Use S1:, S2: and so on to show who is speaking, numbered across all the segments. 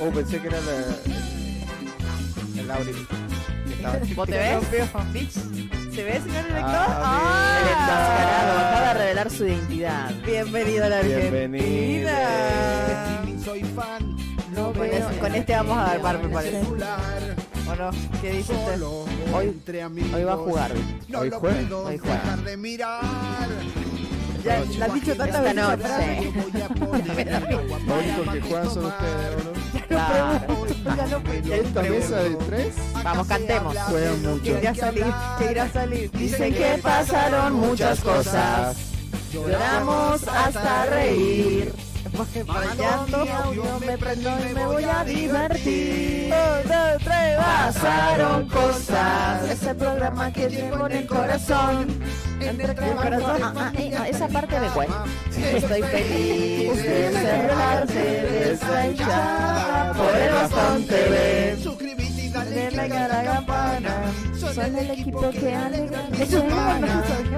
S1: Oh, pensé que era la. El Auril.
S2: ¿Vos te ves?
S3: Bitch.
S2: ¿Se ve, señor director?
S1: Ah,
S2: ¡Ah!
S1: bien.
S3: Enmascarado, acaba de revelar su identidad.
S2: Bienvenido a la
S1: Bienvenido.
S2: Argentina.
S4: Soy fan, no
S2: Con,
S4: veo
S2: ese- con este vamos a armar, me
S4: el
S2: parece.
S4: celular.
S2: ¿O no? ¿Qué dice usted?
S4: Solo
S3: Hoy-
S4: entre amigos.
S3: Hoy va a jugar.
S4: No
S1: Hoy
S4: lo
S1: juega.
S4: puedo
S3: Hoy juega.
S4: dejar de mirar.
S2: Ya la has dicho tantas veces.
S3: Esta
S2: esa frase.
S3: noche.
S1: Lo único que juegan son ustedes, ¿no?
S3: Claro.
S2: Ya no puede.
S1: Esta mesa de tres
S3: Vamos, cantemos.
S1: juegan mucho.
S2: Quería salir, quería salir.
S3: Dicen que pasaron muchas cosas. Lloramos hasta reír.
S2: Porque
S3: Bailando, yo me prendo y me voy a divertir.
S2: Un, dos, tres, va.
S3: Pasaron cosas. Ese programa que llevo en el corazón. Entre el corazón. Ah, ah, eh, ah, esa parte me cuesta. Estoy feliz de ser parte de esta hinchada por el Bastón TV.
S4: Suscríbete y dale
S2: Dale
S4: like
S2: like
S4: a la campana. Son el equipo que alegra mi semana.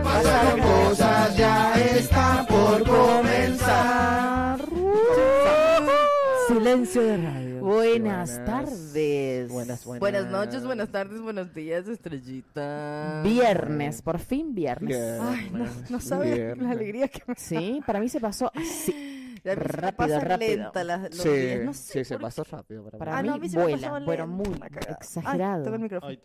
S4: Pasaron cosas, ya está por comenzar.
S3: Silencio de radio. Buenas,
S1: Buenas.
S3: tardes.
S1: Buenas, buenas.
S2: Buenas noches, buenas tardes, buenos días, estrellita.
S3: Viernes, por fin viernes.
S1: Bien.
S2: Ay, no, no sabes
S1: Viernes.
S2: la alegría que me
S3: Sí, para mí se pasó así.
S2: La vida
S3: Rápido,
S2: pasa
S3: rápido.
S2: lenta la- los
S1: Sí,
S2: días, no sé
S1: sí, se
S2: por
S1: pasó rápido para,
S3: Para
S2: Ah,
S3: mí
S2: no, a mí se me
S3: vuela,
S2: pasó
S3: pero
S2: lento,
S3: muy
S2: la cagada. Ay,
S3: exagerado.
S2: toca el
S3: ¿En
S2: micrófono.
S1: Ay,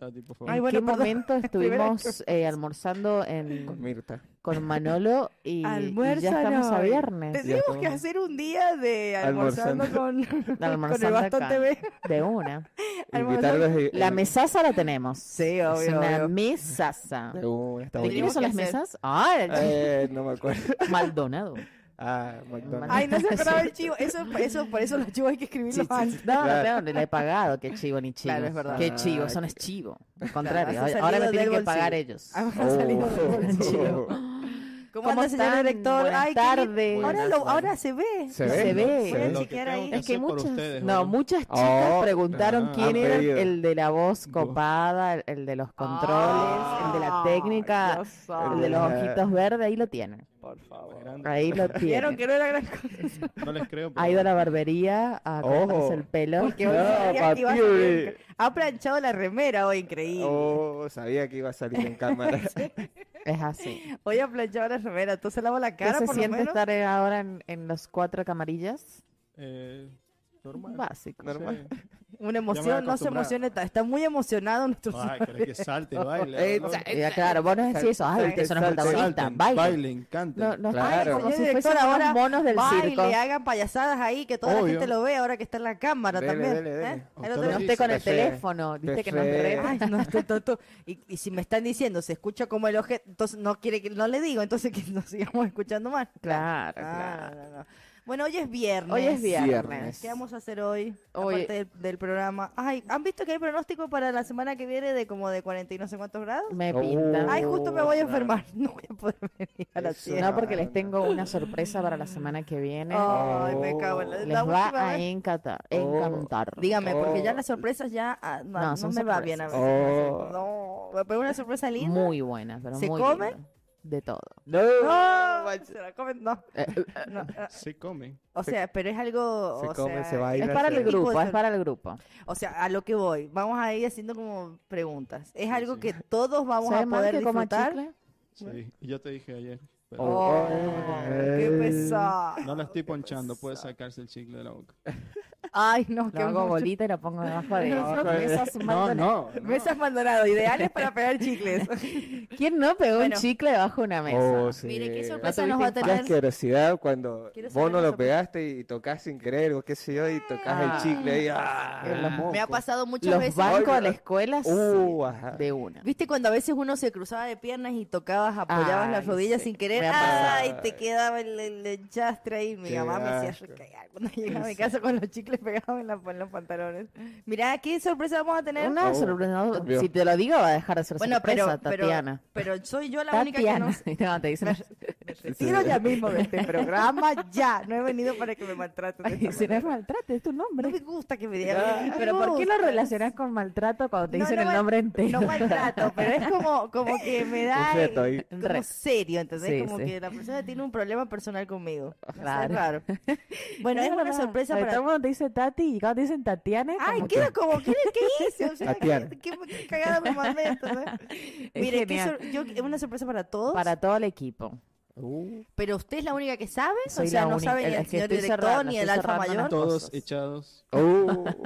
S2: Ay, bueno,
S3: qué
S2: perdón.
S3: momento
S2: Primera vez
S3: estuvimos eh, almorzando en-
S1: Con Mirta.
S3: con Manolo y, y ya
S2: Almuérzano
S3: estamos a
S2: hoy.
S3: viernes?
S2: Tendríamos que
S1: estamos.
S2: hacer un día de almorzando con, con
S3: Almorzando
S2: el Bastón
S3: acá.
S2: TV.
S3: De una.
S1: Invitarlos y-
S3: La
S1: y-
S3: mesaza la tenemos.
S2: Eh, Sí,
S3: es
S2: obvio,
S3: una
S2: obvio.
S3: mesaza.
S1: de una, está
S3: ¿De
S1: bueno.
S3: quiénes
S2: Tenemos
S3: son
S2: que
S3: las
S2: hacer.
S3: mesas? Ah, el
S1: Eh, no me acuerdo.
S3: Maldonado.
S1: Ah, McDonald's.
S2: Ay, no se esperaba
S3: Sí.
S2: el chivo. Eso, eso, por eso los chivos hay que escribirlos antes.
S3: No, no,
S1: Claro.
S3: no, le he pagado, qué chivo ni chivo.
S2: Claro, es verdad.
S3: Qué chivo,
S1: Ay,
S3: son es chivo. Al contrario,
S2: has
S3: ahora me
S2: salido
S3: tienen
S2: del
S3: que pagar
S2: bolsillo.
S3: ellos.
S2: Ah,
S1: Oh,
S2: salido del
S1: oh,
S2: bolsillo.
S1: oh.
S2: ¿Cómo, anda, señor
S3: están?
S2: director?
S3: Buenas
S2: Ay, qué lindo.
S3: tardes.
S2: Ahora, lo, ahora se ve.
S1: Se ve.
S3: Se ve.
S2: Voy a
S1: Lo
S2: chequear ahí.
S3: Es que muchas, no,
S5: no,
S3: muchas chicas
S1: Oh,
S3: preguntaron
S5: ah,
S3: quién
S1: han
S3: era
S1: pedido.
S3: el de la voz copada, el, el de los controles, el de la
S2: Ay,
S3: técnica,
S2: Ah, Dios santo.
S3: el de los ojitos verdes, ahí lo tienen.
S2: Por favor.
S3: Ahí lo tienen.
S2: Vieron que no era gran cosa.
S5: no les creo.
S3: Ha ido a la barbería a cortarse
S1: Ojo.
S3: el pelo.
S2: Porque hoy
S1: No,
S2: sabía que iba a salir
S1: papiuri.
S2: en ca- Ha planchado la remera hoy, increíble.
S1: Oh, sabía que iba a salir en cámara.
S3: Es así.
S2: Hoy ha planchado la remera. Tú se lavo la
S3: ¿Qué
S2: cara,
S3: se
S2: por lo
S3: siente
S2: menos.
S3: estar eh, ahora en, en los cuatro camarillas?
S5: Eh, normal.
S3: Básico.
S5: no sé.
S1: normal.
S2: Una
S5: Ya
S2: emoción,
S5: me
S2: no se
S5: acostumbraba.
S2: emociona. Está, está muy emocionado nuestro
S5: Ay, querés que salte, baile.
S1: Eh,
S5: ¿no?
S1: sa-
S3: Ya, claro, vos no decís eso. Ay,
S1: Salte,
S3: ustedes son los
S1: salte,
S3: protagonistas.
S5: Salten,
S3: Baile.
S5: bailen, canten.
S3: No, no,
S1: Claro.
S3: como
S2: Señor
S3: si
S2: director,
S3: fuesen
S2: ahora
S3: unos monos del
S2: baile,
S3: circo.
S2: hagan payasadas ahí, que toda la
S5: Obvio.
S2: gente lo vea ahora que está en la cámara
S1: Dele,
S2: también.
S1: dele, dele.
S2: ¿eh? Ahí lo
S5: Doctor
S3: No
S2: tenemos.
S3: esté con el
S1: Te fe-
S3: teléfono. Viste
S1: te
S3: que nos
S1: fe-
S3: re...
S2: Ay, no, esto, esto, esto. Y, y si me están diciendo, se escucha como el objeto, entonces no quiere que no le digo, entonces que nos sigamos escuchando más.
S3: Claro,
S2: Ah,
S3: claro.
S2: no, no, no. Bueno, hoy es viernes.
S3: Hoy es viernes.
S1: Viernes.
S2: ¿Qué vamos a hacer hoy?
S3: Hoy-
S2: Aparte del, del programa. Ay, ¿han visto que hay pronóstico para la semana que viene de como de 40 y no sé cuántos grados?
S3: Me
S1: Oh.
S3: pinta.
S2: Ay, justo me voy a
S1: claro.
S2: enfermar. No voy a poder venir a la
S1: Eso.
S2: tierra.
S3: No, porque les tengo una sorpresa para la semana que viene.
S2: Ay, me cago en la,
S3: Les
S2: Oh, la
S3: va
S2: última
S3: a
S2: vez.
S3: encantar.
S1: Oh.
S3: encantar.
S2: Dígame, porque ya
S1: Oh.
S2: las sorpresas ya ah, no,
S3: No,
S2: no me
S3: son
S2: va bien a veces.
S1: sorpresas. Oh.
S2: No, pero una sorpresa linda.
S3: Muy buena, pero
S2: ¿Se
S3: muy
S2: come?
S3: linda. De todo.
S1: No,
S2: No, se la comen, no.
S1: Eh,
S2: No, ah,
S5: Se comen.
S2: o sea, pero es algo.
S1: Se
S2: o
S1: come,
S2: sea,
S1: se baila,
S3: Es
S1: Gracias.
S3: para el
S2: ¿qué tipo de
S3: grupo, es
S2: sor-
S3: para el grupo.
S2: O sea, a lo que voy, vamos a ir haciendo como preguntas. Es algo
S5: sí.
S2: que todos vamos a
S3: ¿Sabe más
S2: poder
S3: que coma
S2: disfrutar.
S3: chicle?
S5: Sí, yo te dije ayer. pero
S1: Oh.
S2: Oh, qué
S1: Eh.
S2: pesado.
S5: No la estoy ponchando, puede sacarse el chicle de la boca.
S2: Ay, no,
S3: Lo
S2: qué
S3: hago
S2: mucho.
S3: bolita y lo pongo debajo de
S1: No,
S3: mesas
S5: No,
S3: Maldonado.
S5: no.
S2: Mesas Maldonado, ideales para pegar chicles.
S3: ¿Quién no pegó
S2: Bueno.
S3: un chicle debajo de una mesa?
S1: Oh, sí.
S2: Mire, qué
S1: No,
S2: sorpresa nos va a
S1: Qué
S2: tener.
S1: asquerosidad cuando
S2: Quiero saber
S1: vos no
S2: la
S1: lo
S2: sorpresa.
S1: pegaste y tocas sin querer o qué sé yo y tocas
S3: Ah.
S1: el chicle y ¡ah!
S3: En los
S2: Me ha pasado muchas
S3: Los
S2: veces.
S3: bancos de la escuela sí,
S1: Uh, ajá.
S3: de una.
S2: ¿Viste cuando a veces uno se cruzaba de piernas y tocabas, apoyabas
S3: Ay,
S2: las rodillas
S3: sí,
S2: sin querer?
S3: me ha pasado.
S2: ¡Ay! Te quedaba el, el, el chastre ahí. Mi
S1: Qué
S2: mamá me hacía
S1: asco.
S2: recagar cuando llegaba a mi casa con los chicles pegados en, la- en los pantalones. Mirá, qué sorpresa vamos a tener.
S3: Una
S1: Oh,
S3: sorpresa.
S1: cambió.
S3: Si te lo digo, va a dejar de ser
S2: Bueno,
S3: sorpresa,
S2: pero, pero,
S3: Tatiana.
S2: pero soy yo la única que
S3: Tatiana.
S2: no
S3: Y no, te dicen,
S2: Me- me retiro ya mismo de este programa, ya. No he venido para que me maltraten. de
S3: Ay,
S2: esta
S3: si no es
S2: manera.
S3: maltrato, es tu
S2: No
S3: nombre.
S2: me gusta que me digan. no me
S3: Pero ¿por qué lo
S2: gusta.
S3: relacionas con maltrato cuando te
S2: No,
S3: dicen
S2: no
S3: el
S2: mal-
S3: nombre entero?
S2: No maltrato, pero es como, como que me da
S4: Un reto
S2: el-
S4: ahí.
S2: como
S3: Re-
S2: serio, ¿entendés?
S3: Sí,
S2: como
S3: sí. Oh,
S2: que la persona tiene un problema personal conmigo. O sea, es
S3: Claro.
S2: raro. Bueno, es, una
S3: verdad.
S2: sorpresa
S3: Oye,
S2: para...
S3: Todo el mundo te dice Tati y cuando te dicen Tatiana.
S2: Ay,
S3: como
S2: queda como, ¿qué, qué hice? O sea,
S4: Tatiana.
S2: qué, qué- qué cagada me mandé, ¿entendés?
S3: que es
S2: Mire, qué
S3: genial.
S2: sor- yo- es una sorpresa para todos,
S3: Para todo el equipo.
S2: pero usted es la única que sabe,
S3: Soy
S2: o sea,
S3: la
S2: no
S3: única-
S2: sabe ni
S3: es
S2: el
S3: que
S2: señor
S3: estoy
S2: director,
S3: cerrada,
S2: ni
S3: estoy
S2: el alfa
S3: cerrando las
S2: mayor.
S5: Todos
S3: cosas.
S5: echados.
S4: Oh,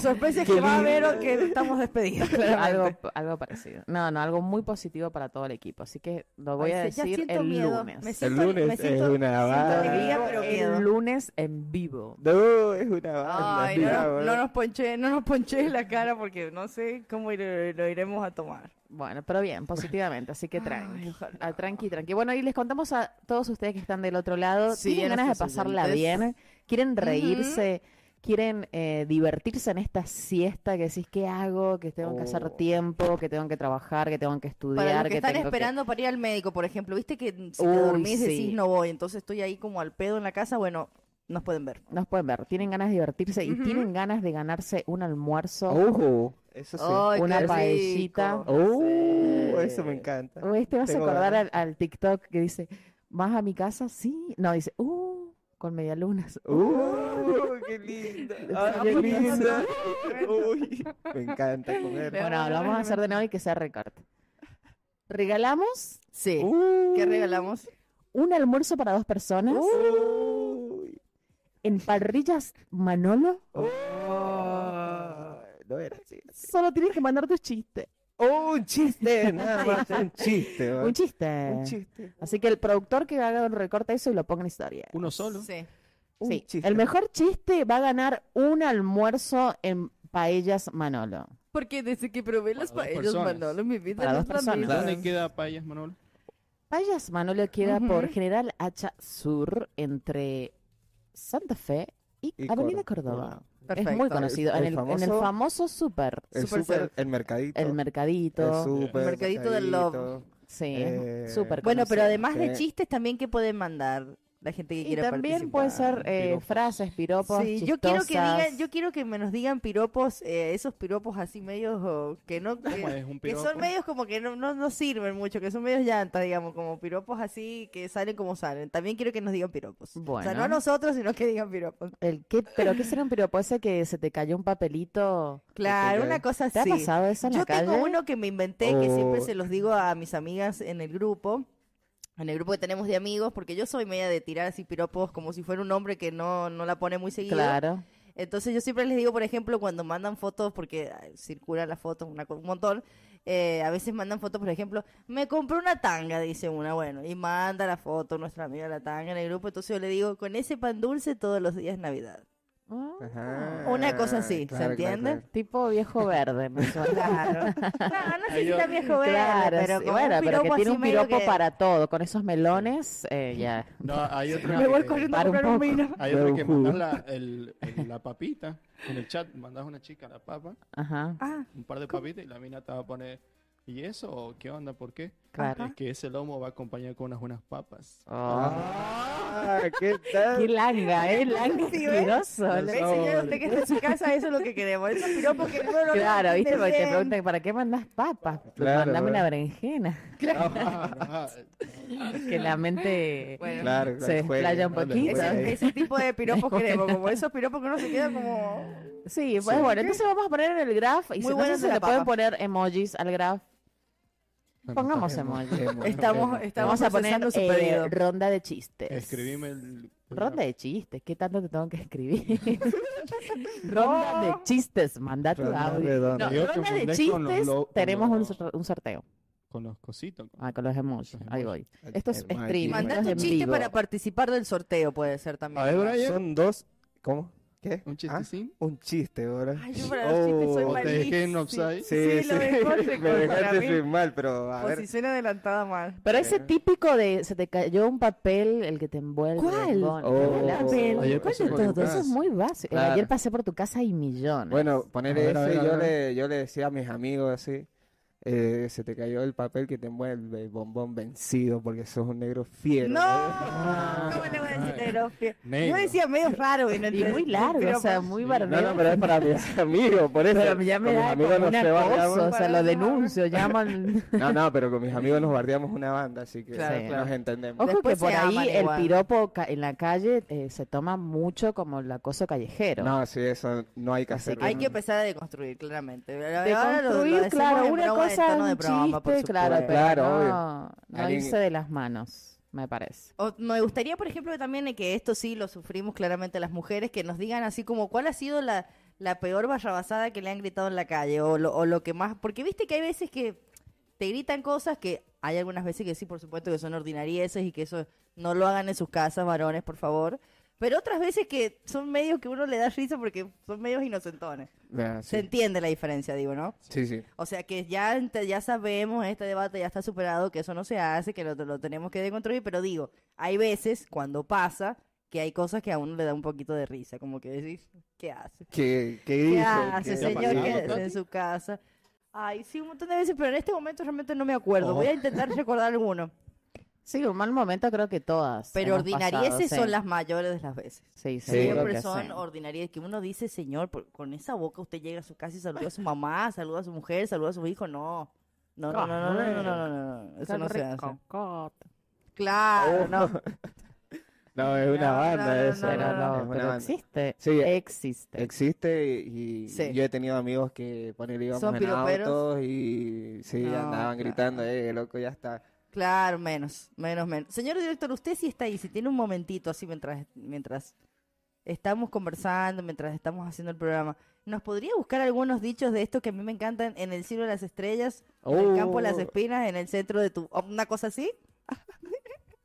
S2: sorpresa es
S4: Qué
S2: que va a
S4: lindo.
S2: ver o que estamos despedidos.
S3: algo,
S2: claramente.
S3: algo parecido. No, no, algo muy positivo para todo el equipo. Así que lo voy a
S2: Ay, sí, ya
S3: decir
S2: siento
S3: el
S2: miedo.
S3: lunes.
S2: Me
S4: El
S2: siento- me
S4: lunes es
S2: siento-
S4: una
S2: alegría,
S4: banda.
S2: pero miedo.
S3: el lunes en vivo.
S4: No, es una banda.
S2: Ay,
S4: mira,
S2: no, nos-
S4: bro.
S2: no nos ponche, no nos ponche la cara porque no sé cómo ir- lo iremos a tomar.
S3: Bueno, pero bien, positivamente, así que tranqui.
S2: Ay, ojalá.
S3: Ah, tranqui, tranqui. Bueno, y les contamos a todos ustedes que están del otro lado,
S2: Sí,
S3: tienen
S2: a
S3: ganas de
S2: nuestros
S3: pasarla
S2: oyentes.
S3: bien, quieren reírse, quieren eh, divertirse en esta siesta que decís, ¿qué hago? Que tengo que hacer
S4: Oh.
S3: tiempo, que tengo que trabajar, que tengo que
S2: Para los
S3: estudiar,
S2: que están
S3: tengo
S2: esperando para ir al médico, por ejemplo, viste que si te
S3: Uy,
S2: dormís
S3: sí.
S2: decís no voy, entonces estoy ahí como al pedo en la casa, bueno, nos pueden ver.
S3: Nos pueden ver, tienen ganas de divertirse y
S2: Ujú. Oh,
S3: tienen ganas de ganarse un almuerzo.
S4: Ojo, eso sí.
S2: Ay,
S3: Una
S2: qué
S3: paellita.
S2: rico.
S4: Oh,
S2: Sí.
S4: eso me encanta.
S2: Oh,
S3: Uy, te vas a
S4: Tengo
S3: acordar al,
S4: ganas.
S3: al TikTok que dice, ¿vas a mi casa? Sí. No, dice, uh, con medialunas.
S4: Uh, qué linda. Ah, qué linda.
S1: Oh.
S4: Uy, me encanta comer.
S3: Bueno, lo vamos a hacer de nuevo y que sea recorte. Regalamos
S2: Sí.
S4: Uh,
S2: ¿Qué regalamos?
S3: un almuerzo para dos personas
S4: Uy.
S3: en parrillas Manolo.
S4: Oh, No era así.
S3: Solo tienes que mandar tus chistes.
S4: Oh, un chiste, nada más. Un chiste, va.
S3: Un chiste.
S4: Ah. Un chiste.
S3: Así que el productor que haga un recorte a eso y lo ponga en historia.
S5: Uno solo.
S2: Sí.
S4: Un
S3: Sí,
S4: chiste.
S3: el mejor chiste va a ganar un almuerzo en paellas Manolo.
S2: Porque desde que probé las
S5: Para dos
S2: paellas,
S5: personas.
S2: Manolo, mi vida
S3: Para
S2: no
S3: dos
S2: es la
S3: personas.
S2: misma.
S5: ¿Dónde queda Payas, Manolo?
S3: Paellas Manolo queda por
S2: Ujú.
S3: General Hacha Sur entre Santa Fe y,
S4: Y
S3: Avenida
S4: Córdoba.
S3: Córdoba. Es muy
S2: Perfecto.
S3: conocido.
S4: El-
S3: en, el,
S4: el
S3: en el
S4: famoso-
S3: famoso súper,
S4: El
S2: Super
S4: super,
S2: Cero.
S4: el mercadito.
S3: el mercadito.
S4: El super.
S2: El mercadito del love.
S3: Sí,
S4: Eh,
S3: súper
S2: Bueno, pero
S3: conocido.
S2: además de
S4: Sí.
S2: chistes también que pueden mandar la gente que
S3: Y
S2: quiera
S3: también
S2: participar.
S3: puede ser eh,
S5: piropos.
S3: frases, piropos,
S2: Sí, yo quiero que digan,
S3: chistosas.
S2: yo quiero que me nos digan piropos, eh, esos piropos así medios o, que no que,
S5: ¿Cómo es un
S2: que
S5: piropo?
S2: son medios como que no, no, no sirven mucho, que son medios llantas, digamos, como piropos así que salen como salen. También quiero que nos digan piropos. O sea, no a
S3: Bueno.
S2: nosotros, sino que digan piropos.
S3: El qué- pero qué será un piropo ese que se te cayó un papelito.
S2: Claro,
S4: Ok.
S2: una cosa
S3: ¿Te ha
S2: así.
S3: pasado eso en
S2: Yo
S3: la
S2: tengo
S3: calle?
S2: uno que me inventé, que siempre
S4: O-
S2: se los digo a mis amigas en el grupo, en el grupo que tenemos de amigos, porque yo soy media de tirar así piropos como si fuera un hombre que no, no la pone muy seguido.
S3: Claro.
S2: Entonces yo siempre les digo, por ejemplo, cuando mandan fotos, porque ay, circulan las fotos una co- un montón, eh, a veces mandan fotos, por ejemplo, me compré una tanga, dice una, bueno, y manda la foto nuestra amiga la tanga en el grupo, entonces yo le digo, con ese pan dulce todos los días es Navidad.
S4: Ajá.
S2: Una cosa así, ¿se
S4: Claro, claro,
S2: entiende?
S4: claro.
S3: Tipo viejo verde. me suena.
S2: Claro. no, no sé si
S5: Yo-
S2: está viejo verde,
S3: Claro,
S2: pero
S3: sí.
S2: como
S3: bueno,
S2: un
S3: pero que
S2: piropo
S3: tiene
S2: así
S3: un
S2: medio
S3: piropo
S2: que-
S3: para todo. Con esos melones, eh, ya.
S5: No, hay otro
S2: Me voy
S5: que-
S2: corriendo a
S3: Para un
S2: comprar un
S3: poco.
S2: vino.
S5: Hay otro que
S4: Ujú.
S5: mandar la, el- el- la papita. En el chat mandas una chica a la papa,
S3: Ajá,
S2: Ah,
S5: un par de papitas y la mina te va a poner. ¿Y eso? ¿O ¿Qué onda? ¿Por qué?
S3: claro.
S5: Es que ese lomo va acompañado con unas buenas papas.
S4: Ah, ¿qué
S3: Oh, Qué
S4: tal?
S3: langa, ¿eh? Langa
S2: Sí, ¿ves?
S3: asqueroso,
S2: ¿Ve, señor? Usted que está en su casa, eso es lo que queremos. Esos piropos que no lo
S3: Claro, ¿viste? Porque te
S2: entienden.
S3: preguntan, ¿para qué mandas papas? Pues
S4: Claro,
S3: Mandame una
S4: bueno.
S3: berenjena.
S5: Ajá.
S3: Que la mente
S2: Bueno.
S4: Claro, claro,
S3: se explaya un
S4: jueguen, no le
S3: poquito.
S4: jueguen.
S2: Ese, ese tipo de piropos
S3: Bueno.
S2: queremos, como esos piropos que uno se queda como...
S3: Sí, pues bueno, entonces vamos a poner en el graph. Y
S2: Muy
S3: si no
S2: buena
S3: sé
S2: de
S3: si
S2: la
S3: le pueden
S2: papa.
S3: poner emojis al graph. Pongamos emojis.
S4: Emo,
S2: Estamos,
S4: emo.
S2: estamos
S3: Vamos a poner
S2: procesando su
S3: eh,
S2: pedido.
S3: ronda de chistes.
S5: Escribime el.
S3: Ronda de chistes, ¿qué tanto te tengo que escribir? ronda de chistes, manda tu
S4: Ronda
S3: audio.
S4: redonda.
S3: No,
S5: Yo
S3: ronda de
S5: confundí con los
S3: chistes,
S5: lo- con
S3: tenemos un,
S5: los-
S3: sor- un sorteo.
S5: Con los cositos. con-
S3: Ah, con los emojis,
S5: Los
S3: ahí voy. Esto es
S4: Emojis.
S3: streaming.
S2: Mandá
S3: esto es
S2: tu
S3: en
S2: chiste
S3: vivo.
S2: para participar del sorteo, puede ser
S5: A
S2: también.
S5: ver, Brian.
S4: Son dos. ¿Cómo? ¿Qué?
S5: Un
S4: Ah,
S5: chistecín.
S4: un chiste, ahora.
S2: Ay, yo para los chistes soy
S1: Oh,
S5: O te dejé en
S2: malísima.
S4: Sí,
S5: offside.
S2: Sí,
S4: sí,
S2: lo mejor se
S4: me
S2: contra
S4: dejaste
S2: mí.
S4: sin mal, pero a ver.
S2: Posición adelantada mal.
S3: Pero ese
S4: Sí.
S3: típico de se te cayó un papel, el que te envuelve.
S2: ¿Cuál?
S3: el bono,
S4: Oh.
S3: el papel.
S5: Ayer
S3: ¿Cuál
S5: pasé
S3: de
S5: por tu
S3: todos? Eso es
S5: casa.
S3: muy básico.
S4: Claro.
S3: Ayer pasé por tu casa y millones.
S4: Bueno, poner
S5: A ver, a
S4: ese,
S5: ver, a
S4: yo,
S5: ver, a
S4: le, yo le decía a mis amigos así, eh, se te cayó el papel que te envuelve, el bombón vencido, porque sos un negro fiero.
S2: No, ¿cómo le voy a decir negro? Yo decía medio raro y
S3: Y
S2: no entendí,
S3: muy largo,
S2: pero
S3: o sea, muy
S4: No,
S3: barbero.
S4: no, pero es para mis amigos, por eso.
S3: Pero ya me
S4: Con mis
S3: da
S4: amigos
S3: como
S4: nos
S3: una
S4: rebardeamos.
S3: cosa, o sea, lo denuncio, llaman...
S4: No, no, pero con mis amigos nos bardeamos una banda, así que
S2: Claro,
S4: nos
S2: claro.
S4: entendemos.
S3: Ojo que
S2: Después
S3: por
S2: se
S3: ahí
S2: aman
S3: el
S2: igual.
S3: piropo ca- en la calle eh, se toma mucho como el acoso callejero.
S4: No, sí, eso no hay que hacer.
S2: Hay que empezar a deconstruir, claramente.
S3: De
S2: Ahora lo- lo
S3: construir,
S2: decimos
S3: claro,
S2: en
S3: una
S2: broma, en
S3: cosa es
S2: tono de
S3: un
S2: broma, por
S3: chiste, claro,
S2: supuesto.
S3: pero
S4: Claro,
S3: no, no
S4: Alguien-
S3: irse de las manos, me parece.
S2: O- me gustaría, por ejemplo, también eh, que esto sí lo sufrimos claramente las mujeres, que nos digan así como cuál ha sido la, la peor barrabasada que le han gritado en la calle o lo, o lo que más... Porque viste que hay veces que te gritan cosas que hay algunas veces que sí, por supuesto, que son ordinarieces y que eso no lo hagan en sus casas, varones, por favor. Pero otras veces que son medios que uno le da risa porque son medios inocentones.
S4: Ah,
S2: Se
S4: sí.
S2: entiende la diferencia, digo, ¿no?
S4: sí, sí.
S2: O sea que ya, ent- ya sabemos, este debate ya está superado, que eso no se hace, que lo, lo tenemos que deconstruir, pero digo, hay veces cuando pasa que hay cosas que a uno le da un poquito de risa, como que decís, ¿qué hace?
S4: ¿Qué, qué
S2: ¿Qué
S4: hizo?
S2: hace,
S4: ¿Qué-
S5: ha
S2: señor?
S5: pasado,
S2: Quédese
S5: Tati?
S2: en su casa. Ay, sí, un montón de veces, pero en este momento realmente no me acuerdo. Voy a intentar recordar alguno.
S3: Sí, un mal momento creo que todas.
S2: Pero
S3: hemos pasado,
S2: ordinarieces
S3: sí.
S2: son las mayores de las veces.
S4: Sí,
S3: Sí, seguro
S2: Siempre
S3: que
S2: son
S3: sí.
S2: ordinarieces que uno dice, señor, por- con esa boca usted llega a su casa y saluda a su mamá, saluda a su mujer, saluda a su hijo. No, no, no, no, no, no, no, no, no, no, no. eso no se hace. Claro, Ah, no.
S1: Oh.
S4: No, es una
S2: No,
S4: banda
S2: no, no,
S4: eso.
S2: no,
S3: Pero
S2: no, no,
S4: es
S3: no,
S4: una
S3: pero
S4: banda.
S3: existe.
S4: Sí, eh,
S3: existe.
S4: Existe y
S2: Sí.
S4: yo he tenido amigos que poner íbamos
S2: Son
S4: en
S2: piroperos.
S4: autos y sí,
S2: No,
S4: andaban
S2: claro.
S4: gritando, eh, loco, ya está.
S2: Claro, menos, menos, menos. Señor director, usted sí está ahí, si tiene un momentito así mientras, mientras estamos conversando, mientras estamos haciendo el programa, ¿nos podría buscar algunos dichos de estos que a mí me encantan en el cielo de las estrellas, en el campo de las
S4: Oh.
S2: espinas, en el centro de tu... o una cosa así?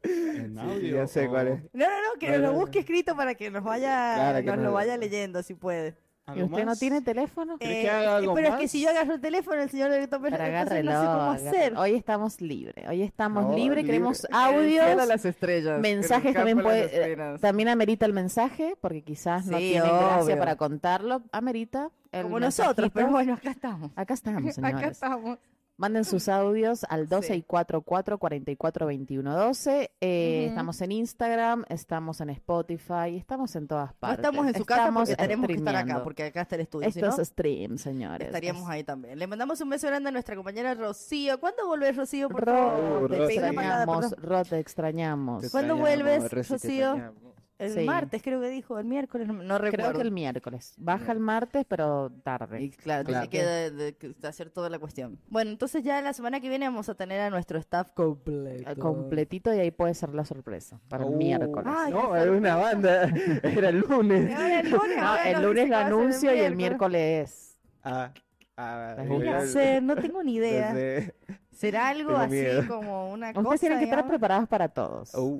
S5: En
S4: Sí,
S5: audio.
S4: ya sé
S5: o
S4: cuál es.
S2: No, no, no, que
S4: No,
S2: nos
S4: no,
S2: lo
S4: no.
S2: busque escrito para que nos vaya,
S4: Claro que
S2: nos
S4: no.
S2: lo vaya leyendo si puede. Eh,
S5: algo
S3: ¿Y usted no
S5: más.
S3: tiene teléfono?
S4: Eh,
S5: ¿Cree que haga algo
S2: pero es que
S5: más?
S2: si yo agarro el teléfono, el señor director me
S3: Pero
S2: entonces no sé
S3: agárrelo,
S2: cómo hacer.
S3: agárrelo. Hoy estamos libres. Hoy estamos
S4: No,
S3: libres.
S4: libre.
S3: Queremos
S2: Audio
S3: audios.
S2: las estrellas.
S3: Mensajes también puede. eh, También amerita el mensaje, porque quizás no
S2: Sí,
S3: tienen gracia
S2: obvio.
S3: para contarlo. Amerita. el
S2: Como nosotros,
S3: mensajito.
S2: pero bueno, acá estamos.
S3: Acá estamos, señores.
S2: Acá estamos.
S3: Manden sus audios al 1244 44 21 12. Eh,
S2: Ujú.
S3: Estamos en Instagram, estamos en Spotify, estamos en todas
S2: No
S3: partes.
S2: estamos en su casa
S3: Estamos
S2: porque tenemos que estar acá,
S3: streameando.
S2: porque acá está el estudio. si
S3: Esto
S2: no,
S3: es stream, señores.
S2: estaríamos
S3: Es-
S2: ahí también. Le mandamos un beso grande a nuestra compañera Rocío. ¿Cuándo volvés, Rocío? Por
S3: Ro,
S2: favor,
S4: Te
S3: te
S2: Le pedí una patada,
S3: extrañamos,
S2: perdón.
S3: Ro, te extrañamos.
S4: Te
S2: ¿Cuándo
S4: extrañamos,
S2: vuelves,
S4: Rosy, te
S2: Rocío?
S4: extrañamos.
S2: El
S3: Sí.
S2: martes creo que dijo, el miércoles, no, no recuerdo.
S3: Creo que el miércoles. Baja el martes, pero
S2: Y
S3: tarde.
S2: claro,
S4: Claro.
S2: tiene que de- de- que hacer toda la cuestión. Bueno, entonces ya la semana que viene vamos a tener a nuestro staff completo.
S3: Eh, Completito y Uh. ahí puede ser la sorpresa. Para el
S4: Oh.
S3: miércoles.
S2: Ay,
S4: no,
S2: qué
S4: era una banda, era el lunes.
S2: Ahora el lunes,
S3: No,
S2: ahora
S3: Ah, el
S2: nos
S3: lunes
S2: dice que
S3: lo
S2: va a ser
S3: anuncio y el miércoles.
S4: Ah, ah,
S3: La
S4: yo-
S3: gente.
S2: No sé, no tengo ni idea.
S4: no sé.
S2: ¿Será algo
S4: Tengo
S2: así
S4: miedo.
S2: como una cosa?
S3: Ustedes tienen que estar
S2: digamos?
S3: preparados para todos.
S2: uh.
S4: Oh,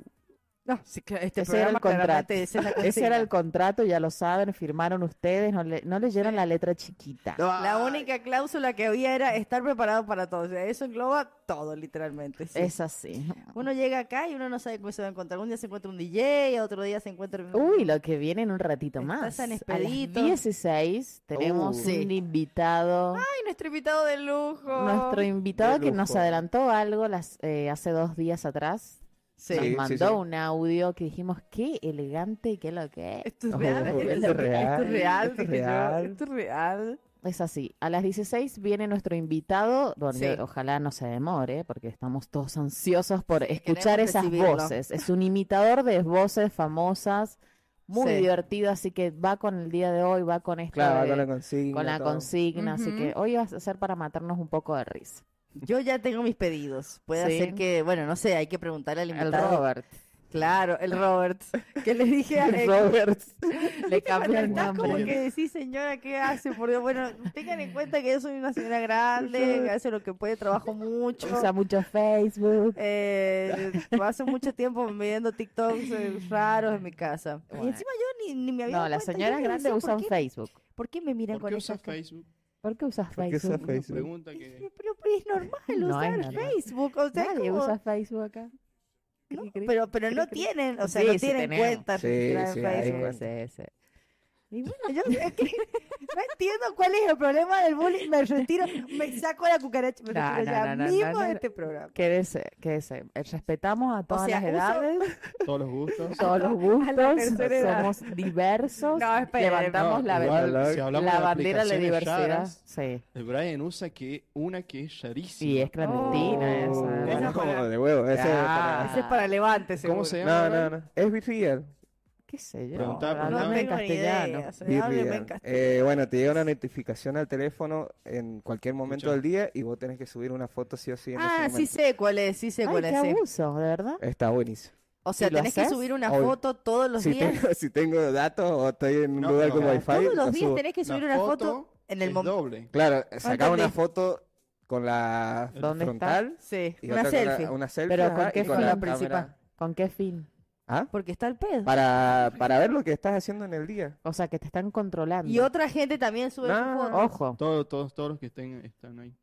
S2: No, sí, claro, este
S3: Ese era el
S2: programa
S3: contrato.
S2: claramente, esa es la
S3: Ese era
S2: consigna.
S3: el contrato, ya lo saben, firmaron ustedes, no, le, no leyeron la letra chiquita.
S2: La
S1: Ah,
S2: única cláusula que había era estar preparado para todo. O sea, eso engloba todo, literalmente. sí.
S3: Es así.
S2: Uno llega acá y uno no sabe cómo se va a encontrar. Un día se encuentra un DJ, otro día se encuentra... un-
S3: Uy, lo que viene en un ratito
S2: Está
S3: más.
S2: San
S3: a las
S2: Expedito.
S3: 16 tenemos
S4: Uh.
S3: un
S2: Sí.
S3: invitado,
S2: ¡Ay, nuestro invitado de lujo!
S3: nuestro invitado
S4: De
S3: que nos
S4: lujo.
S3: adelantó algo las, eh, hace dos días atrás.
S2: Sí.
S3: nos
S4: Sí,
S3: mandó
S4: sí.
S3: un audio que dijimos, qué elegante y qué lo que es.
S2: Esto es
S4: Oh,
S2: real.
S4: esto es
S2: la-
S4: real,
S2: Esto es real.
S4: esto es
S2: dije yo,
S4: real.
S2: Esto es real.
S3: Es así, a las 16 viene nuestro invitado, bueno,
S2: Sí.
S3: yo- ojalá no se demore, porque estamos todos ansiosos por escuchar
S2: queremos
S3: esas
S2: recibirlo.
S3: voces. Es un imitador de voces famosas, muy
S2: Sí.
S3: divertido, así que va con el día de hoy, va con esto
S4: claro, va
S3: de-
S4: con la consigna.
S3: con la
S4: todo.
S3: consigna, así
S2: Ujú.
S3: que hoy va a ser para matarnos un poco de risa.
S2: Yo ya tengo mis pedidos. Puede
S3: Sí.
S2: ser que, bueno, no sé, hay que preguntarle al
S3: El
S2: invitado.
S3: Robert.
S2: Claro, el Robert. Que le dije a
S3: El
S2: él.
S3: Robert. Le
S2: Cuando
S3: cambió el
S2: estás como
S3: nombre.
S2: que decís, señora, ¿qué hace? Por Dios, bueno, tengan en cuenta que yo soy una señora grande, que hace lo que puede, trabajo mucho.
S3: Usa mucho Facebook.
S2: Eh, hace mucho tiempo viendo TikToks eh, raros en mi casa.
S3: Bueno.
S2: Y encima yo ni, ni me había
S3: No, las señoras grandes usan
S2: Facebook.
S3: Facebook.
S2: ¿Por qué me miran
S5: ¿Por
S2: con
S5: qué
S2: esas
S3: este
S5: usas
S2: caras?
S5: Facebook?
S3: ¿Por qué usas
S4: ¿Por qué usa
S3: Facebook?
S5: Una
S4: Facebook?
S5: pregunta que...
S2: Pero, pero, pero es normal
S3: No es
S2: usar
S3: normal.
S2: Facebook, o sea,
S3: Nadie
S2: como-
S3: usa Facebook acá.
S2: no, pero, pero no tienen, o sea,
S3: Sí,
S2: no
S3: sí
S2: tienen
S3: tenemos.
S2: cuentas
S4: Sí,
S2: registradas en
S4: sí, hay
S2: Facebook.
S4: cuentas.
S3: Sí, sí.
S2: Y bueno, yo es que no entiendo cuál es el problema del bullying. Me retiro, me saco la cucaracha, me
S3: No, no,
S2: retiro ya
S3: no, no,
S2: mismo
S3: no, no.
S2: de este programa.
S3: Quédese, quédese. Eh, Respetamos a todas
S2: sea,
S3: las
S2: uso-
S3: edades,
S5: Todos los gustos.
S3: todos los
S4: a la
S3: gustos,
S4: tercera edad.
S3: somos diversos,
S4: No, espere,
S3: levantamos
S5: No,
S3: la,
S5: igual,
S3: bandera
S5: si hablamos
S3: la
S5: de
S3: bandera de la
S5: aplicaciones
S3: diversidad.
S5: raras,
S3: Sí,
S5: el Brian usa que una que es rarísima.
S3: sí, es clandestina esa.
S1: Oh,
S2: Esa
S1: es
S2: es para-
S1: como de huevo. ese es
S3: Ya.
S2: Ese es para levante, seguro.
S5: ¿Cómo se llama?
S1: para- No, no, no. Es Bitfier.
S3: ¿Qué sé yo?
S5: Preguntaba por
S3: háblame
S2: No
S5: nada.
S3: en
S2: tengo ni
S3: castellano.
S2: idea. se- hábleme en
S1: Bitreader.
S2: castellano.
S1: Eh, bueno, te llega una notificación al teléfono en cualquier momento
S5: Escucha.
S1: del día y vos tenés que subir una foto sí o sí. En ese
S2: Ah, sí
S1: momento.
S2: sé cuál es, sí sé
S3: Ay,
S2: cuál
S3: qué
S2: es. sí.
S3: abuso, de verdad.
S1: Está buenísimo.
S2: O sea,
S3: lo
S2: tenés que
S3: haces?
S2: subir una
S1: Obvio.
S2: foto todos los
S1: Si
S2: días.
S1: tengo, si tengo datos o estoy en un
S5: No,
S1: lugar
S5: pero-
S1: con wifi,
S2: Todos
S1: lo
S2: los días
S1: subo.
S2: tenés que subir
S5: La
S2: una foto en el
S5: es
S2: momento.
S5: doble.
S1: Claro, sacaba una
S2: entendí.
S1: foto con la
S3: ¿Dónde está?
S1: frontal
S2: Sí,
S1: y
S2: una
S1: otra con la-
S2: selfie.
S1: una selfie,
S3: Pero
S1: ajá,
S3: ¿con qué
S1: y con
S3: fin
S1: la
S3: lo principal?
S1: cámara.
S3: ¿Con qué fin?
S1: ¿Ah?
S2: Porque está el pedo.
S1: Para, para ver lo que estás haciendo en el día.
S3: O sea, que te están controlando.
S2: Y otra gente también sube
S1: No,
S2: su foto.
S3: Ojo,
S5: Todos, todos, todos los que estén están ahí.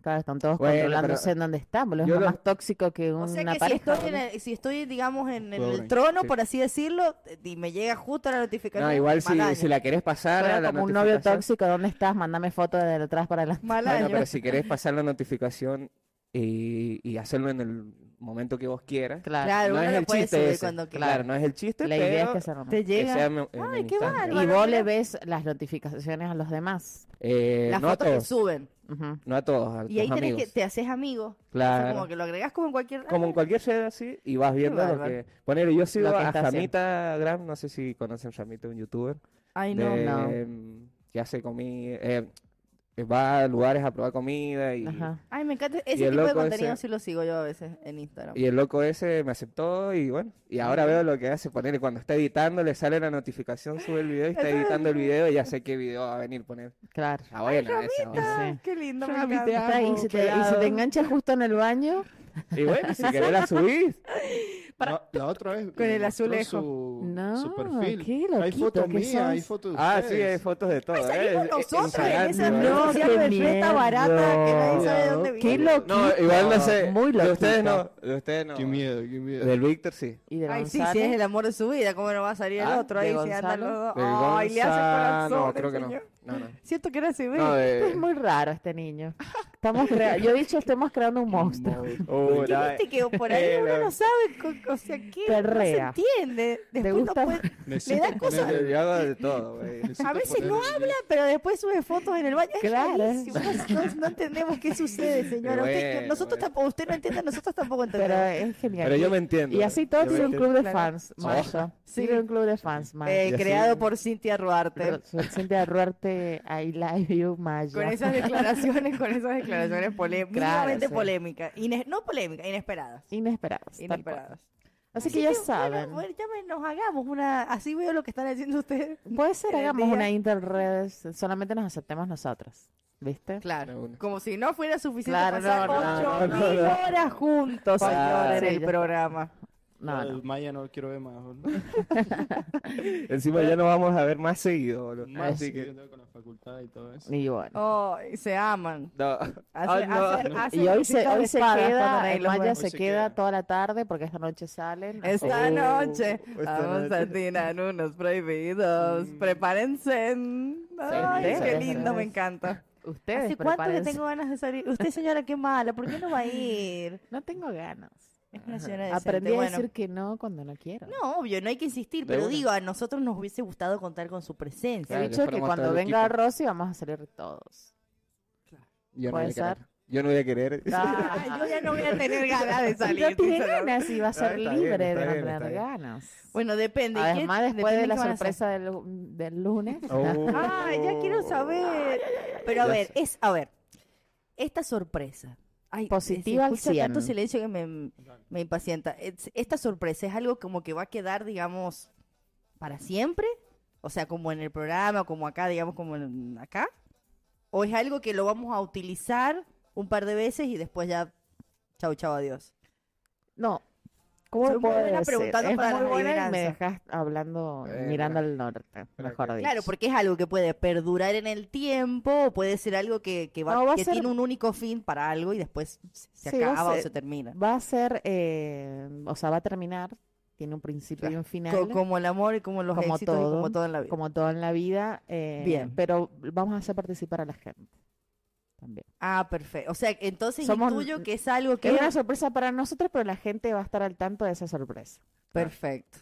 S3: claro, están todos
S1: Bueno, pero-
S3: controlándose en dónde están, boludo. Es
S1: Yo
S3: lo
S1: lo-
S3: más tóxico que una
S2: O sea que si
S3: pareja.
S2: estoy, en
S3: boludo.
S2: el- si estoy, digamos, en el
S5: Pobre.
S2: trono,
S1: Sí.
S2: por así decirlo, y me llega justo la notificación.
S1: No, igual si,
S2: mal año.
S1: si la querés pasar
S3: Fuera
S1: a la
S3: como un novio
S1: notificación-
S3: tóxico, ¿dónde estás? Mándame fotos de atrás para adelante.
S2: Mal
S1: Bueno,
S2: año.
S1: pero si querés pasar la notificación y, y hacerlo en el momento que vos quieras.
S3: Claro.
S2: Claro,
S1: no
S2: uno
S1: es
S2: lo
S1: el
S2: puede
S1: chiste
S2: subir
S1: ese.
S2: cuando quiera.
S1: claro, no es el chiste,
S3: La idea es
S1: pero
S3: que se rompa.
S2: Te llega.
S1: sea me- en
S2: Ay,
S1: el
S2: qué
S1: instante.
S2: bárbaro.
S3: Y
S2: Bueno,
S3: vos
S2: mira.
S3: le ves las notificaciones a los demás.
S1: Eh,
S2: las
S1: no a
S2: fotos que
S1: todos,
S2: suben.
S3: Ujú.
S1: no a todos, a
S2: Y ahí
S1: tus
S2: tenés
S1: amigos.
S2: que te haces amigo. O sea,
S1: Claro.
S2: como que lo agregás como en cualquier.
S1: Como en cualquier red así, y vas viendo lo
S2: bárbaro.
S1: que... Poner, yo sigo
S3: que
S1: a
S3: está haciendo.
S1: Jamita Gram, no sé si conocen Jamita, un youtuber,
S2: Ay, no.
S1: de,
S3: no.
S1: em, que hace comida, eh, va a lugares a probar comida y,
S3: Ajá.
S2: Ay, me encanta.
S1: Y
S2: Ese
S1: el
S2: tipo de
S1: loco
S2: contenido
S1: ese-
S2: sí lo sigo yo a veces en Instagram.
S1: y el loco ese me aceptó y bueno, y ahora veo lo que hace, poner, cuando está editando le sale la notificación, sube el video y está editando el video y ya sé qué video va a venir poner.
S3: Claro.
S1: Ah, bueno, esa, bueno.
S2: Ay,
S3: sí.
S2: qué lindo. me
S5: Rami, te
S2: encanta.
S3: Está ahí, y si te, y si te engancha justo en el baño,
S1: Y bueno, si querés la subís.
S5: No, la otra vez
S2: Con
S5: me
S2: el
S5: mostró
S2: azulejo.
S5: su,
S3: No,
S5: su perfil.
S3: qué
S5: hay
S3: loquito
S5: fotos
S3: que
S5: mías,
S3: sos.
S5: hay fotos de
S1: Ah, sí, hay
S5: ustedes.
S1: fotos de todo.
S2: Salimos
S1: eh,
S2: nosotros en
S1: Instagram,
S2: esa
S1: ¿no?
S3: No,
S2: no,
S3: qué
S2: de
S3: mierda.
S2: reta barata que nadie sabe de dónde
S5: Qué
S2: viene.
S3: qué loquito.
S1: No, igual no sé.
S3: Muy
S1: de ustedes
S3: loquito.
S1: no. De ustedes no.
S5: Qué miedo, qué miedo.
S1: Del Víctor sí.
S3: Y de
S2: Ay, sí,
S3: Gonzalo,
S2: sí, es el amor de su vida. ¿Cómo no va a salir el
S1: Ah,
S2: otro
S3: ¿de
S2: ahí si andan
S3: Gonzalo?
S2: los dos?
S1: Del
S2: Ay, le
S1: Gonza-
S2: hace corazón.
S1: No, creo
S2: el
S1: que no.
S2: señor.
S1: No, no.
S2: Siento que era ese
S1: No,
S2: güey.
S1: de...
S3: Es muy raro este niño. Estamos crea- Yo he dicho, estamos creando un monstruo.
S1: Oh,
S2: Porque
S1: la-
S2: viste que por ahí
S1: Eh,
S2: uno
S1: la-
S2: no sabe, co- o sea, ¿qué?
S3: Perrea.
S2: No se entiende. Después
S3: gusta?
S2: no puede...
S5: Necesito
S2: dan cosas.
S5: ponerle-
S1: Yo hago de todo, güey.
S5: necesito
S2: A veces no
S5: ponerle-
S2: habla, pero después sube fotos en el baño. Es
S3: Claro.
S2: rarísimo, No, no entendemos qué sucede, señora. Usted-
S1: Bueno,
S2: nosotros
S1: bueno.
S2: tampoco, usted no entiende, nosotros tampoco
S3: Pero eh,
S2: entendemos. Eh,
S3: es genial.
S1: Pero yo me entiendo. eh,
S3: Y así todo
S1: Yo me
S3: tiene un
S1: entiendo. Oh.
S3: club de
S2: Claro.
S3: fans, Mayo.
S2: Sí.
S3: Tiene un club de fans, Mayo.
S2: Eh,
S1: y así-
S2: creado por Cintia Ruarte.
S3: Siente a Ruarte, I love you, Maya.
S2: Con esas declaraciones, con esas declaraciones polémicas.
S3: Claro, sí.
S2: polémicas. Ine- no polémicas, inesperadas.
S3: Inesperadas. tal cual.
S2: Inesperadas.
S3: Así que ya
S2: bueno,
S3: saben.
S2: bueno, ya me- nos hagamos una. Así veo lo que están haciendo ustedes.
S3: Puede ser,
S2: en el
S3: hagamos
S2: día.
S3: una interredes, solamente nos aceptemos nosotras, ¿viste?
S1: De
S2: Claro.
S1: una.
S2: Como si no fuera suficiente
S3: Claro,
S2: pasar
S3: no, no,
S2: ocho
S1: no, no, no.
S2: mil horas juntos
S1: Ah,
S2: señora, en
S3: sí,
S2: el
S3: ya.
S2: programa.
S3: No, no.
S5: Maya no quiero ver más. boludo.
S1: Encima ya no vamos a ver más seguido, boludo.
S5: Más
S1: Así
S5: que
S1: que.
S5: yo tengo con la facultad y todo eso.
S3: Y bueno.
S2: Oh, se aman.
S1: No.
S2: Hace-
S1: Ay, no.
S2: hace- hace
S3: Y hoy se,
S2: música de
S3: hoy se
S2: espadas cuando
S3: queda,
S2: nadie
S3: el
S2: los ve.
S3: Maya
S5: Hoy
S3: se
S5: se
S3: queda
S5: queda.
S3: toda la tarde porque esta noche salen. así que-
S2: Esta
S1: Oh,
S2: noche
S1: esta
S2: vamos a
S1: noche.
S2: tirar unos prohibidos.
S3: Mm.
S2: Prepárense. Ay, qué
S3: ustedes,
S2: lindo, me
S3: ustedes.
S2: encanta.
S3: Ustedes
S2: ¿Hace cuánto que
S3: prepárense.
S2: tengo ganas de salir? Usted, señora, qué mala, ¿por qué no va a ir?
S3: No tengo ganas.
S2: Es una señora decente.
S3: Aprendí a
S2: bueno.
S3: decir que no cuando no quiero.
S2: No, obvio, no hay que insistir,
S1: De
S2: pero
S1: una.
S2: digo, a nosotros nos hubiese gustado contar con su
S3: He
S1: Claro,
S2: presencia.
S1: que
S3: dicho que
S1: fuéramos
S3: cuando
S1: todo el
S3: venga
S1: equipo.
S3: Rosy vamos a salir todos.
S1: Yo
S3: Puede
S1: no voy a querer.
S3: ser.
S1: Yo no voy a querer.
S2: Ay, yo ya no voy a tener ganas de salir.
S3: no tiene
S2: sinceramente.
S3: ganas y va a
S1: Está
S3: ser
S1: bien,
S3: libre
S1: está
S3: de no
S1: bien,
S3: tener
S1: está bien.
S3: ganas.
S2: Bueno, depende. ¿y qué-
S3: Además, después
S2: depende
S3: de la
S2: qué van a hacer?
S3: sorpresa del, del lunes,
S1: Oh.
S2: Ah. Ay, ya quiero saber. Pero a
S1: Ya
S2: ver,
S1: sé.
S2: es, a ver, esta sorpresa. Ay,
S3: Positiva al
S2: se escucha tanto
S3: 100.
S2: silencio que me, me impacienta. Es- Esta sorpresa es algo como que va a quedar, digamos, para siempre. O sea, como en el programa, como acá, digamos, como en- acá. O es algo que lo vamos a utilizar un par de veces y después ya, chau, chau, adiós.
S3: No. ¿Cómo
S2: Soy
S3: lo
S2: muy
S3: puedo
S2: buena
S3: decir?
S2: preguntando
S3: Es
S2: para
S3: muy
S2: las
S3: buena y me
S2: adivinanzas.
S3: dejas hablando,
S1: Bueno.
S3: mirando al norte,
S1: Pero
S3: mejor
S1: que-
S3: dicho.
S2: Claro, porque es algo que puede perdurar en el tiempo, o puede ser algo que, que, va,
S3: No, va a
S2: que
S3: ser-
S2: tiene un único fin para algo y después se se
S3: Sí, va a
S2: acaba o
S3: ser-
S2: se termina.
S3: Va a ser, eh, o sea, va a terminar tiene un principio y
S2: Claro.
S3: un final.
S2: Co- como el amor y como los
S3: como
S2: éxitos y
S3: todo,
S2: como todo en la vida.
S3: como todo en la vida. eh,
S2: Bien.
S3: Pero vamos a hacer participar a la gente también.
S2: Ah, perfecto. O sea, entonces
S3: Somos-
S2: intuyo que es algo que...
S3: Es una sorpresa para nosotros, pero la gente va a estar al tanto de esa sorpresa.
S2: Perfecto.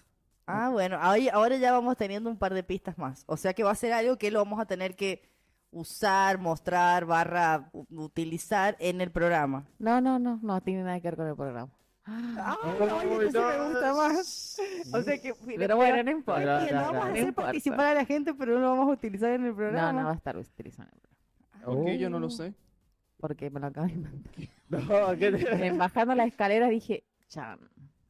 S2: Ah, bueno, ahí- ahora ya vamos teniendo un par de pistas más. O sea que va a ser algo que lo vamos a tener que usar, mostrar, barra, u- utilizar en el programa.
S3: No, no, no, no tiene nada que ver con el programa.
S2: Ah, oye, entonces me gusta más. O sea que,
S3: Pero bueno, no importa.
S2: Oye, no vamos a
S3: no
S2: hacer
S3: importa.
S2: participar a la gente, pero no lo vamos a utilizar en el
S3: No, no va a
S2: programa.
S3: estar utilizando el programa.
S1: Ah,
S5: Ok, yo
S2: uh.
S5: no lo sé.
S3: Porque me lo acabo de mandar. En Bajando las escaleras dije, chan.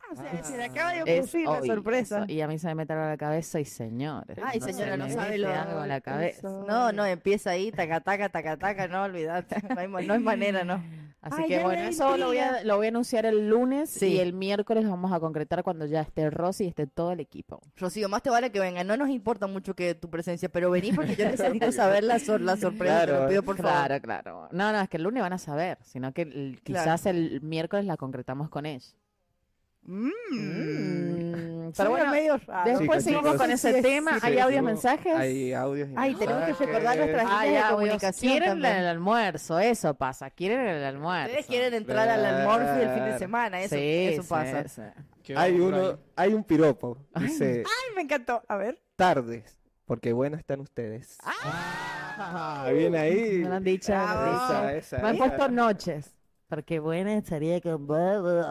S2: Ah, o sea, se le acaba de
S3: Es
S2: ocurrir la
S3: hoy,
S2: sorpresa.
S3: eso, Y a mí se me mete algo a la cabeza y señores.
S2: Ay, señora,
S3: se
S2: no
S3: me
S2: sabe
S3: mete
S2: lo-
S3: algo a la cabeza.
S2: No, no, empieza ahí, taca, taca, taca, taca, no, olvidate. No hay, mo- no hay manera, no.
S3: Así
S2: Ay,
S3: que
S2: ya la
S3: bueno, eso lo voy, a, lo voy a anunciar el lunes
S2: Sí.
S3: y el miércoles vamos a concretar cuando ya esté Rosy y esté todo el equipo.
S2: Rocío, más te vale que venga. No nos importa mucho que tu presencia, pero vení porque yo necesito saber la, sor- la sorpresa. te lo
S1: Claro,
S2: pido por favor.
S3: claro, claro. No, no, es que el lunes van a saber, sino que el-
S2: Claro.
S3: quizás el miércoles la concretamos con ella.
S2: Mm.
S3: Mm,
S2: Suena
S3: pero bueno,
S2: medio raro.
S3: después
S1: Chicos,
S3: seguimos
S1: chicos.
S3: con ese
S2: Sí,
S3: tema.
S2: sí,
S3: ¿Hay
S1: sí,
S3: audios,
S1: sí.
S3: mensajes?
S1: Hay audios. y Ah, eh,
S2: Ay, tenemos que
S1: mensajes.
S2: recordar nuestras- Hay líneas de
S3: audios.
S2: comunicación
S3: Ah, Quieren
S2: también.
S3: el almuerzo, eso pasa. Quieren el almuerzo.
S2: Ustedes quieren entrar al almuerzo el fin de semana, eso,
S3: Sí,
S2: eso
S3: sí,
S2: pasa.
S3: sí.
S5: ¿Qué
S1: eh, Hay
S5: va por
S1: uno,
S5: ahí?
S1: hay un piropo. Dice,
S2: Ay, me encantó. A ver.
S1: tardes, porque buenas están ustedes. Ah, bien ahí.
S3: Me lo han dicho. me lo han
S2: Bravo.
S3: dicho.
S1: Esa, esa,
S3: Me han
S1: esa.
S3: puesto noches. Porque buena estaría con vos.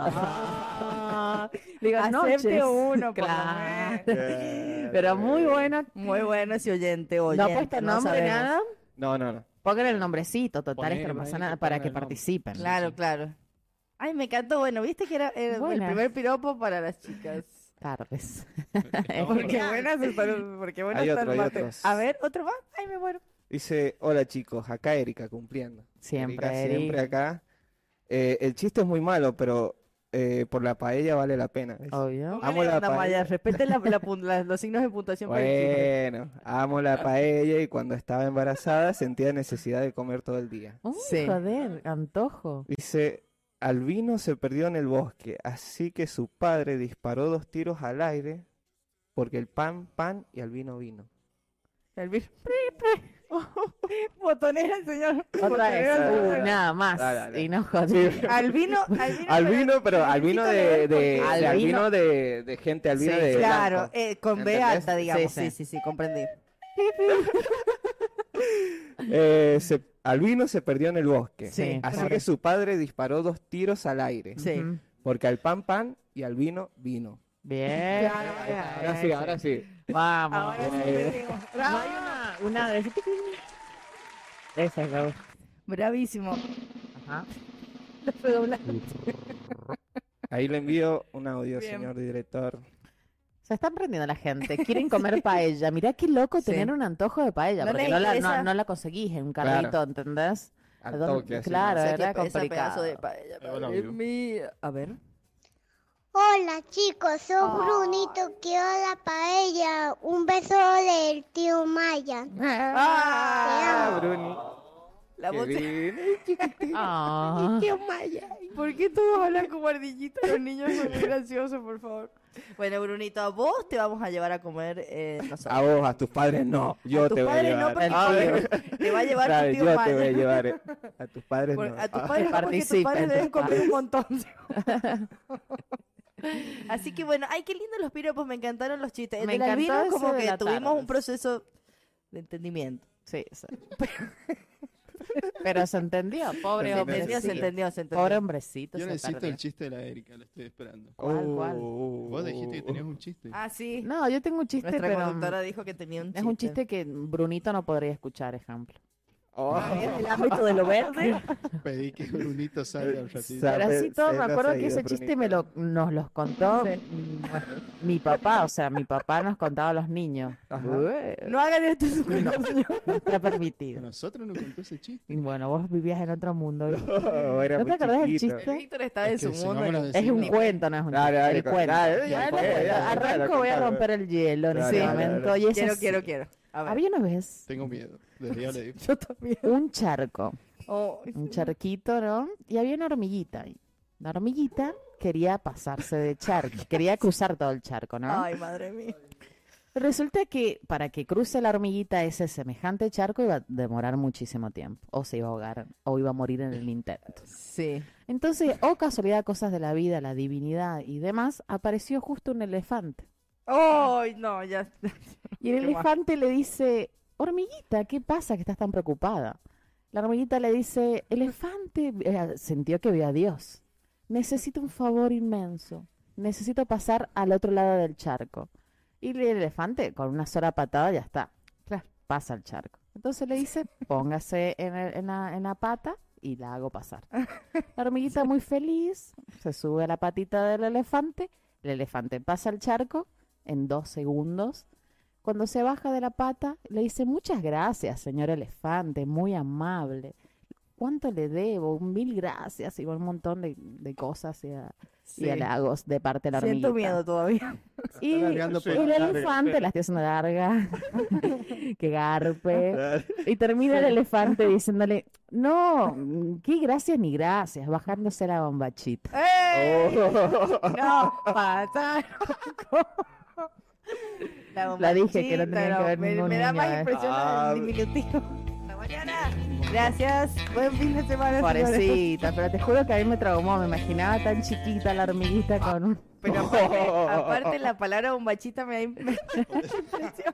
S3: Digo,
S2: Acepte
S3: noches.
S2: uno, por lo
S3: claro.
S2: menos.
S3: Pero muy buena.
S2: Muy bueno ese oyente, oye.
S3: no ha puesto nombre, nada.
S1: No, no, no.
S3: Pongan el nombrecito, total,
S5: Poner,
S3: esto no
S5: poner
S3: pasa
S5: que
S3: nada, para
S5: pongan
S3: que
S5: el nombre.
S3: participen.
S2: Claro, claro. Ay, me encantó. Bueno, viste que era era el
S3: Buenas.
S2: primer piropo para las chicas.
S3: Tardes.
S5: Estamos
S2: Porque buenas están, porque buenas
S1: Hay
S2: están
S1: otro, hay
S2: mate.
S1: otros.
S2: A ver, otro más. Ay, me muero.
S1: Dice, hola chicos, acá Erika cumpliendo.
S3: Siempre,
S1: Erika,
S3: Eri.
S1: siempre acá. Eh, el chiste es muy malo, pero eh, por la paella vale la pena. dice.
S3: Obvio.
S1: Amo la
S2: Anda, Maya,
S1: paella.
S2: respeten la- la pun- la- los signos de puntuación para el chiste.
S1: Bueno, amo la paella y cuando estaba embarazada sentía necesidad de comer todo el día.
S3: Uy,
S2: Sí.
S3: joder, antojo.
S1: Dice, Albino se perdió en el bosque, así que su padre disparó dos tiros al aire porque el pan, pan y Albino vino.
S2: El vir- Botonera, el señor.
S3: Otra
S2: Botonera,
S3: vez.
S1: dale,
S3: Uh,
S1: dale.
S3: nada más.
S1: Dale, dale.
S3: Y no joder.
S2: Albino, albino.
S1: Albino, pero albino de, de, de
S3: Albino.
S1: albino de, de gente, albino
S3: Sí,
S1: de
S2: Claro,
S1: blanco.
S2: eh, con B
S1: ¿Entendés?
S2: alta, digamos.
S3: Sí,
S2: Sí,
S3: sí.
S2: sí, sí, comprendí.
S1: Eh, se- albino se perdió en el bosque,
S3: Sí,
S1: así
S3: claro.
S1: que su padre disparó dos tiros al aire
S2: Sí.
S3: Ujú.
S1: porque al pan, pan y al vino, vino.
S3: Bien.
S1: Ahora sí, ahora sí.
S3: Vamos.
S2: Ahora sí
S1: Eh.
S2: te digo.
S3: No
S2: Bravo.
S3: hay una, una de Esa es la
S2: Bravísimo.
S3: Ajá.
S1: Ahí le envío un audio,
S2: Bien.
S1: señor director.
S3: Se está prendiendo la gente. Quieren comer paella. Mirá qué loco
S2: Sí.
S3: tener un antojo de paella.
S2: No
S3: porque
S2: les
S3: no la,
S2: interesa.
S3: no, no la conseguís en un carrito,
S1: Claro.
S3: ¿entendés?
S1: Al
S3: ¿A dónde?
S1: toque, así,
S3: Claro,
S2: O sea,
S3: era
S2: que ese pedazo
S3: complicado.
S2: de paella,
S5: Ahí va el
S2: madre
S5: audio.
S2: mía. A ver.
S4: Hola chicos, soy Brunito, quiero la paella. Un beso del tío Maya.
S1: Ah,
S2: ¡Ah!
S1: Bruni.
S2: La
S1: qué
S2: voz
S1: bien.
S3: Ah.
S2: ¿Por qué todos hablan como ardillitas? Los niños son muy graciosos, por favor. Bueno, Brunito, a vos te vamos a llevar a comer eh, nosotros.
S1: A vos, a tus padres no. Yo
S2: a tus
S1: te voy a
S2: padres
S1: llevar.
S2: no, porque
S1: A ver.
S2: te va a llevar
S1: Dale,
S2: tu tío
S1: yo te
S2: Maya.
S1: voy a llevar. eh. A tus padres
S2: Por-
S1: no.
S2: a tus
S1: Ah,
S2: padres no, porque tus
S3: Participen,
S2: padres deben
S3: tus
S2: comer un montón. Así que bueno, ay, qué lindo los piropos, me encantaron los chistes. El
S3: Me
S2: del
S3: encantó
S2: albino
S3: ese
S2: como
S3: de
S2: que
S3: la
S2: tuvimos
S3: tarde.
S2: un proceso de entendimiento.
S3: Sí, sí. Pero se entendió. Pobre
S2: Se
S1: Sí, sí.
S2: entendió, se
S3: hombrecito.
S2: entendió, se entendió.
S3: Pobre hombrecito.
S5: Yo
S3: se
S5: necesito
S3: perdió.
S5: el chiste de la Erika, la estoy esperando.
S3: ¿Cuál, cuál?
S1: Ah. Oh,
S5: Vos dijiste que tenías un chiste.
S2: Ah, sí.
S3: No, yo tengo un chiste,
S2: Nuestra
S3: pero
S2: conductora dijo que tenía un chiste.
S3: es un chiste que Brunito no podría escuchar, ejemplo.
S1: Oh.
S2: El ámbito de lo verde.
S5: Pedí que Brunito salga un ratito.
S1: Sa-
S3: Pero
S1: Sabe-
S3: así todo,
S1: se
S3: me
S1: lo ha
S3: acuerdo que
S1: seguido,
S3: ese chiste me lo, nos los contó mm, mi papá, o sea, mi papá nos contaba a los niños.
S1: Ajá.
S3: Ué,
S2: No hagan esto en su casa, señor.
S3: No está
S5: A
S3: permitido.
S5: nosotros nos contó ese chiste.
S3: Y bueno, vos vivías en otro mundo. ¿viste?
S1: Oh, era
S3: ¿No te
S1: muy
S3: acordás del
S1: chiquito.
S3: chiste?
S2: El Víctor está en
S5: Es que
S2: Ah, su
S5: si no
S2: mundo.
S5: me lo
S3: Es
S5: decís,
S3: un
S5: no.
S3: cuento, no es un chiste.
S1: Dale, dale,
S3: el
S1: con-
S3: cuento.
S1: dale,
S3: Ya
S1: dale,
S3: lo
S1: dale,
S3: cuento.
S1: dale,
S3: Arranco, voy a
S1: contalo.
S3: romper el hielo en este
S1: Dale, dale,
S3: momento.
S1: dale.
S3: y es
S2: Quiero,
S3: así.
S2: quiero, quiero. A ver.
S3: Había una vez
S5: Tengo miedo. Desde ya le digo.
S2: Yo también.
S3: un charco,
S2: Oh,
S3: un charquito, ¿no? Y había una hormiguita ahí. La hormiguita quería pasarse de charco, quería cruzar todo el charco, ¿no?
S2: Ay, madre mía.
S3: Resulta que para que cruce la hormiguita ese semejante charco iba a demorar muchísimo tiempo, o se iba a ahogar, o iba a morir en el intento.
S2: Sí.
S3: Entonces, o casualidad, cosas de la vida, la divinidad y demás, apareció justo un elefante.
S2: Ay, no, ya.
S3: Y el
S2: Qué guapo.
S3: elefante le dice, hormiguita, ¿qué pasa que estás tan preocupada? La hormiguita le dice, elefante, eh, sintió que vio a Dios. Necesito un favor inmenso. Necesito pasar al otro lado del charco. Y el elefante, con una sola patada, ya está. Pasa al charco. Entonces le dice, póngase en, el- en la, en la pata y la hago pasar. La hormiguita muy feliz, se sube a la patita del elefante. El elefante pasa al charco en dos segundos. Cuando se baja de la pata, le dice muchas gracias, señor elefante, muy amable. ¿Cuánto le debo? Mil gracias y un montón de, de cosas y, a- y
S2: Sí.
S3: halagos de parte de la hormiguita.
S2: Siento miedo todavía.
S3: Y
S5: Está alargando por
S3: el
S5: la larga.
S3: elefante, la estoy haciendo larga, que garpe. Y termina el elefante diciéndole, no, mm, qué gracias ni gracias, bajándose la bombachita.
S2: ¡Eh!
S1: Oh.
S2: No, pasa.
S3: La dije que no tenía que ver
S2: me,
S3: ningún
S2: me da
S3: niño,
S2: más
S3: eh.
S2: impresión
S1: Ah.
S2: el diminutivo. La Mariana, gracias. Buen fin de semana. señores.
S3: Pobrecita, pero te juro que a mí me traumó, me imaginaba tan chiquita la hormiguita con un...
S2: Pero aparte, aparte la palabra bombachita me da im- me da impresión.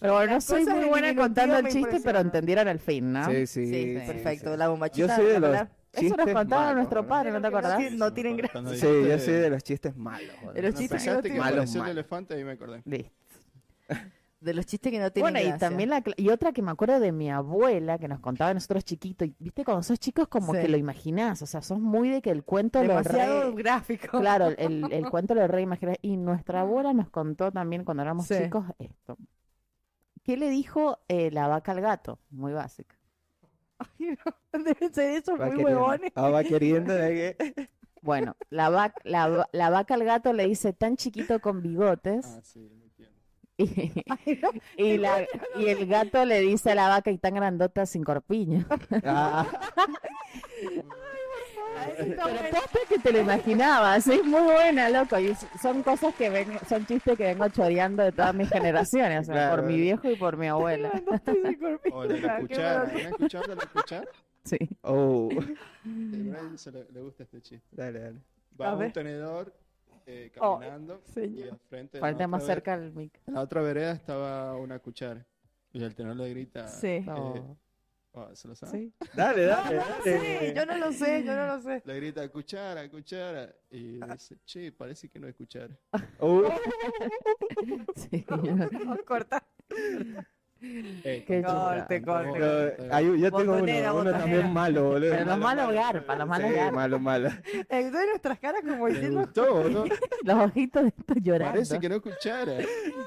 S3: Pero bueno, no
S2: Las
S3: soy
S2: cosas
S3: muy
S2: del
S3: buena
S2: diminutivo
S3: contando el
S2: me
S3: chiste, pero
S2: impresionan.
S3: entendieron el fin, ¿no?
S1: Sí, sí,
S2: Sí,
S1: sí,
S2: perfecto.
S1: sí.
S2: La bombachita.
S1: Yo soy de
S2: la
S1: los
S2: palabra-
S3: Eso nos
S1: chistes
S3: contaba
S1: malos,
S3: nuestro
S1: ¿eh?
S3: padre, ¿no te acordás?
S2: Sí, No tienen gracia.
S5: Cuando
S1: Sí, yo
S5: dijiste-
S1: soy de los chistes malos.
S2: De
S1: boludo.
S2: los
S5: cuando
S2: chistes que
S5: empezaste
S2: no
S5: que
S2: tienen
S1: Malos,
S5: apareció el
S1: malos.
S5: elefante, ahí me acordé.
S3: Listo.
S2: De los chistes que no tienen
S3: Bueno, y
S2: gracia.
S3: también la, cla- y otra que me acuerdo de mi abuela que nos contaba a nosotros chiquitos, y viste cuando sos chicos como
S2: Sí.
S3: que lo imaginás, o sea, sos muy de que el cuento
S2: demasiado
S3: lo re,
S2: gráfico.
S3: claro, el, el cuento lo reimaginás y nuestra abuela nos contó también cuando éramos
S2: Sí.
S3: chicos esto. ¿Qué le dijo eh, la vaca al gato? Muy básica.
S2: Ay, no, Deben ser esos
S1: Va
S2: muy
S1: queriendo-
S2: huevones.
S1: Ah, va queriendo. de que-
S3: Bueno, la, vac- la, va- la vaca al gato le dice tan chiquito con bigotes
S5: Ah, sí, lo entiendo.
S3: y,
S2: Ay, no,
S3: y la- y el gato le dice a la vaca y tan grandota sin corpiño.
S1: Ah,
S3: Pero posta que te lo imaginabas, es muy buena, loco. Y son cosas que ven, son chistes que vengo choreando de todas mis generaciones, o sea,
S1: Claro.
S3: por mi viejo y por mi abuela.
S2: no estoy de corpiño,
S5: O la de la
S2: qué
S5: cuchara,
S2: bueno.
S5: ¿la escucharon? ¿La escucharon?
S3: Sí.
S1: oh,
S5: Eh, Brian se le, le gusta este chiste.
S1: dale, dale.
S5: Va
S2: A
S5: a un
S2: ver.
S5: tenedor eh,
S2: Oh,
S5: caminando y
S2: señor.
S5: al frente de la
S3: Falta
S5: otra
S3: más
S5: ver-
S3: cerca al mic.
S5: En la otra vereda estaba una cuchara. Y el tenedor le grita.
S2: Sí.
S3: No.
S5: oh, ¿Se lo sabe?
S3: Sí.
S1: Dale, dale,
S2: Sí,
S1: dale.
S2: yo no lo sé, yo no lo sé.
S5: Le grita, cuchara, cuchara. Y dice, che, parece que no es cuchara.
S1: Oh,
S3: Sí.
S2: No, corta.
S5: Eh,
S3: Qué
S2: Corte,
S3: chorra.
S2: corte.
S1: pero hay un- yo tengo uno,
S2: Botonera,
S1: uno
S2: botonera.
S1: también malo, boludo.
S3: Pero los malos garpan, los malos
S1: Sí,
S3: garpan.
S1: malo, malo.
S2: Eh, doy nuestras caras como
S5: Me
S2: diciendo.
S5: gustó, boludo.
S3: Los ojitos de estos llorando.
S5: Parece que no es cuchara.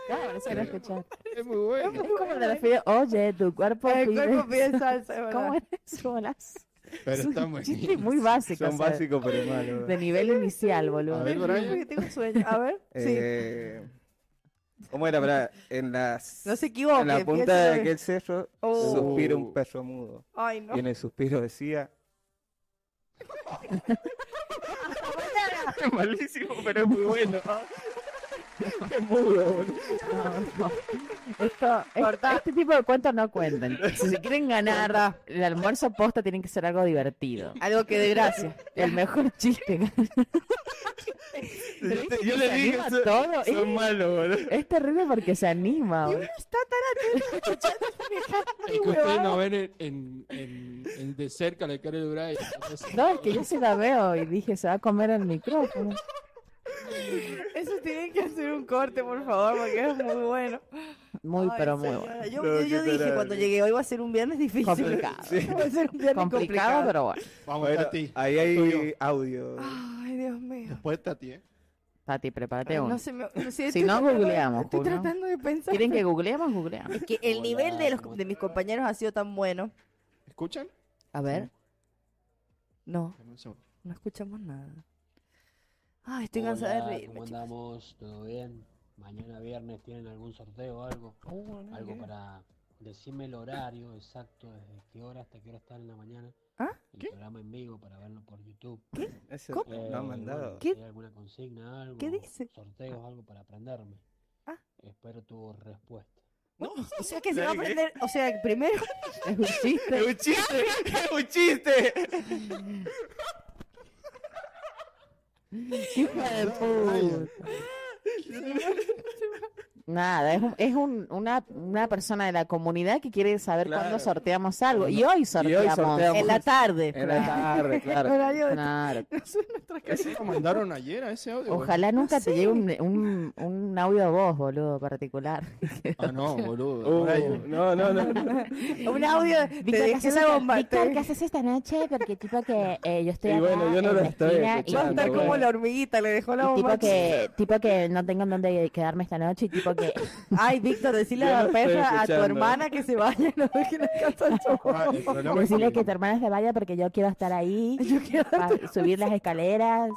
S3: Claro, eso era escuchar.
S5: Es muy bueno.
S3: Es como la fide- oye, tu cuerpo
S2: El
S3: pide-
S2: cuerpo pide salsa, es ¿verdad?
S3: ¿Cómo era eso, bolazo?
S5: Pero
S3: Es un
S5: está
S3: chiste
S5: buenísimo.
S3: muy básico,
S1: Son
S3: o sea,
S1: básicos, pero malos.
S3: de nivel inicial, boludo.
S5: A ver,
S2: Yo creo
S5: Brian.
S2: que tengo sueño. A ver, sí.
S1: Eh, ¿Cómo era? Pará, En las...
S2: No se equivoque.
S1: En la punta
S2: piénselo
S1: de
S2: bien.
S1: aquel cerro
S2: Oh.
S1: suspira un perro mudo.
S2: Ay, no.
S1: Y en el suspiro decía. Malísimo, pero es muy bueno. Es mudo, boludo.
S3: No, no. Esto, es- este tipo de cuentos no cuentan. Si se quieren ganar el almuerzo posta, tienen que ser algo divertido.
S2: Algo que de gracia.
S3: El mejor chiste. Pero
S1: Yo,
S3: viste
S1: Este, yo
S3: que
S1: le
S3: se
S1: dije,
S3: anima
S1: son,
S3: todo,
S1: son
S3: ¿eh?
S1: malos, boludo.
S3: Es terrible porque se anima. boludo.
S6: Es que ustedes no ven en, en- en- en de cerca la cara de Brian. entonces-
S3: No, es que yo se la veo y dije, se va a comer el micrófono.
S2: Eso tienen que hacer un corte, por favor, porque es muy bueno.
S3: Muy,
S2: Ay,
S3: pero muy
S2: señora,
S3: bueno.
S2: Yo,
S1: No,
S2: yo- yo
S1: qué
S2: dije
S1: terrible.
S2: cuando llegué hoy va a ser un viernes difícil.
S3: Complicado.
S2: Va a ser un viernes
S3: Complicado, pero bueno.
S5: Vamos,
S1: Bueno,
S5: Tati.
S1: ahí
S5: Tuyo.
S1: hay audio.
S2: Ay, Dios mío.
S5: Después Tati, ¿eh?
S3: Tati,
S2: Ay,
S3: prepárate
S2: no
S3: uno.
S2: se me, no sé,
S3: Si
S2: estoy
S3: no,
S2: tratando de-
S3: googleamos,
S2: Estoy
S3: Julio.
S2: tratando de pensar.
S3: ¿Quieren que googleemos? Googleamos.
S2: Es que el nivel de, los, de mis compañeros ha sido tan bueno.
S5: ¿Escuchan?
S2: A ver. No,
S5: Dame un segundo.
S2: no escuchamos nada. Ay, estoy
S7: Hola,
S2: cansada de reírme.
S7: ¿Cómo
S2: chicos.
S8: Oh,
S7: andamos? ¿Todo bien? Mañana viernes tienen algún sorteo o algo. Algo para decime el horario exacto, desde qué hora hasta qué hora están en la mañana.
S2: ¿Ah?
S7: El programa en vivo para verlo por YouTube.
S1: Eso
S2: ¿Cómo?
S7: Eh,
S1: no han mandado.
S7: bueno,
S2: ¿Qué?
S7: ¿Hay alguna consigna, algo?
S2: ¿Qué dice?
S8: Ah.
S7: Sorteos, algo para aprenderme.
S2: Ah.
S7: Espero tu respuesta.
S2: O sea que se va a aprender, o sea, primero es un chiste.
S1: ¡Es un chiste! ¡Es un chiste!
S3: Hija de puta. Nada, es, un- es un- una, una persona de la comunidad que quiere saber
S1: Claro.
S3: cuándo sorteamos algo. Y hoy sorteamos.
S1: sorteamos.
S2: En la tarde.
S1: Era tarde, claro.
S2: Horario de-
S3: Claro.
S5: Ese lo mandaron ayer a ese audio. güey.
S3: Ojalá nunca te llegue un, un, un audio a vos, boludo, particular.
S5: Ah, no, boludo.
S1: Uh,
S5: Ahora yo-
S1: no, no, no.
S2: Un audio de
S3: Víctor, ¿qué haces
S2: la
S3: esta-
S2: bomba.
S3: Víctor,
S2: te-
S3: ¿qué haces esta noche? Porque tipo que eh, yo estoy
S1: Y bueno,
S3: acá
S1: yo no
S3: en
S1: lo
S3: la
S1: estoy
S3: esquina y
S2: Va a
S3: tipo
S1: escuchando,
S2: estar
S1: Ando,
S2: como
S1: güey.
S2: la hormiguita, le dejó la
S3: y
S2: bomba.
S3: tipo que, tipo que no tengo en dónde quedarme esta noche y tipo que
S2: Ay, Víctor, decirle
S1: Yo
S2: a
S1: no
S2: la
S1: estoy
S2: perra a tu
S1: escuchando.
S2: hermana que se vaya, no deje la casa al
S5: Ah, el
S2: chavo.
S5: problema es
S3: decirle Oh. Pues que
S5: que-
S3: tu hermana se vaya porque yo quiero estar ahí,
S2: Yo quiero
S3: pa- subir las escaleras.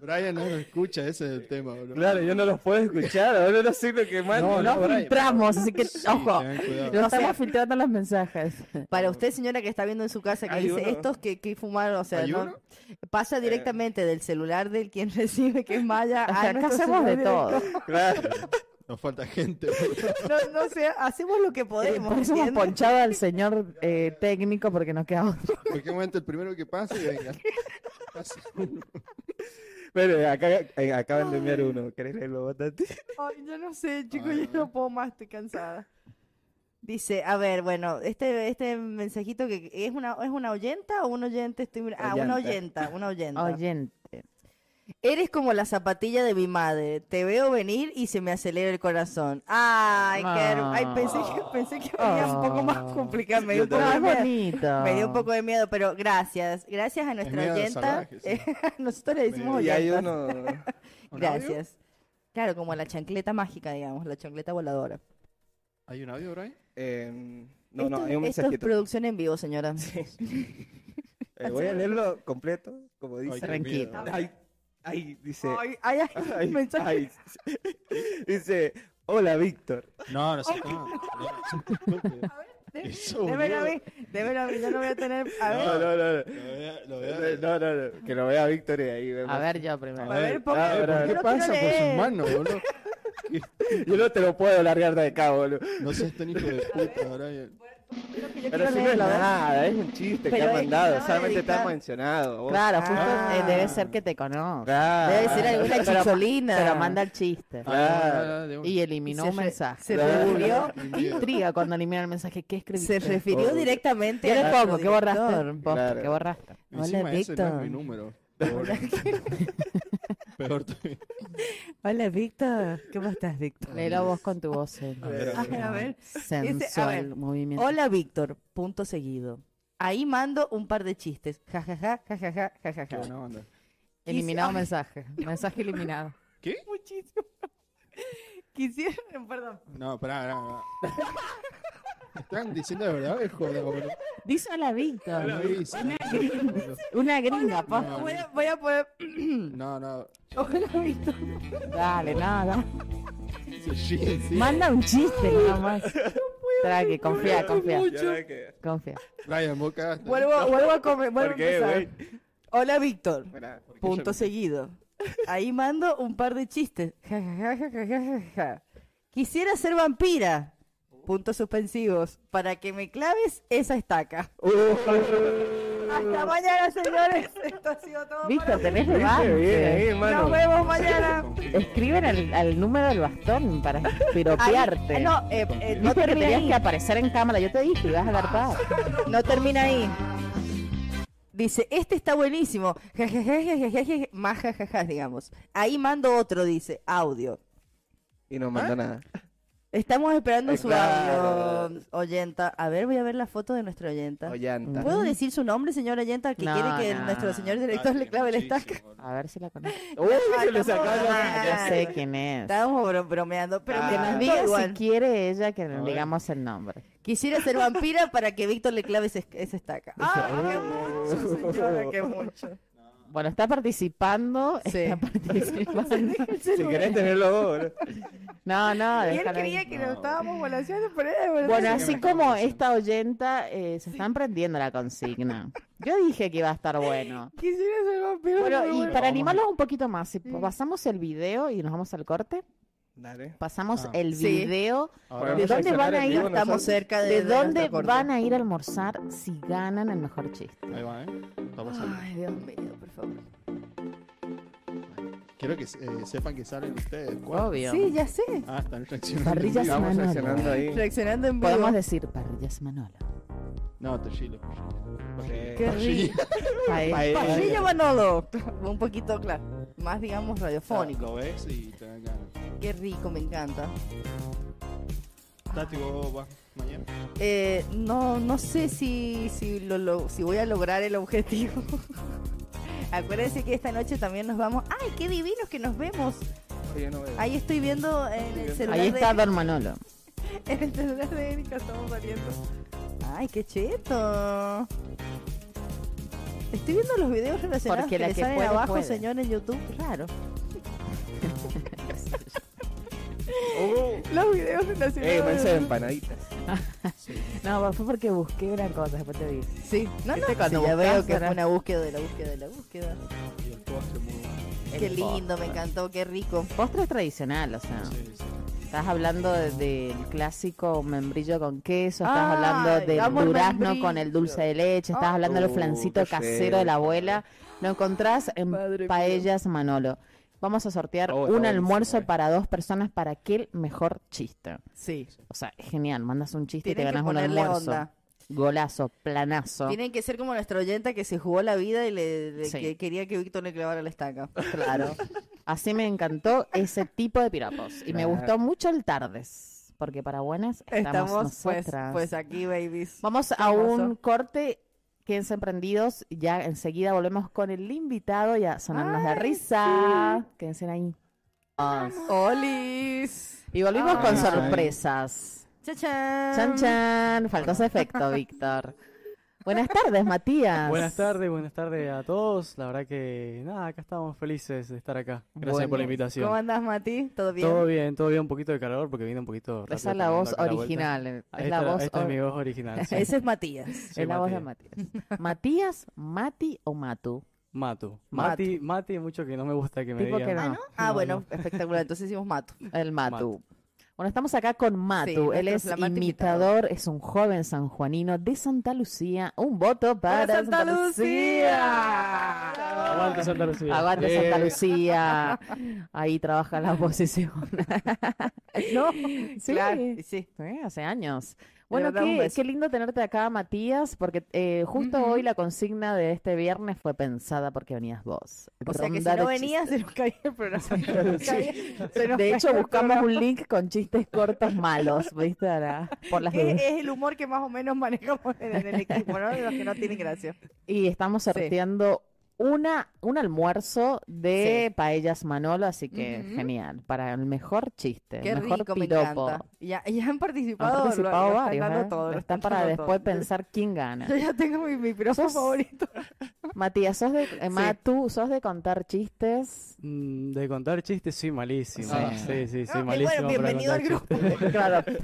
S5: Brian no lo escucha ese es el tema, boludo.
S1: Claro, yo no los puedo escuchar. Ahora no sé lo que
S5: No,
S1: mando.
S5: no,
S3: No
S5: Brian,
S3: filtramos, así que
S5: Sí,
S3: ojo,
S5: tengan cuidado.
S3: no
S2: O sea-
S3: estamos filtrando los mensajes.
S2: Para usted, señora, que está viendo en su casa, que
S1: Hay
S2: dice
S1: uno.
S2: estos que, que fumaron, o sea,
S5: ¿Hay
S2: no,
S5: uno?
S2: pasa directamente del celular del quien recibe, que es Maya, a
S3: Acá
S2: nuestro
S3: hacemos de
S2: celular
S3: todo.
S1: Claro.
S5: Nos falta gente. boludo.
S2: directo. No, no sé, hacemos lo que podemos.
S3: Por eso hemos
S2: ¿entiendes?
S3: ponchado al señor eh, técnico porque nos quedamos.
S5: En cualquier momento el primero que pase y venga. Pasa uno.
S1: Pero eh, acá, eh, acaban de enviar uno. ¿Querés leerlo bastante?
S2: Ay, yo no sé, chicos,
S5: Ay,
S2: yo no puedo más, estoy cansada. Dice, a ver, bueno, este, este mensajito que es una, es una oyenta o un oyente, estoy mira- Ah, una
S1: Oyenta.
S2: oyenta, una oyenta.
S3: Oyente.
S2: Eres como la zapatilla de mi madre. Te veo venir y se me acelera el corazón. Ay, qué her- Ay, pensé que, pensé que venía un poco más complicado. Me dio, un poco de
S3: Pero Ah, es
S2: miedo.
S3: bonito.
S2: Me dio un poco de miedo, pero gracias. Gracias a
S5: Es
S2: nuestra
S5: miedo
S2: oyenta.
S5: salvaje, sí.
S2: Eh, Nosotros le decimos
S1: Y hay
S2: oyenta.
S1: uno.
S5: ¿Un audio?
S2: Gracias. Claro, como la chancleta mágica, digamos, la chancleta voladora.
S5: ¿Hay un audio, Brian?
S1: eh, no,
S2: esto,
S1: no, hay un
S2: esto es
S1: mensajito.
S2: producción en vivo, señora.
S1: Eh, voy a leerlo completo, como
S5: Ay, qué
S1: dice.
S3: Tranquilo.
S5: miedo.
S1: Ay, ay, dice.
S2: Ay, ay, ay,
S1: Ay,
S2: mensaje.
S1: ay. Dice, hola Víctor.
S5: No, no sé. No, no, Eso,
S2: Démelo a
S5: boludo.
S2: mí, démelo a mí, yo no voy a tener. A ver,
S1: No, no, no. Eh,
S5: Lo vea- lo vea-
S1: No, no, no, no, Que lo vea Víctor y ahí vemos.
S3: A ver yo primero.
S2: a ver, ponga-
S1: Ah, ahora-
S5: ¿Por
S2: yo
S5: ¿Qué
S2: lo
S5: pasa
S2: quiero
S5: por sus
S2: leer.
S5: manos, boludo?
S1: Yo no te lo puedo largar de acá, boludo.
S5: No seas tan hijo de puta, Brian.
S2: Creo que yo
S1: Pero
S2: quiero
S1: si no es
S2: leerlo, a ver.
S1: nada, es un chiste que
S2: Pero
S1: ha
S2: es que
S1: mandado,
S2: acaba de
S1: solamente te ha
S2: editar.
S1: mencionado. vos.
S3: Claro, justo
S2: Ah.
S3: eh, debe ser que te conozco.
S1: Claro.
S2: Debe ser alguna
S3: Ah, Pero-
S2: chicholina.
S3: Pero manda el chiste.
S5: Ah,
S1: Claro.
S3: Y eliminó
S2: Se
S3: un
S2: re-
S3: mensaje.
S2: Se
S1: Claro.
S2: refirió,
S3: Qué intriga cuando elimina el mensaje. ¿Qué escribiste?
S2: se refirió
S1: Oh.
S2: directamente
S3: Yo le
S2: nuestro
S3: pongo, ¿qué
S2: director.
S3: borraste? Posta,
S1: Claro.
S3: ¿Qué borraste?
S5: Encima
S2: Hola,
S5: ese no es
S2: Víctor.
S5: mi número. Pobre. Peor todavía.
S2: Hola, Víctor. ¿Cómo estás, Víctor?
S3: Léelo vos con tu voz. eh.
S5: ver,
S2: a ver, a ver.
S3: Sensual
S2: Dice, a ver,
S3: movimiento.
S2: Hola, Víctor. Punto seguido. Ahí mando un par de chistes. Ja, ja, ja, ja, ja, ja, ja, ja,
S5: Qué
S2: ja.
S5: buena onda.
S3: Eliminado
S2: Ay.
S3: mensaje. Mensaje eliminado.
S2: Muchísimo. Quisiera, perdón.
S5: No, pará, pará, pará. ¿Están diciendo de verdad? Es joda, boludo.
S3: Dice hola, Víctor.
S5: No, dicen.
S3: Una gringa, posta.
S5: No,
S2: Voy a, voy a poder.
S5: No, no.
S2: Hola, Víctor.
S3: Dale, nada.
S5: Se ríen, sí.
S3: Manda un chiste nomás. Tranqui, confía, confía.
S1: Ya que-
S3: Confía.
S5: Brian, vos cagaste.
S2: Vuelvo, vuelvo a comer. Vuelvo
S1: ¿Por qué,
S2: a empezar.
S1: güey?
S2: Hola, Víctor.
S1: Mira, ¿por qué
S2: Punto
S1: yo-
S2: seguido. Ahí mando un par de chistes. Ja, ja, ja, ja, ja, ja, ja, ja. Quisiera ser vampira. Puntos suspensivos. Para que me claves esa estaca. Hasta mañana, señores. Esto ha sido todo.
S3: Víctor, tenés
S1: Viste, bien ahí,
S3: levante.
S2: para-
S1: hermano.
S2: Nos vemos mañana.
S3: Escriben al, al número del bastón para
S2: Ahí-
S3: piropearte.
S2: no, eh, eh, no
S3: Viste que
S2: termina
S3: tenías
S2: ahí. Ah.
S3: que aparecer en cámara. Yo te dije, ibas a dar paz.
S2: No termina ahí. Dice, este está buenísimo. Ja, ja, ja, ja, ja, ja, ja, Más jajajas, digamos. Ahí mando otro, dice, audio.
S1: Y no
S2: ¿Ah?
S1: mandó nada.
S2: Estamos esperando
S1: Eh,
S2: su
S1: claro.
S2: audio, oyenta. A ver, voy a ver la foto de nuestro oyenta.
S1: Ollanta.
S2: ¿Puedo decir su nombre, señor oyenta, que
S3: No,
S2: quiere que
S3: no.
S2: nuestro señor director le clave el estaca?
S3: A ver si la conozco.
S1: Uy, se le sacó
S2: Ah,
S1: la-
S3: Ya sé quién es.
S2: Estábamos bro- bromeando, pero
S1: Ah.
S2: me
S3: Que nos
S2: encantó
S3: diga si
S2: igual.
S3: quiere ella que
S5: ver.
S3: digamos el nombre.
S2: Quisiera ser vampira para que Víctor le clave ese- esa estaca. Ah, qué mucho, señora, qué mucho.
S3: Bueno, está participando.
S2: Sí.
S3: Está participando.
S1: Si querés tenerlo vos, boludo.
S3: No, no,
S2: Y él
S3: déjalo ahí.
S2: creía que lo estábamos volaseando, pero era de
S3: Bueno,
S2: volaseando.
S3: así como esta oyenta, eh, se están prendiendo la consigna. Yo dije que iba a estar bueno.
S2: Quisiera ser vampiro.
S3: Bueno,
S2: pero
S3: y
S2: bueno.
S3: para animarlos un poquito más, si pasamos el video y nos vamos al corte,
S1: Dale.
S3: pasamos
S5: Ah.
S3: el
S2: Sí.
S3: video. ¿De
S5: Ahora
S1: Vamos a
S3: dónde
S1: accionar
S3: van a
S1: en
S3: ir?
S1: vivo
S2: Estamos
S1: nosotros.
S2: cerca de,
S3: ¿De
S2: de nuestro
S3: dónde
S2: corte.
S3: van a ir a almorzar si ganan el mejor chiste?
S5: Ahí va, ¿eh? Está pasando.
S2: Ay, Dios mío, por favor.
S5: Quiero que eh, sepan que salen ustedes. ¿Cuál?
S3: Obvio.
S2: Sí, ya sé.
S5: Ah, están reaccionando.
S3: Parrilla
S5: en vivo.
S1: Vamos
S3: Manolo.
S1: accionando ahí.
S2: Reaccionando en vivo.
S3: Podemos decir parrillas Manolo.
S5: No, te chilo.
S1: Sí.
S2: Qué rico.
S5: Paella.
S2: Parrilla Manolo. Un poquito, claro. Más, digamos, radiofónico.
S5: Lo ves y te dan ganas.
S2: Qué rico, me encanta.
S5: Tati, vos vas mañana.
S2: Eh, no, no sé si, si, lo, lo- si voy a lograr el objetivo. Acuérdense que esta noche también nos vamos. ¡Ay, qué divinos que nos vemos!
S1: Oye, no veo.
S2: Ahí estoy viendo en el celular,
S3: Ahí está
S2: de,
S3: Don Manolo.
S2: en el celular de Erika, estamos saliendo. ¡Ay, qué cheto! Estoy viendo los videos relacionados
S3: Porque
S2: que
S3: la
S2: le
S3: que
S2: salen
S3: puede,
S2: abajo,
S3: puede.
S2: señor, en YouTube. Claro.
S1: Oh.
S2: Los videos
S1: Ey,
S2: relacionados.
S1: parece de empanaditas.
S3: No, fue porque busqué una cosa, después te digo.
S2: Sí, no, no,
S3: ¿Viste Este cuando
S2: sí, ya
S3: buscas,
S2: veo que
S3: ahora?
S2: fue una búsqueda de la búsqueda de la búsqueda.
S5: Y el postre muy bueno.
S2: Qué lindo, me encantó, qué rico.
S3: Postre es tradicional, o sea,
S5: Sí, sí.
S3: estás hablando de- del clásico membrillo con queso, estás
S2: Ay,
S3: hablando del
S2: amo el
S3: durazno con el
S2: membrillo.
S3: dulce de leche, estás
S2: Ah.
S3: hablando del
S1: Uh,
S3: flancito
S1: qué
S3: casero
S1: feo.
S3: de la abuela. Lo encontrás en
S2: Madre mía.
S3: Paellas Manolo. Vamos a sortear
S1: Oh, está
S3: un
S1: buenísimo,
S3: almuerzo
S1: eh.
S3: para dos personas para aquel mejor chiste.
S2: Sí.
S3: O sea, genial, mandas un chiste y
S2: Tienen
S3: te ganas
S2: que
S3: un
S2: ponerle
S3: almuerzo.
S2: onda.
S3: Golazo, planazo.
S2: Tienen que ser como nuestra oyenta que se jugó la vida y le, le-
S3: Sí.
S2: que quería que Víctor le clavara la estaca.
S3: Claro. Así me encantó ese tipo de pirapos. Y me
S1: Claro.
S3: gustó mucho el tardes, porque para buenas estamos,
S2: Estamos pues,
S3: nosotras.
S2: pues aquí, babies.
S3: Vamos a un corte. Quédense prendidos. Ya enseguida volvemos con el invitado y a sonarnos de risa. Quédense ahí.
S2: ¡Olis!
S3: Y volvimos
S2: Ah.
S3: con sorpresas.
S2: ¡Chachán!
S3: Chan, chan. Faltó ese efecto, Víctor. Buenas tardes, Matías.
S9: Buenas tardes, buenas tardes a todos. La verdad que nada, acá estamos felices de estar acá. Gracias por
S3: Bueno,
S9: la invitación.
S2: ¿Cómo andas, Mati? ¿Todo bien?
S9: Todo bien, todo bien, un poquito de calor porque viene un poquito rápido
S3: Esa es la
S9: caminando
S3: voz
S9: acá la vuelta.
S3: original. eh.
S9: Ah,
S3: Es
S9: esta
S3: la voz
S9: esta es mi
S3: or-
S9: voz original. sí.
S2: Ese es Matías.
S9: Sí,
S3: es la voz de
S9: Mati.
S3: Matías. Matías, Mati o Matu.
S9: Matu. Mati, Mati, mucho que no me gusta que me
S3: Tipo
S9: digan.
S3: que no.
S2: Ah,
S9: No,
S2: bueno,
S9: no.
S2: espectacular. Entonces hicimos Mato.
S3: El Matu. Bueno, estamos acá con Matu.
S2: nuestro
S3: Él es
S2: flamante
S3: imitador, es un joven sanjuanino de Santa Lucía. Un voto para,
S2: ¡Para Santa Lucía!
S9: Aguante Santa Lucía.
S3: Aguante
S9: Eh,
S3: Santa Lucía. Ahí trabaja la oposición.
S2: No,
S3: Sí.
S2: claro, sí.
S3: Sí, ¿eh? hace años. Bueno,
S2: verdad, un
S3: qué,
S2: beso.
S3: qué lindo tenerte acá, Matías, porque eh, justo hoy la consigna de este viernes fue pensada porque venías vos.
S2: O sea que si
S3: Ronda
S2: no
S3: de chistes.
S2: venías, se nos caía el programa. Se nos caía- se nos
S3: De
S2: caía
S3: hecho,
S2: el
S3: buscamos
S2: programa.
S3: un link con chistes cortos malos, ¿viste? Ara? Por las
S2: Que
S3: dudas.
S2: es el humor que más o menos manejamos en, en el equipo, ¿no? De los que no tienen gracia.
S3: Y estamos sorteando una, un almuerzo de paellas Manolo, así que
S2: Ujú.
S3: genial, para el mejor chiste,
S2: Qué
S3: Este, mejor
S2: rico, me
S3: piropo.
S2: encanta. Ya, ya han
S3: Han
S2: participado, lo-
S3: participado
S2: lo,
S3: varios,
S2: están dando
S3: ¿eh?
S2: todo. lo
S3: Está
S2: están
S3: para
S2: dando
S3: después
S2: todo.
S3: pensar quién gana.
S2: Yo ya tengo mi, mi piropo
S3: Sos-
S2: favorito.
S3: Matías, ¿sos de, eh, Matu, ¿sos de contar chistes?
S9: mm, De contar chistes soy malísimo.
S3: Sí.
S9: Sí, sí, sí,
S2: Ah,
S9: soy
S2: y bueno,
S9: malísimo. para
S2: bienvenido al
S9: contar
S2: grupo.
S9: chistes.
S3: Claro, pero,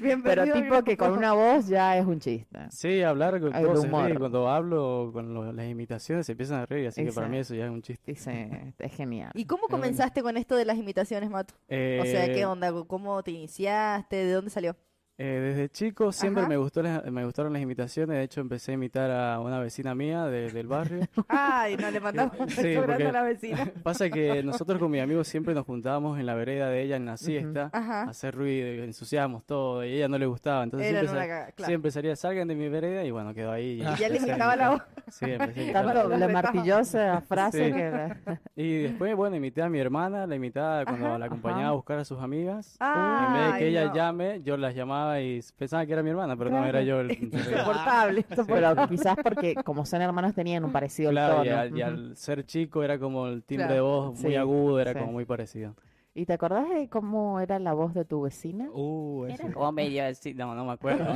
S2: Bienvenido
S3: pero
S2: al
S3: tipo
S2: grupo,
S3: que con
S2: por
S3: una voz ya es un chiste.
S9: Sí, hablar con
S3: Hay
S9: todos se
S3: humor.
S9: ríen, Cuando hablo con lo- las imitaciones se empiezan a reír, así que para mí eso ya es un chiste.
S3: Dice, es genial.
S2: favor. ¿Y cómo
S3: Em.
S9: Pero bueno.
S2: comenzaste con esto de las imitaciones, Mato? O sea,
S9: Eh,
S2: ¿qué onda? ¿Cómo te iniciaste? ¿De dónde salió?
S9: Eh, desde chico siempre
S2: Ajá.
S9: me gustó las- me gustaron las imitaciones. De hecho, empecé a imitar a una vecina mía de- del barrio.
S2: Ay, no, le mandamos un
S9: Sí,
S2: beso grande
S9: porque-
S2: a la vecina.
S9: Pasa que nosotros con mis amigos siempre nos juntábamos en la vereda de ella en la siesta a
S2: Ajá.
S9: hacer ruido, y ensuciábamos todo y a ella no le gustaba. Entonces
S2: Era
S9: siempre,
S2: una
S9: sa-
S2: cagada, claro. Ah.
S9: siempre salía, salgan de mi vereda y bueno, quedó ahí.
S2: Y ya le
S9: empecé a
S2: imitaba la voz.
S9: imitar. Sí, empecé a imitar.
S3: Tanto
S2: Las
S3: la
S2: ventajas.
S3: martillosa frase
S9: Sí.
S3: que... la-
S9: Y después, bueno, imité a mi hermana, la imitaba cuando la acompañaba
S3: Ajá.
S9: a buscar a sus amigas. en vez de
S2: Ay,
S9: que ella
S2: no.
S9: llame, yo las llamaba y pensaba que era mi hermana, pero no era yo. el-
S2: Insoportable.
S3: Pero quizás porque como son hermanos tenían un parecido al
S9: Claro, y
S3: tono.
S9: al, y
S3: Ujú.
S9: al ser chico era como el timbre
S2: Claro.
S9: de voz muy
S3: Sí,
S9: agudo, era
S3: sí.
S9: como muy parecido.
S3: ¿Y te acordás de cómo era la voz de tu vecina?
S9: Uh, eso.
S10: Era como medio así, no, no me acuerdo.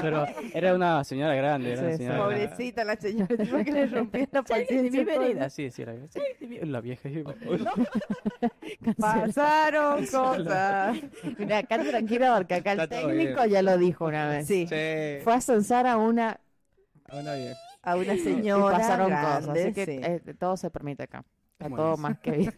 S9: Pero era una señora grande, era
S3: Sí,
S9: una
S3: sí.
S9: señora grande.
S2: Pobrecita la señora, encima que le rompí la
S10: Sí,
S2: paciencia.
S10: bienvenida.
S9: Ah, sí, sí, era sí, la vieja.
S2: Pasaron cosas.
S3: Mira, acá tranquila porque acá el
S5: Está todo bien.
S3: técnico ya lo dijo una vez.
S2: Sí,
S5: Sí.
S3: Fue a censar a una
S5: Ahora bien.
S2: a una
S3: y
S2: señora
S3: pasaron
S2: grande,
S3: cosas. Así que
S2: sí.
S3: eh, todo se permite acá. Está
S1: Bueno.
S3: todo más que bien.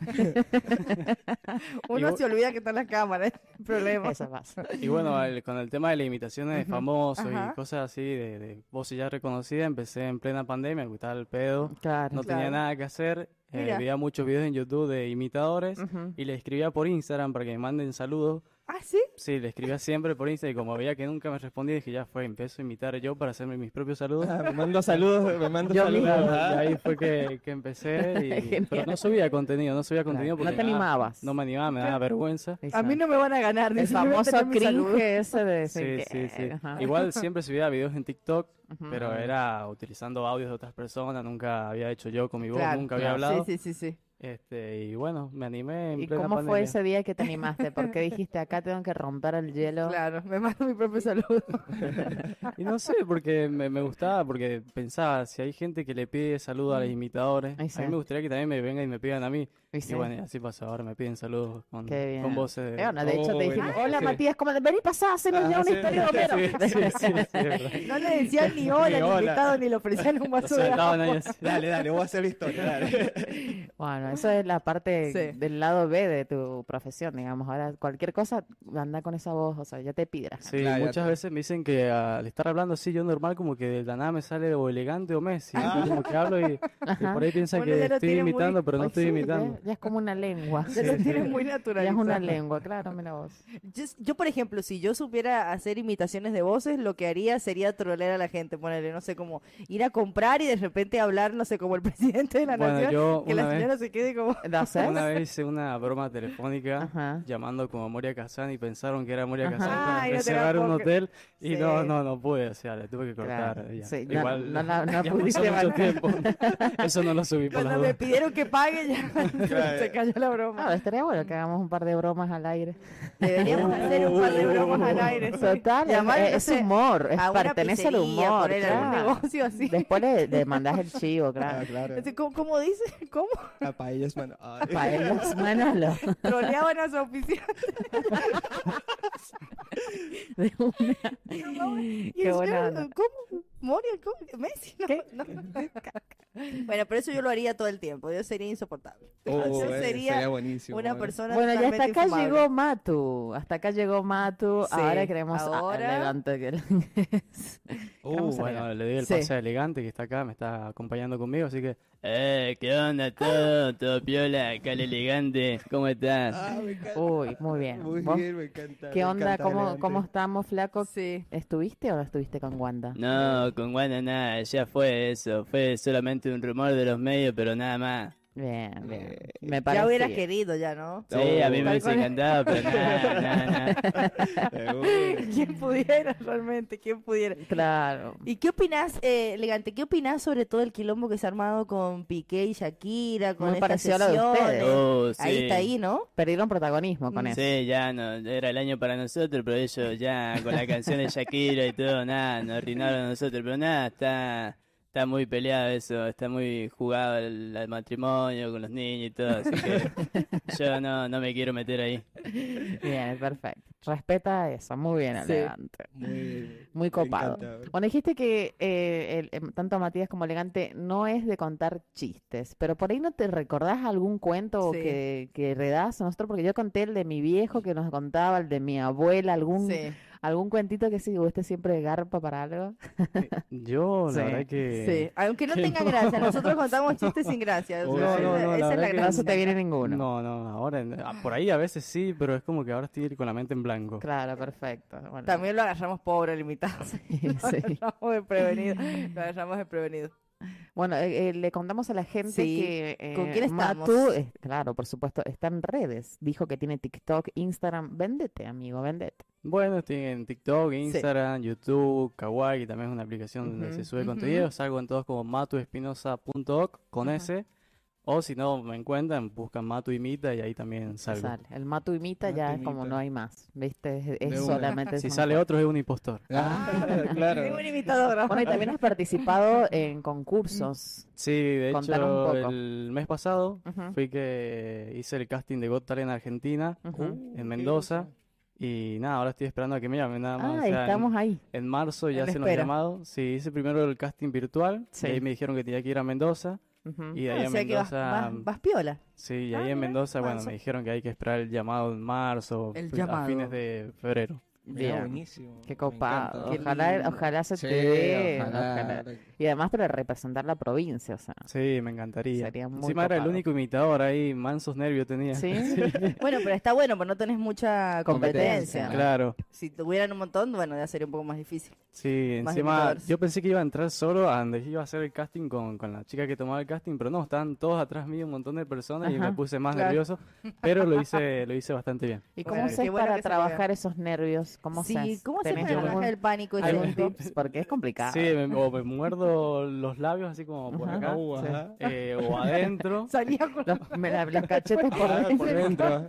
S2: Uno se olvida que están las cámaras, el problema.
S3: Eso pasa.
S9: Y bueno, el- con el tema de las imitaciones de
S3: Ujú,
S9: famosos
S2: ajá.
S9: y cosas así, de, de voces ya reconocidas, empecé en plena pandemia, me gustaba el pedo,
S3: Claro.
S9: no tenía
S2: Claro.
S9: nada que hacer, eh,
S2: Mira.
S9: veía muchos videos en YouTube de imitadores
S3: Ujú.
S9: y les escribía por Instagram para que me manden saludos.
S2: ¿Ah, sí?
S9: Sí, le escribía siempre por Instagram y como veía que nunca me respondía, dije ya fue, empiezo a imitar yo para hacerme mis propios saludos.
S5: Ah, me mando saludos, me mando
S9: Yo
S5: saludos.
S9: mismo,
S5: ah.
S9: y ahí fue que, que empecé, y-
S3: Genial.
S9: pero no subía contenido, no subía contenido
S3: No
S9: porque
S3: te
S9: me daba-
S3: animabas.
S9: no me animaba, me daba vergüenza.
S2: A mí no me van a ganar.
S3: El
S2: dice, yo voy a
S3: famoso
S2: tener mi salud.
S3: cringe ese de
S9: Sí,
S3: decir
S9: sí, sí.
S3: que... ajá.
S9: Igual siempre subía videos en TikTok,
S3: Ujú.
S9: pero era utilizando audios de otras personas, nunca había hecho yo con mi voz,
S2: Claro,
S9: nunca había
S2: claro.
S9: hablado.
S2: Sí, sí, sí, sí.
S9: Este, y bueno, me animé en
S3: ¿Y
S9: plena
S3: cómo fue
S9: pandemia.
S3: ese día que te animaste? ¿Por qué dijiste acá tengo que romper el hielo?
S2: Claro, me mando mi propio saludo.
S9: Y no sé, porque me, me gustaba, porque pensaba, si hay gente que le pide saludos a
S2: Mm.
S9: los imitadores, a mí
S3: Exacto.
S9: me gustaría que también me vengan y me pidan a mí.
S3: Y
S9: Y
S3: sí.
S9: bueno, y así pasó, ahora me piden saludos con,
S3: Qué bien.
S9: con voces de...
S3: Eh, bueno, de hecho
S5: Oh,
S3: te dijimos,
S5: bueno,
S3: hola
S5: sí.
S3: Matías, ¿cómo te- vení pasá, haceme
S5: Ajá,
S3: ya una
S5: sí,
S3: historia de
S9: Sí,
S3: Homero.
S9: sí, sí, sí, es verdad.
S2: No le decían ni hola,
S9: Ni
S2: ni
S9: hola.
S2: invitado, ni le ofrecían
S9: Lo
S2: un vaso de agua.
S9: saltaban ahí así.
S5: Dale, dale, voy a hacer la historia, dale.
S3: Bueno, eso es la parte
S2: Sí.
S3: del lado B de tu profesión, digamos. Ahora, cualquier cosa, anda con esa voz, o sea, ya te pidas.
S9: Sí,
S5: Claro, ya
S9: muchas
S5: te-
S9: veces me dicen que al estar hablando así, yo normal, como que de la nada me sale o elegante o Messi.
S5: Ah.
S9: Como que hablo y, y
S3: Ajá.
S9: por ahí piensan
S2: Bueno,
S9: que
S2: ya lo
S9: estoy
S2: tiene muy- ¿eh?
S9: imitando, pero no
S3: Ay,
S9: estoy
S3: sí, ya-
S9: imitando.
S3: Ya, es como una lengua.
S2: Ya lo tienes muy
S3: Ya es
S2: naturalizado.
S3: una lengua, claro, mira vos.
S2: Yo, yo, por ejemplo, si yo supiera hacer imitaciones de voces, lo que haría sería trolear a la gente, ponerle, no sé, como ir a comprar y de repente hablar, no sé, como el presidente de la
S9: Bueno,
S2: nación,
S9: yo
S2: que
S9: una
S2: la
S9: vez,
S2: señora se quede como...
S3: ¿Lo haces?
S9: una vez hice una broma telefónica
S3: Ajá.
S9: llamando como a Moria Kazan y pensaron que era Moria
S3: Ajá.
S9: Kazan cuando
S2: Ay, no te
S9: empecé a
S2: la
S9: dar un
S2: puedo cre-
S9: hotel y no,
S2: Sí.
S9: no, no pude, o sea, le tuve que cortar.
S3: Claro,
S9: ya.
S3: sí, no-
S9: Igual
S3: no la- no
S9: ya pasó
S3: pudiste
S9: mucho
S3: bancar.
S9: tiempo. Eso no lo subí por las
S2: Cuando me
S9: dudas.
S2: pidieron que pague, ya se cayó la broma.
S3: No, Ah, estaría bueno que hagamos un par de bromas al aire.
S2: Deberíamos hacer un par de bromas al aire. sí.
S3: Total, es,
S2: Llamar, no
S3: es
S2: sé,
S3: humor, es
S2: a una
S3: pertenece al
S2: pizzería,
S3: humor.
S2: poner algún
S3: claro.
S2: negocio así.
S3: Después le, le mandás el chivo, claro.
S5: claro.
S2: Así, ¿Cómo, cómo dice? ¿Cómo?
S5: A paellas, mano. Ay.
S3: Para ellos, Manolo.
S2: Troleaban a su oficina.
S3: De una.
S2: Y
S3: Qué
S2: yo,
S3: buena onda.
S2: ¿Cómo? ¿Moria? ¿Cómo? ¿Messi? No, no. Bueno, pero eso yo lo haría todo el tiempo. Yo sería insoportable.
S5: Oh,
S2: Yo
S5: eh,
S2: sería
S5: buenísimo.
S2: Una
S5: bueno.
S2: persona
S3: Bueno, ya hasta
S2: totalmente
S3: acá
S2: infumable.
S3: llegó Matu. Hasta acá llegó Matu.
S2: Sí,
S3: ahora queremos a-
S2: ahora-
S3: elegante que él es.
S9: Uh,
S3: Vamos a
S9: bueno, le di el
S2: Sí.
S9: pase a elegante que está acá, me está acompañando conmigo, así que... Eh, ¿qué onda todo? Todo piola, acá el elegante, ¿cómo estás?
S5: Ah, me encanta.
S3: Uy, muy bien.
S5: Muy
S3: ¿Vos
S5: bien, me encanta.
S3: ¿Qué
S5: me
S3: onda?
S5: encanta,
S3: ¿Cómo,
S5: elegante.
S3: ¿Cómo estamos, flaco?
S2: Sí.
S3: ¿Estuviste o no estuviste con Wanda?
S10: No, con Wanda nada, ya fue eso. Fue solamente un rumor de los medios, pero nada más.
S3: Bien, bien.
S5: Eh,
S3: Me
S2: Ya hubieras
S3: parecía.
S2: querido ya, ¿no?
S10: Sí, a mí
S5: Oh.
S10: me hubiese encantado, pero nada, nada, nada.
S5: eh,
S2: ¿Quién pudiera realmente? ¿Quién pudiera?
S3: Claro.
S2: ¿Y qué opinás, eh, Elegante, qué opinás sobre todo el quilombo que se ha armado con Piqué y Shakira, con
S3: Muy
S2: estas
S3: parecido a lo de ustedes.
S2: sesiones?
S9: Uh,
S10: Oh, sí.
S2: Ahí está ahí, ¿no?
S3: Perdieron protagonismo con
S2: Mm.
S3: eso.
S10: Sí, ya no, era el año para nosotros, pero ellos ya con la canción de Shakira y todo, nada, nos arruinaron a nosotros, pero nada, está, está muy peleado eso, está muy jugado el, el matrimonio con los niños y todo, así que yo no, no me quiero meter ahí.
S3: Bien, perfecto. Respeta eso. Muy bien,
S2: Sí.
S3: elegante.
S5: muy bien,
S3: Muy
S5: me
S3: copado.
S5: encanta.
S3: Bueno, dijiste que eh, el- em, tanto Matías como Elegante no es de contar chistes, pero por ahí no te recordás algún cuento
S2: Sí.
S3: que, que heredás a nosotros, porque yo conté el de mi viejo que nos contaba, el de mi abuela, algún, algún cuentito que sí, usted siempre garpa para algo.
S9: Yo,
S3: Sí,
S9: la verdad que...
S2: Sí, aunque no tenga gracia, nosotros contamos chistes sin gracia. o
S9: Oh, No,
S2: sea,
S9: no, no,
S2: esa-
S9: la
S2: esa es
S9: verdad
S2: la
S9: que
S3: No
S2: gracia.
S3: se te viene ninguno.
S9: No, no, ahora en- ah, por ahí a veces sí, pero es como que ahora estoy con la mente en blanco.
S3: Claro, perfecto. Bueno,
S2: También lo agarramos pobre, limitado.
S3: sí.
S2: Lo agarramos desprevenido. Lo agarramos desprevenido.
S3: Bueno, eh, eh, le contamos a la gente
S2: Sí.
S3: que
S2: ¿Con
S3: eh,
S2: quién
S3: Matu,
S2: estamos?
S3: eh, claro, por supuesto, está en redes. Dijo que tiene TikTok, Instagram. Véndete, amigo, véndete.
S9: Bueno, estoy en TikTok, Instagram, YouTube, Kawaii, que también es una aplicación donde
S3: Ujú,
S9: se sube
S2: ujú.
S9: contenido. Salgo en todos como matuespinosa.oc con S. O si no me encuentran, buscan Matu y Mita y ahí también salgo.
S3: Sale. El Matu y Mita ya es como no hay más, ¿viste? Es- Es,
S9: De una.
S3: solamente...
S9: Si
S3: son-
S9: sale otro es un impostor.
S5: Ah,
S3: Qué buen imitador. Bueno, y también has participado en concursos.
S9: Sí, de
S3: Contanos un
S9: hecho,
S3: poco.
S9: el mes pasado
S3: Ujú.
S9: fui que hice el casting de Got Talent Argentina,
S3: Ujú. Uh,
S9: en Mendoza. Y nada, ahora estoy esperando a que me llamen nada más. o
S3: Ah,
S9: sea, en-
S3: estamos ahí.
S9: En marzo ya
S3: En
S9: hacen los
S3: espera.
S9: llamados. Sí, hice primero el casting virtual. y
S3: Sí.
S9: ahí me dijeron que tenía que ir a Mendoza.
S3: Ujú.
S9: Y de ahí
S2: Ah,
S9: a
S2: o sea que vas,
S9: Mendoza. mm,
S2: vas- vas piola.
S9: Sí, y ahí en Mendoza, bueno,
S2: marzo.
S9: me dijeron que hay que esperar el llamado en marzo,
S2: El
S9: fi- a
S2: llamado.
S9: fines de febrero.
S3: Bien.
S1: buenísimo.
S3: Qué copado.
S1: encanta.
S3: Ojalá,
S1: Qué
S3: ojalá se
S1: lindo.
S3: te
S1: Sí,
S3: dé.
S1: ojalá.
S3: ojalá. Y además para representar la provincia, o sea.
S9: Sí, me
S3: Ah.
S9: encantaría.
S3: Sería muy
S9: Encima era el
S3: copado.
S9: único imitador ahí, mansos nervios tenía.
S3: ¿Sí?
S2: Bueno, pero está bueno, pero no tenés mucha competencia.
S9: Ah, Claro.
S2: Si tuvieran un montón, bueno, ya sería un poco más difícil.
S9: Sí,
S2: Más
S9: encima
S2: imitadores.
S9: yo pensé que iba a entrar solo a donde iba a hacer el casting con, con la chica que tomaba el casting, pero no, estaban todos atrás mío, un montón de personas y me
S3: Ajá,
S9: puse más
S2: claro.
S9: nervioso, pero lo hice, lo hice bastante bien.
S3: ¿Y
S2: Bueno,
S3: cómo
S2: qué
S3: se hace
S2: bueno
S3: para
S2: que se
S3: trabajar
S2: vea.
S3: esos nervios? ¿Cómo se
S2: Sí,
S3: haces?
S2: ¿cómo se
S3: ¿Tenés
S2: para
S3: algún-
S2: bajar el pánico? y
S3: algún
S2: todo?
S3: tips? Porque es complicado.
S9: Sí, me- o me muerdo los labios así como por
S3: Ajá,
S9: acá,
S3: sí.
S9: eh, o adentro,
S2: Salía con la...
S3: Los, me la- los cachetes por dentro.
S9: Ah, por dentro,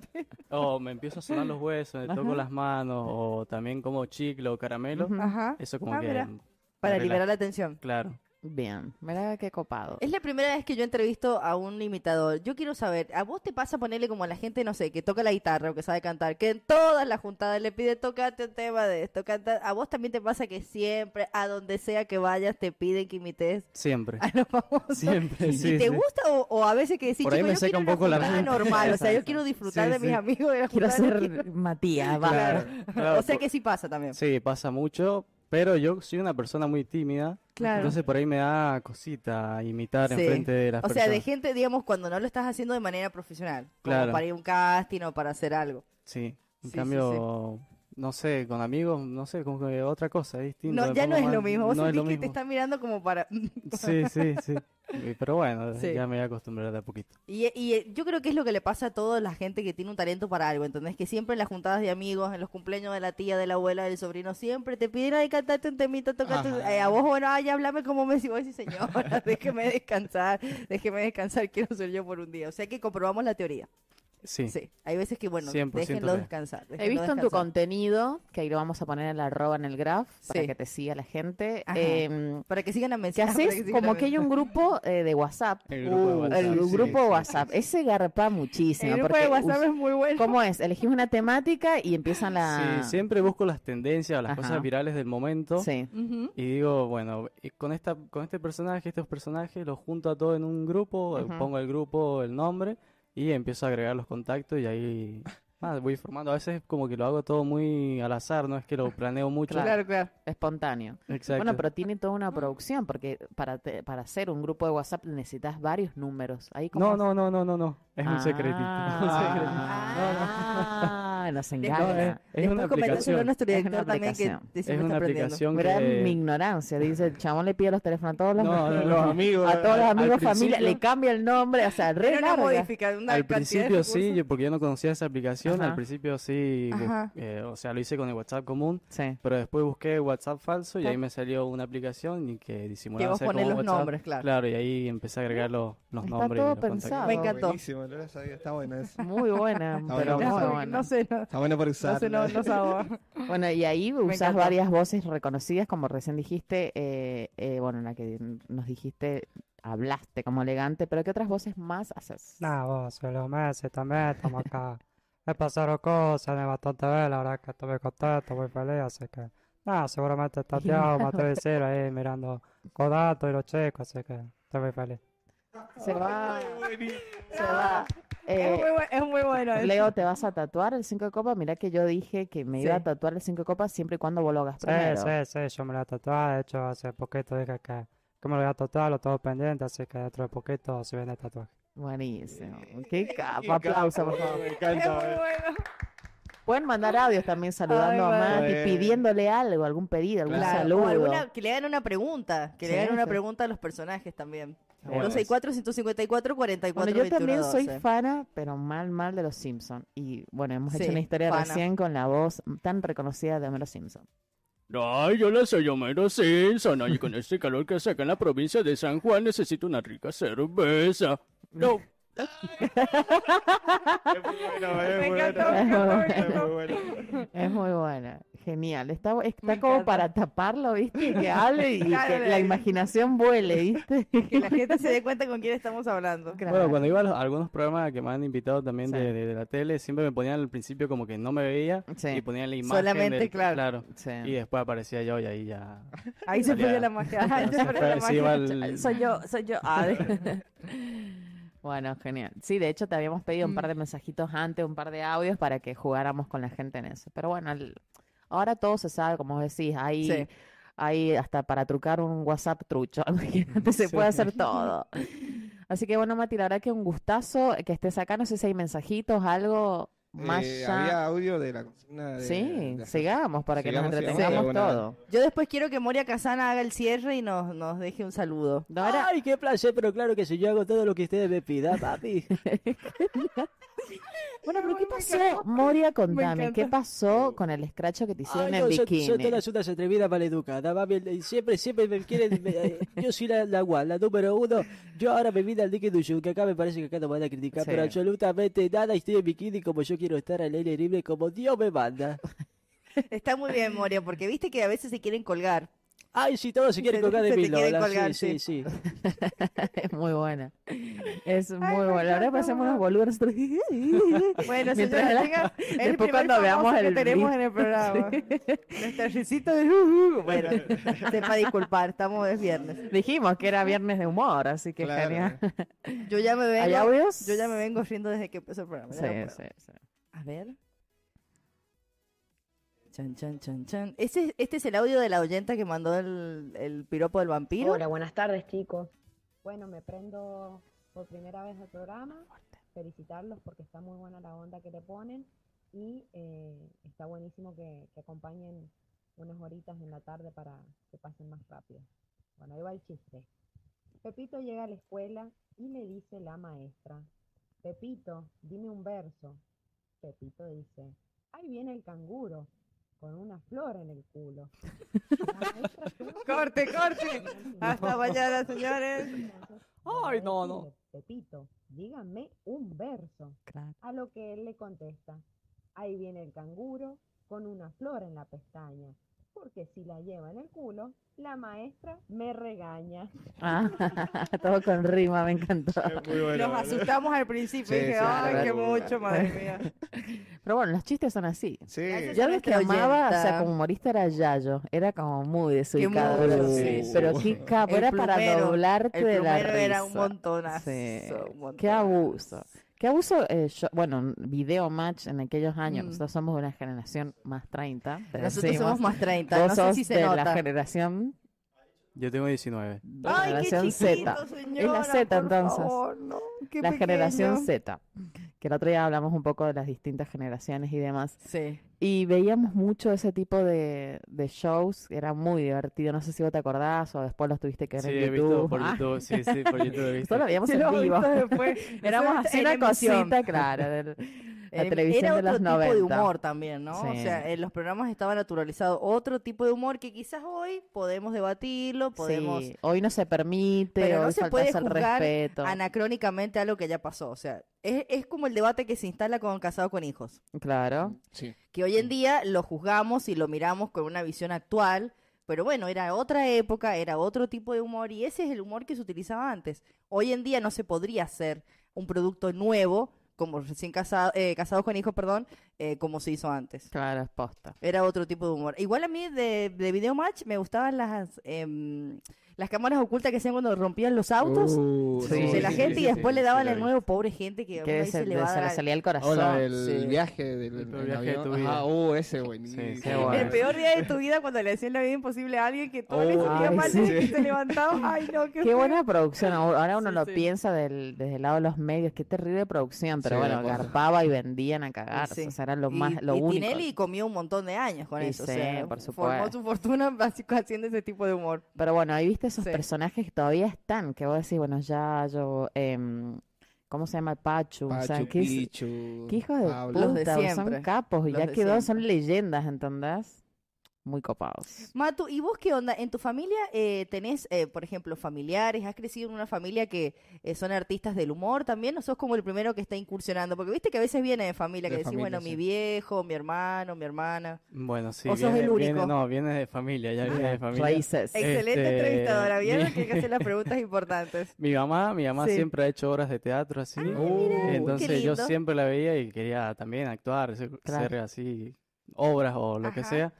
S9: o me empiezo a sonar los huesos, me toco
S3: Ajá.
S9: las manos, o también como chicle o caramelo.
S3: Ujú.
S2: Ajá.
S9: Eso como
S2: Ah,
S9: que,
S2: mira.
S9: mm,
S2: Para
S9: relaja.
S2: liberar la tensión.
S9: claro.
S3: Bien, mira qué copado.
S2: Es la primera vez que yo entrevisto a un imitador. Yo quiero saber, ¿a vos te pasa ponerle como a la gente, no sé, que toca la guitarra o que sabe cantar, que en todas las juntadas le pide tocate un tema de esto, canta... ¿A vos también te pasa que siempre, a donde sea que vayas, te piden que imites
S9: Siempre,
S2: a los famosos?
S9: siempre,
S2: ¿Y
S9: sí,
S2: te
S9: sí.
S2: gusta o, o a veces que decís,
S9: Por ahí
S2: "Chico,
S9: me
S2: yo
S9: seca
S2: quiero
S9: un
S2: una
S9: poco la
S2: juntada
S9: mente".
S2: normal, o sea, yo quiero disfrutar
S9: Sí,
S2: de mis
S9: sí.
S2: amigos de la
S3: Quiero
S2: juntada, no
S3: ser Matías, va.
S9: Claro, claro,
S2: O sea
S9: por-
S2: que sí pasa también.
S9: Sí, pasa mucho, pero yo soy una persona muy tímida,
S2: Claro.
S9: entonces por ahí me da cosita imitar
S2: Sí.
S9: enfrente de las
S2: O sea, de
S9: personas.
S2: gente, digamos, cuando no lo estás haciendo de manera profesional, como
S9: Claro.
S2: para ir a un casting o para hacer algo.
S9: Sí, en
S2: Sí, sí,
S9: cambio, no sé, con amigos, no sé, como que otra cosa, es distinto.
S2: No,
S9: me
S2: ya
S9: pongo
S2: no es
S9: más-
S2: lo mismo. Vos
S9: no es
S2: sentís
S9: lo
S2: que te
S9: mismo.
S2: están mirando como para... mm,
S9: Sí, sí, sí. Y- Pero bueno,
S2: Sí.
S9: ya me voy a acostumbrar de a poquito.
S2: Y, y, eh, yo creo que es lo que le pasa a toda la gente que tiene un talento para algo, ¿entendés? Que siempre en las juntadas de amigos, en los cumpleaños de la tía, de la abuela, del sobrino, siempre te piden, ay, cantate un temita, tocate un- eh, a vos, bueno, ay, háblame como Messi, vos decís, señora, déjeme descansar, déjeme descansar, quiero ser yo por un día. O sea que comprobamos la teoría.
S9: Sí,
S2: Sí. Hay veces que, bueno,
S9: 100%
S2: déjenlo
S9: real.
S2: descansar.
S3: He visto en tu
S2: contenido
S3: contenido, que ahí lo vamos a poner en la arroba en el graph, para
S2: Sí.
S3: que te siga la gente,
S2: Ajá.
S3: eh,
S2: Para que sigan a
S3: que
S2: mensajes. para
S3: haces
S2: sigan
S3: como
S2: a
S3: que hay un grupo eh, de WhatsApp.
S9: el grupo de
S3: Uh,
S9: WhatsApp.
S3: el
S9: sí,
S3: grupo
S9: sí,
S3: WhatsApp. Ese garpa muchísimo.
S2: El grupo
S3: porque
S2: de WhatsApp
S3: us-
S2: es muy bueno.
S3: ¿Cómo es? Elegís una temática y empiezan la...
S9: Sí, siempre busco las tendencias o las
S3: Ajá.
S9: cosas virales del momento.
S3: Sí.
S2: Ujú.
S9: Y digo, bueno, y con esta, con este personaje, estos personajes, los junto a todos en un grupo, eh,
S3: Ujú.
S9: pongo el grupo, el nombre, y empiezo a agregar los contactos y ahí nada, voy formando. A veces como que lo hago todo muy al azar, no es que lo planeo mucho.
S3: Claro, claro. Espontáneo.
S9: Exacto.
S3: Bueno, pero tiene toda una producción, porque para, te- para hacer un grupo de WhatsApp necesitas varios números. Ahí como
S9: No, no, no, no, no, no. Es un secretito. un secretito.
S3: Ah, nos
S9: No, es,
S3: engaña.
S9: es una
S2: Después comentárselo a
S9: aplicación.
S2: nuestro
S3: Es una
S2: director también que
S3: aplicación.
S9: Es una
S2: decimos está aprendiendo.
S9: aplicación
S3: Gran
S9: que...
S3: mi ignorancia, dice el chabón le pide los teléfonos a todos los,
S9: No, no, no.
S5: amigos.
S3: a todos los
S9: al
S3: amigos, familia,
S9: principio-
S3: le cambia el nombre, o sea, re
S2: Era una
S3: larga.
S2: modificación, una
S9: Al
S2: cantidad de
S9: principio sí,
S2: recursos.
S9: yo- porque yo no conocía esa aplicación, al
S3: Ajá.
S9: principio sí, bus-
S2: Ajá.
S9: eh, o sea, lo hice con el WhatsApp común,
S3: Sí.
S9: pero después busqué WhatsApp falso y
S2: Claro.
S9: ahí me salió una aplicación y que
S2: Ah. Que
S9: disimulaba
S2: vos
S9: ser como
S2: ponés los
S9: WhatsApp.
S2: nombres, claro.
S9: Claro, y ahí empecé a agregar los, los
S3: Está
S9: nombres. y
S3: todo
S9: los contactos.
S3: pensado.
S2: Me encantó.
S5: Buenísimo, no la sabía, está bueno eso.
S3: Muy buena, pero
S5: bueno,
S3: muy
S5: está
S3: buena.
S2: No sé, no,
S5: Está bueno para
S2: no sé,
S5: usar.
S2: no, no sabo.
S3: Bueno, y ahí usás
S2: encantó.
S3: varias voces reconocidas, como recién dijiste, eh, eh, bueno, la que nos dijiste, hablaste como elegante, pero ¿qué otras voces más haces?
S11: Nah, vos, los meses también estamos acá. Me pasaron cosas de bastante bien, la verdad que estoy muy contento, muy feliz, así que... Nada, seguramente está Tiago, Mateo y Ciro ahí mirando Codato y los chicos, así que estoy muy feliz.
S3: Se va. Se va. Eh,
S2: es, muy bueno, es muy bueno eso.
S3: Leo, ¿te vas a tatuar el 5 de copa? Mirá que yo dije que me iba
S2: Sí.
S3: a tatuar el 5 de copa siempre y cuando vos lo hagas
S11: Sí,
S3: primero.
S11: sí, sí, yo me la tatué, de hecho hace poquito dije que... que me lo voy a tatuar, lo tengo pendiente, así que dentro de poquito se viene el tatuaje.
S3: Buenísimo. Qué capo. Aplauso, por favor.
S2: es muy bueno.
S3: Pueden mandar audios también saludando
S2: Ay,
S3: a
S2: bueno.
S3: Mati, pidiéndole algo, algún pedido, algún
S2: Claro, o
S3: saludo.
S2: alguna- que le hagan una pregunta. Que le
S3: Sí,
S2: hagan una
S3: sí.
S2: pregunta a los personajes también.
S9: bueno.
S2: 264-154-44.
S3: Bueno, yo también soy
S2: eh.
S3: fana, pero mal, mal de los Simpsons. Y bueno, hemos hecho
S2: Sí,
S3: una historia
S2: fana.
S3: recién con la voz tan reconocida de Homero Simpson.
S8: Ay, yo la soy Homero Simpson. Ay, con este calor que hace acá en la provincia de San Juan necesito una rica cerveza. No.
S4: Me encantó,
S3: Es
S4: me
S3: muy
S4: encantó, me
S3: buena.
S4: encantó.
S3: Es muy buena, genial. Está, está como para taparlo, ¿viste? Que hable y
S2: Claro,
S3: que la
S2: ahí.
S3: imaginación vuele, ¿viste?
S2: Que la gente se dé cuenta con quién estamos hablando.
S9: Bueno, cuando iba a, los- a algunos programas que me han invitado también de, de- de la tele, siempre me ponían al principio como que no me veía y ponían la imagen.
S2: Solamente,
S9: del-
S2: claro.
S9: Y después aparecía yo y ahí ya.
S2: Ahí se perdió la magia. Ahí se
S9: Se
S2: perdió
S9: fue-
S2: la
S9: se
S2: magia.
S9: iba al-
S3: Soy yo, soy yo. Ah, de- Bueno, genial. Sí, de hecho te habíamos pedido un par de mensajitos antes, un par de audios para que jugáramos con la gente en eso. Pero bueno, el- ahora todo se sabe, como vos decís, hay,
S2: Sí.
S3: hay hasta para trucar un WhatsApp trucho. Imagínate, se puede hacer todo. Así que bueno, Mati, la verdad que un gustazo que estés acá. No sé si hay mensajitos, algo más
S1: Eh,
S3: ya-
S1: había audio de la consigna de...
S3: Sí, sigamos para que nos
S1: Sigamos, sigamos,
S3: entretengamos
S1: alguna-
S3: todo.
S2: Yo después quiero que Moria Casana haga el cierre y nos, nos deje un saludo.
S8: Ay, qué placer, pero claro que si yo hago todo lo que ustedes me pidan, papi.
S3: Bueno, pero ¿qué pasó? Moria, contame, ¿qué pasó con el escracho que te hicieron
S8: Ay,
S3: en
S8: no, son-
S3: bikini?
S8: Son todas unas atrevidas maleducadas, mami. Eh, Siempre, siempre me quieren. me- eh, yo soy la, la guay, la número uno. Yo ahora me vine al líquido Show, que acá me parece que acá no me van a criticar,
S3: Sí.
S8: pero absolutamente nada. Estoy en bikini como yo quiero estar al aire libre, como Dios me manda.
S2: Está muy bien, Moria, porque viste que a veces se quieren colgar.
S8: Ay, sí, todos se quieren colgar de
S2: Se
S8: mí,
S2: te quieren
S8: Lola,
S2: colgar,
S8: sí, sí, sí.
S3: Es muy buena. Es muy buena. La verdad parecemos unos boludos. nosotros.
S2: Bueno,
S3: Mientras
S2: señores,
S3: la-
S2: tengan el
S3: después
S2: primer
S3: cuando veamos
S2: famoso que
S3: el
S2: tenemos
S3: clip.
S2: en el programa. Nuestra risita de... uh, bueno, sepa disculpar, estamos de viernes.
S3: Dijimos que era viernes de humor, así que genial.
S2: Yo ya me vengo.
S3: ¿Hay audios?
S2: Yo ya me vengo riendo desde que empezó el programa. ya
S3: Sí,
S2: no puedo.
S3: sí, sí.
S2: A ver. Chan, chan, chan, chan. Ese- este es el audio de la oyenta que mandó el, el piropo del vampiro.
S12: Hola, buenas tardes, chicos. Bueno, me prendo por primera vez al programa. Felicitarlos porque está muy buena la onda que le ponen y eh, está buenísimo que, que acompañen unas horitas en la tarde para que pasen más rápido. Bueno, ahí va el chiste. Pepito llega a la escuela y le dice la maestra, Pepito, dime un verso. Pepito dice, ahí viene el canguro con una flor en el culo.
S2: Corte, corte. Hasta mañana, señores.
S12: Ay,
S2: no,
S12: no. Pepito, dígame un verso. A lo que él le contesta, ahí viene el canguro con una flor en la pestaña, porque si la lleva en el culo, la maestra me regaña.
S3: Ah, todo con rima, me encantó.
S12: muy bueno,
S2: Nos asustamos al principio
S3: Sí,
S2: y dije,
S3: sí,
S2: ay,
S3: claro.
S2: qué mucho, madre mía.
S3: Pero bueno, los chistes son así.
S2: Gracias
S3: Yo
S2: a
S3: algo que
S2: nuestra
S3: amaba, o sea,
S2: oyenta.
S3: como humorista era Yayo. Era como muy desubicado.
S2: muy
S3: pero,
S2: gracioso. Sí,
S3: pero
S2: sí.
S3: qué capo,
S2: El
S3: era para
S2: plumero,
S3: doblarte
S2: el
S3: de la
S2: plumero era un
S3: risa.
S2: montonazo,
S3: Sí.
S2: un
S3: Qué abuso. Qué abuso, eh, yo- bueno, video match en aquellos años.
S2: Mm.
S3: Nosotros somos de una generación más 30. te
S2: Nosotros
S3: decimos.
S2: somos más 30,
S3: Vos
S2: no sé
S3: sos
S2: si se
S3: de la
S2: nota.
S3: generación
S9: Yo tengo 19.
S3: La generación Z. Es la Z entonces.
S2: qué
S3: la generación
S2: pequeño.
S3: Z. Que el otro día hablamos un poco de las distintas generaciones y demás.
S2: Sí.
S3: Y veíamos mucho ese tipo de, de shows. Era muy divertido. No sé si vos te acordás o después los tuviste que ver
S9: Sí,
S3: en
S9: he
S3: YouTube.
S9: visto por
S3: Ah.
S9: YouTube. Sí, sí, por YouTube he visto.
S3: Nosotros lo veíamos
S2: Sí,
S3: en
S2: lo he
S3: vivo.
S2: visto después.
S3: Éramos
S2: Eso
S3: así
S2: era
S3: una
S2: en emisión.
S3: cosita, claro. del- la
S2: Era-
S3: televisión
S2: era
S3: de los
S2: otro tipo de
S3: 90.
S2: humor también, ¿no? O
S3: Sí.
S2: sea, en los programas estaba naturalizado otro tipo de humor que quizás hoy podemos debatirlo, podemos...
S3: Sí, hoy no se permite,
S2: Pero no
S3: hoy
S2: se
S3: faltas
S2: puede
S3: al
S2: juzgar
S3: respeto.
S2: anacrónicamente algo que ya pasó. O sea, es, es como el debate que se instala con Casado con Hijos. Ah.
S3: Claro.
S2: que hoy en día lo juzgamos y lo miramos con una visión actual, pero bueno, era otra época, era otro tipo de humor y ese es el humor que se utilizaba antes. Hoy en día no se podría hacer un producto nuevo como recién casado, eh, casados con hijos, perdón, eh, como se hizo antes.
S3: Claro, es posta.
S2: Era otro tipo de humor. Igual a mí de, de Video Match me gustaban las em, las cámaras ocultas que hacían cuando rompían los autos
S5: Uh,
S2: de
S5: sí,
S2: la
S5: sí,
S2: gente
S5: sí,
S2: y después
S5: sí,
S2: le
S5: sí,
S2: daban
S5: la
S2: el
S5: vi.
S2: nuevo pobre gente que, uno
S3: Que
S2: dice
S3: se,
S2: le va a
S3: se
S2: dar
S3: le
S2: al-
S3: salía el corazón.
S5: Hola, el
S3: Sí.
S5: viaje del
S3: El
S5: en
S3: viaje de
S5: avión.
S3: tu vida.
S5: Ah, uh, ese buenísimo.
S9: qué
S2: El peor día de tu vida cuando le hacían la vida imposible a alguien que todo le
S3: Oh,
S2: salía
S3: ay,
S2: mal
S3: sí.
S2: desde que se levantaba. Ay, no, qué,
S3: Qué
S2: feo.
S3: buena producción. Ahora ahora uno lo
S2: sí.
S3: piensa del- desde el lado de los medios. Qué terrible producción. Pero
S2: Sí,
S3: bueno,
S2: la cosa.
S3: garpaba y vendían a cagar.
S2: Sí.
S3: O sea, era lo,
S2: Y-
S3: más, lo
S2: y
S3: único.
S2: Tinelli comió un montón de años con
S3: Y
S2: eso. o
S3: sí,
S2: sea,
S3: por
S2: Formó
S3: supuesto.
S2: su fortuna básicamente haciendo ese tipo de humor.
S3: Pero bueno, ahí viste esos
S2: Sí.
S3: personajes que todavía están. Que vos decís, bueno, ya yo. em, ¿Cómo se llama? Pachu. o sea,
S1: Pachu,
S3: qué,
S1: Pichu,
S3: qué hijos de
S1: Pablo.
S3: puta.
S1: Los de
S3: o sea, son
S1: siempre.
S3: capos. y
S1: Los
S3: ya
S1: de
S3: quedó, son leyendas, ¿entendés? Muy copados.
S2: Matu, ¿y vos qué onda? ¿En tu familia eh, tenés, eh, por ejemplo, familiares? ¿Has crecido en una familia que eh, son artistas del humor también? ¿O sos como el primero que está incursionando? Porque viste que a veces viene de familia,
S9: De
S2: que decís,
S9: familia,
S2: bueno, mi
S9: sí.
S2: viejo, mi hermano, mi hermana.
S9: Bueno, sí,
S2: ¿O sos
S9: viene,
S2: el único?
S9: viene- no, viene de familia, ya viene
S8: Ah,
S1: Ah,
S9: de familia.
S3: raíces.
S2: Excelente
S9: Este,
S2: entrevistadora, ¿vieron? Que hay que hacer las
S9: mi-
S2: preguntas importantes.
S9: Mi mamá, mi mamá
S2: Sí.
S9: siempre ha hecho obras de teatro así.
S8: Ah,
S5: Uh,
S9: Entonces yo
S2: lindo.
S9: siempre la veía y quería también actuar, ser,
S2: Claro.
S9: ser así, obras o lo que sea.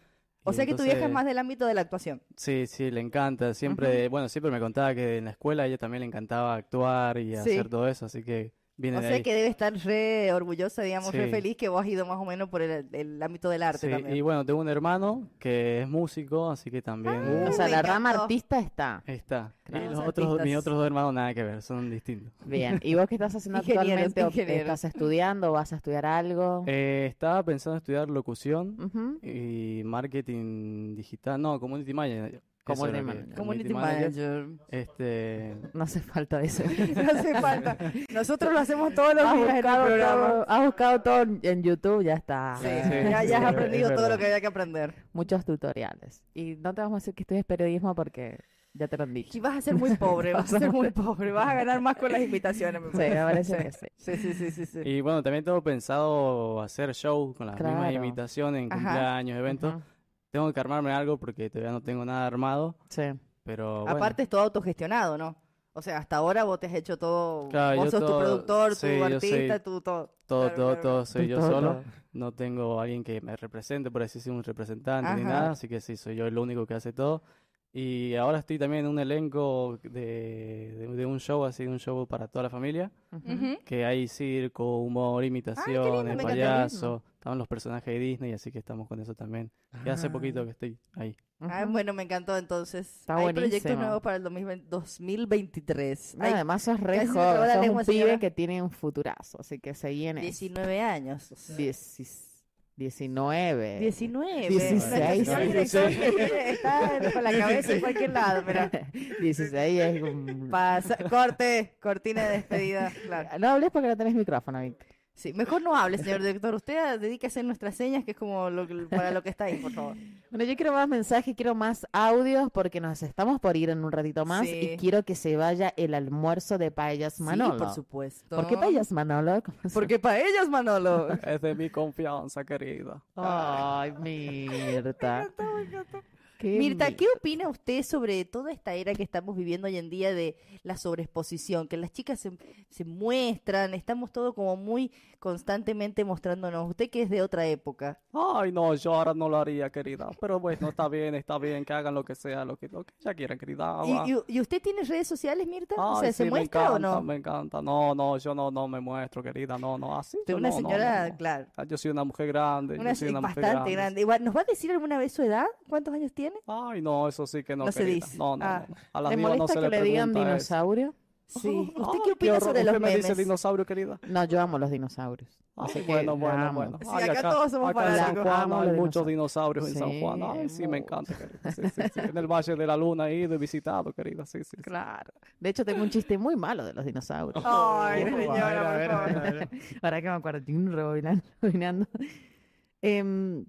S2: O
S9: Y
S2: sea que tu vieja es
S9: entonces-
S2: más del ámbito de la actuación.
S9: Sí, sí, le encanta. Siempre, bueno, siempre me contaba que en la escuela a ella también le encantaba actuar y
S2: Sí.
S9: hacer todo eso, así que viene
S2: O
S9: de
S2: sea
S9: ahí.
S2: que debe estar re orgullosa, digamos, re
S9: Sí.
S2: feliz que vos has ido más o menos por el, el ámbito del arte
S9: Sí,
S2: también.
S9: y bueno, tengo un hermano que es músico, así que también
S2: Ah,
S3: O sea, la rama artista está.
S9: está. Y
S3: Claro.
S9: los
S3: Los
S9: otros, mis
S3: artistas.
S9: otros dos hermanos nada que ver, son distintos.
S3: Bien. ¿Y vos qué estás haciendo
S2: Ingenieros,
S3: actualmente? ¿O
S2: ingenieros.
S3: ¿Estás estudiando? ¿Vas a estudiar
S2: Oh.
S3: algo?
S9: Eh, estaba pensando estudiar locución
S3: Ujú.
S9: y marketing digital, no, community manager. eso
S3: Community
S9: era que-
S3: manager.
S2: Community manager.
S9: Este,
S3: No hace falta eso.
S2: No hace falta. Nosotros lo hacemos todos los días en el programa.
S3: todo, has buscado todo en- en YouTube, ya
S9: Ah,
S3: está.
S2: Sí, ya, ya has aprendido todo lo que había que aprender.
S3: Muchos tutoriales. Y no te vamos a decir que estudies periodismo porque ya te lo han dicho.
S2: Y vas a ser muy pobre, vas a ser muy pobre. Vas a ganar más con las invitaciones, me
S3: Sí, me parece que sí.
S2: Sí, sí, sí, sí, sí.
S9: Y bueno, también tengo pensado hacer show con las mismas
S3: Claro.
S9: invitaciones en
S3: Ajá.
S9: cumpleaños, eventos. Tengo que armarme algo porque todavía no tengo nada armado.
S3: Sí.
S9: Pero bueno.
S2: Aparte es todo autogestionado, ¿no? O sea, hasta ahora vos te has hecho todo,
S9: Claro,
S2: vos
S9: yo
S2: sos tu
S9: todo-
S2: productor,
S9: sí,
S2: tu
S9: yo
S2: artista,
S9: soy
S2: tu todo.
S9: Todo, todo, todo soy
S3: Tú
S9: yo
S3: todo,
S9: solo.
S3: todo.
S9: No tengo alguien que me represente, por así decir, un representante ni
S3: Ajá.
S9: nada. Así que sí, soy yo el único que hace todo. Y ahora estoy también en un elenco de, de, de un show, así, un show para toda la familia.
S2: Ujú.
S9: Que hay circo, humor,
S2: me
S9: imitaciones,
S2: encanta.
S9: payaso. Estaban los personajes de Disney, así que estamos con eso también. Y hace
S2: Ah.
S9: poquito que estoy ahí.
S2: Ah, bueno, me encantó entonces.
S3: Está
S2: Hay proyectos
S3: buenísimo.
S2: nuevos para el 2020 2023.
S3: No,
S2: Ay,
S3: además sos re
S2: casi se me trabó
S3: joven,
S2: la
S3: sos
S2: lengua,
S3: un pibe
S2: señora.
S3: que tiene un futurazo, así que se viene.
S2: 19 años. o sea.
S3: 19.
S2: 19.
S3: 16.
S2: Nuestra señora directora Está con la cabeza en cualquier lado, mira.
S3: 16 es un-
S2: Pasa, corte, cortina de despedida. Claro.
S3: No hables porque no tenés micrófono, Vic.
S2: Sí, mejor no hable, señor director. Usted ah, dedíquese a nuestras señas, que es como lo que- para lo que está ahí, por favor.
S3: Bueno, yo quiero más mensajes, quiero más audios porque nos estamos por ir en un ratito más
S2: Sí.
S3: y quiero que se vaya el almuerzo de Paellas Manolo.
S2: por supuesto.
S3: ¿Por qué Paellas Manolo? ¿Cómo se-
S2: Porque para ellas, Manolo.
S9: Es de mi confianza, querida.
S3: Ay, Mirta. Qué
S2: Mirta, ¿qué opina usted sobre toda esta era que estamos viviendo hoy en día de la sobreexposición? Que las chicas se, se muestran, estamos todo como muy constantemente mostrándonos. Usted que es de otra época.
S6: Ay, no, yo ahora no lo haría, querida. Pero bueno, está bien, está bien, que hagan lo que sea, lo que, lo que ya quieran, querida.
S2: ¿Y,
S6: Ah, va.
S2: y- y usted tiene redes sociales, Mirta? o
S6: Ay,
S2: sea,
S6: sí,
S2: ¿se
S6: me
S2: muestra o
S6: encanta,
S2: no?
S6: Me encanta. No, no, yo no, no me muestro, querida. No, no, así.
S2: De
S6: yo
S2: una
S6: no, no,
S2: señora,
S6: no, no.
S2: claro.
S6: Ah, Yo soy una mujer grande.
S2: Una
S6: yo soy una mujer
S2: bastante grande. Igual, ¿Nos va a decir alguna vez su edad? ¿Cuántos años tiene?
S6: Ay, no, eso sí que no,
S2: No se
S6: querida.
S2: dice.
S6: No, no,
S2: Ah.
S6: no. A las
S3: ¿Le
S6: divas no
S3: molesta
S6: se
S3: que le digan
S6: pregunta eso.
S3: dinosaurio?
S2: Sí. ¿Usted
S6: Ay,
S2: qué opina
S6: horror.
S2: sobre
S6: ¿Usted
S2: los
S6: me dice
S2: memes?
S6: dinosaurio, querida?
S3: No, yo amo los dinosaurios.
S6: Ay,
S3: Así que
S6: bueno, bueno,
S3: la amo.
S6: bueno.
S2: Sí,
S6: Ay,
S2: acá todos somos
S6: acá en San
S2: fanáticos.
S6: Juan
S3: Amo
S6: hay
S3: los
S6: muchos dinosaurios en San Juan.
S3: Sí,
S6: Ay, sí, me encanta, querida. Sí, sí, sí. En el Valle de la Luna he ido y visitado, querida. Sí, sí, sí.
S3: Claro. De hecho, tengo un chiste muy malo de los dinosaurios.
S2: Ay,
S6: Oh,
S2: señora,
S6: a ver,
S2: por
S6: a ver,
S2: favor.
S6: a ver.
S3: Ahora que me acuerdo, tin, rebobinando. rebobinando. Em,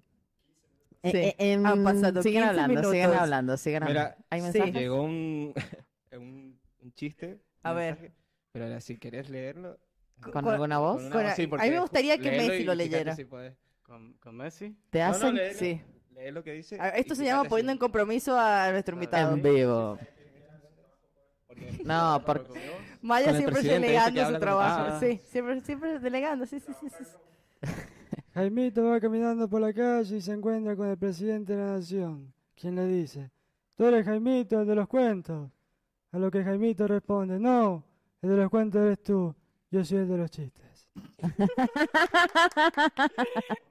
S2: Eh,
S3: sí.
S2: eh, em, Han pasado
S3: sigan
S2: 15
S3: hablando, sigan
S2: minutos.
S3: hablando, sigan hablando.
S1: Mira,
S3: ¿Hay
S2: sí.
S3: mensajes?
S1: llegó un, un, un chiste.
S2: A
S1: un
S2: ver.
S1: mensaje, pero ahora si querés leerlo.
S3: ¿Con alguna voz?
S1: una
S2: Con-
S1: voz, sí,
S2: a
S1: porque
S2: mí me gustaría que
S1: léelo y
S2: Messi lo
S1: fíjate
S2: leyera.
S1: si podés.
S9: ¿Con, con Messi?
S3: ¿Te
S1: No, no,
S3: hacen?
S1: léelo,
S2: Sí.
S1: lee lo que dice.
S2: Ah, Esto
S1: y
S2: se llama
S1: fíjate si-
S2: poniendo en compromiso a nuestro invitado.
S3: en vivo.
S1: porque-
S3: No, por-
S2: Maya
S1: Con el
S2: siempre
S1: presidente, ese que
S2: delegando su
S1: habla con-
S2: trabajo.
S1: Ah.
S2: Sí, siempre, siempre delegando. Sí, sí, sí, sí. sí.
S11: Jaimito va caminando por la calle y se encuentra con el presidente de la nación, quien le dice, tú eres Jaimito, el de los cuentos. A lo que Jaimito responde, no, el de los cuentos eres tú, yo soy el de los chistes.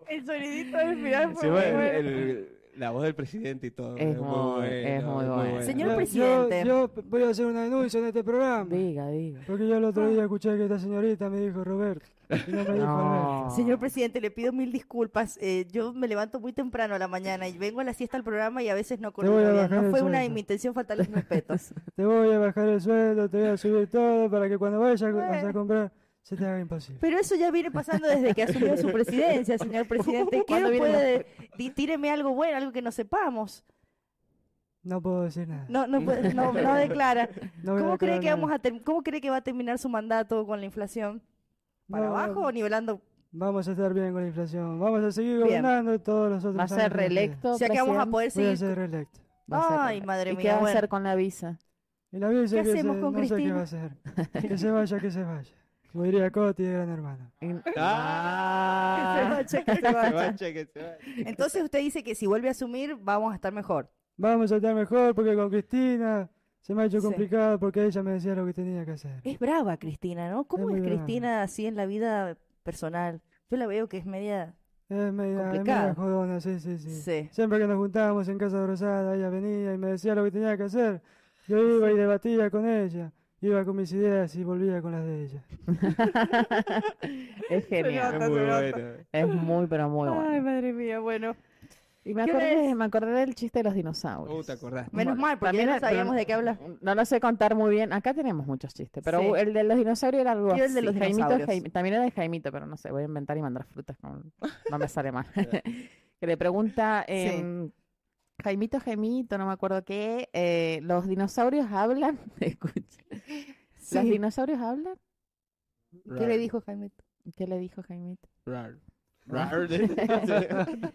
S2: El sonidito del final fue
S1: Sí,
S2: muy
S1: bueno,
S2: bueno.
S1: el- la voz del presidente y todo.
S3: Es muy- es muy bueno.
S2: Señor
S11: Yo-
S2: presidente.
S11: Yo, voy a hacer un anuncio en este programa,
S3: Diga, diga.
S11: porque yo el otro día escuché que esta señorita me dijo Roberto, y no me dijo Alberto.
S3: No.
S2: Señor presidente, le pido mil disculpas. Eh, yo me levanto muy temprano a la mañana y vengo a la siesta al programa y a veces
S11: voy
S2: no
S11: a
S2: coordino bien.
S11: bajar
S2: No
S11: el
S2: fue una
S11: sueldo.
S2: mi intención faltar los respetos.
S11: Te voy a bajar el sueldo, te voy a subir todo para que cuando vayas a,
S2: Eh.
S11: a comprar
S9: Se te haga imposible.
S2: Pero eso ya viene pasando desde que asumió su presidencia, señor presidente. ¿Qué
S9: ¿Cuándo
S2: nos
S9: viene
S2: puede di- Tíreme algo bueno, algo que no sepamos.
S9: No puedo decir nada.
S2: No, no, puede- no, no declara.
S9: No voy a
S2: ¿Cómo cree
S9: declarar
S2: que vamos
S9: nada.
S2: a ter- cómo cree que va a terminar su mandato con la inflación? ¿Para
S9: No,
S2: abajo o nivelando?
S9: Vamos a estar bien con la inflación. Vamos a seguir
S2: Bien.
S9: gobernando todos los otros.
S2: Va a ser
S9: años de la vida.
S2: reelecto, O sea que vamos a poder
S9: Voy a
S2: seguir-
S9: ser reelecto.
S3: Va a ser
S2: Ay,
S3: reelecto.
S2: madre
S3: ¿Y
S2: mía,
S3: qué va a
S2: bueno.
S3: hacer con la visa?
S9: Y la visa
S2: ¿Qué
S9: que
S2: hacemos
S9: se-
S2: con
S9: no sé qué va a
S2: Cristina?
S9: hacer. Que se vaya, que se vaya. Como diría Coti de Gran Hermano.
S3: Ah.
S2: Que se vaya, que se vaya.
S5: que se vaya.
S2: Entonces usted dice que si vuelve a asumir vamos a estar mejor.
S9: Vamos a estar mejor porque con Cristina se me ha hecho
S2: Sí.
S9: complicado porque ella me decía lo que tenía que hacer.
S2: Es brava Cristina, ¿no? ¿Cómo
S9: Es
S2: es,
S9: muy brava.
S2: Cristina así en la vida personal? Yo la veo que es media...
S9: Es media, es media
S2: Complicado.
S9: jodona, sí, sí, sí,
S2: Sí.
S9: Siempre que nos juntábamos en Casa Rosada, ella venía y me decía lo que tenía que hacer. Yo iba y debatía con ella. Iba con mis ideas y volvía con las de ella.
S3: Es genial.
S9: nota, Es muy se nota. bueno.
S3: Es muy, pero muy bueno.
S2: Ay, madre mía, bueno.
S3: Y me
S2: ¿Qué hora
S3: acordé, me acordé del chiste de los dinosaurios.
S5: Oh, te acordaste.
S2: Menos mal, porque
S3: También
S2: ya no
S3: el- pero
S2: sabíamos
S3: no-
S2: de qué habla.
S3: No lo sé contar muy bien. Acá tenemos muchos chistes, pero
S2: Sí.
S3: el de los dinosaurios era algo
S2: Yo el de
S3: así.
S2: los
S3: Jaimito,
S2: dinosaurios.
S3: Jaim- también era de Jaimito, pero no sé, voy a inventar y mandar frutas. con- No me sale mal. que le pregunta em, Jaimito, Jaimito, no me acuerdo qué. eh, ¿Los dinosaurios hablan? Escucha. ¿Los
S2: Sí.
S3: dinosaurios hablan?
S2: ¿Qué le dijo Jaimito?
S3: ¿Qué le dijo Jaimito?
S5: Rar.
S3: Ah.
S5: Rar. de-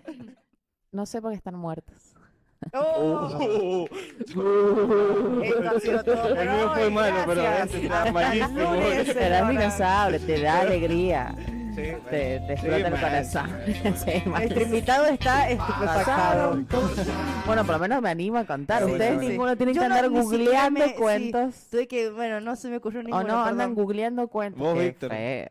S3: No sé porque están muertos.
S5: Oh.
S2: Esto ha sido todo por
S5: El mío fue
S2: hoy,
S5: malo, pero
S2: gracias.
S5: este está
S2: Hasta
S5: malísimo.
S2: lunes,
S3: Pero es
S2: señora.
S3: dinosaurio, te da alegría. te, te
S2: Sí,
S3: explota el
S2: man.
S3: corazón. Sí, man.
S2: Nuestro invitado está estupefactado.
S3: Pasaron Bueno, por lo menos me animo a contar.
S2: Sí,
S3: Ustedes
S2: sí.
S3: ninguno tienen
S2: Yo
S3: que
S2: no-
S3: andar
S2: ni siquiera
S3: googleando
S2: me- sí,
S3: cuentos.
S2: tuve que, bueno, no se me ocurrió
S3: O
S2: ninguno.
S3: no, andan
S2: perdón.
S3: googleando cuentos.
S5: Vos,
S3: Qué
S5: Víctor.
S3: feo.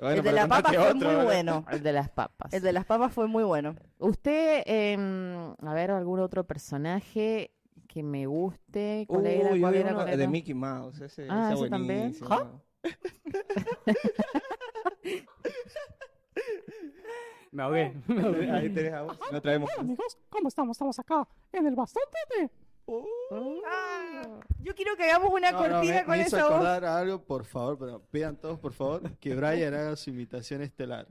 S5: Bueno,
S2: El de
S5: pero
S2: la papa
S5: contate
S2: fue
S5: otro,
S2: muy
S5: ahora.
S2: bueno.
S3: El de las papas.
S2: El de las papas fue muy bueno.
S3: Usted, em, a ver, algún otro personaje que me guste. ¿Cuál
S1: Uy,
S3: era?
S1: yo
S3: ¿Cuál
S1: vi
S3: era?
S1: uno
S3: ¿Cuál
S1: de
S3: era?
S1: Mickey Mouse, ese-
S3: Ah,
S1: ese
S3: ¿ese también?
S1: buenísimo.
S3: ¿Ja?
S9: Me ahogué.
S1: me ahogué. Ahí tenés a vos, no traemos.
S6: Amigos, ¿cómo estamos? Estamos acá en el bastante de...
S2: Yo quiero que hagamos una
S5: No, no,
S2: cortina
S5: me-
S2: con
S5: me hizo
S2: esa voz.
S5: acordar a algo, por favor, pero pidan todos, por favor, que Brian haga su imitación estelar.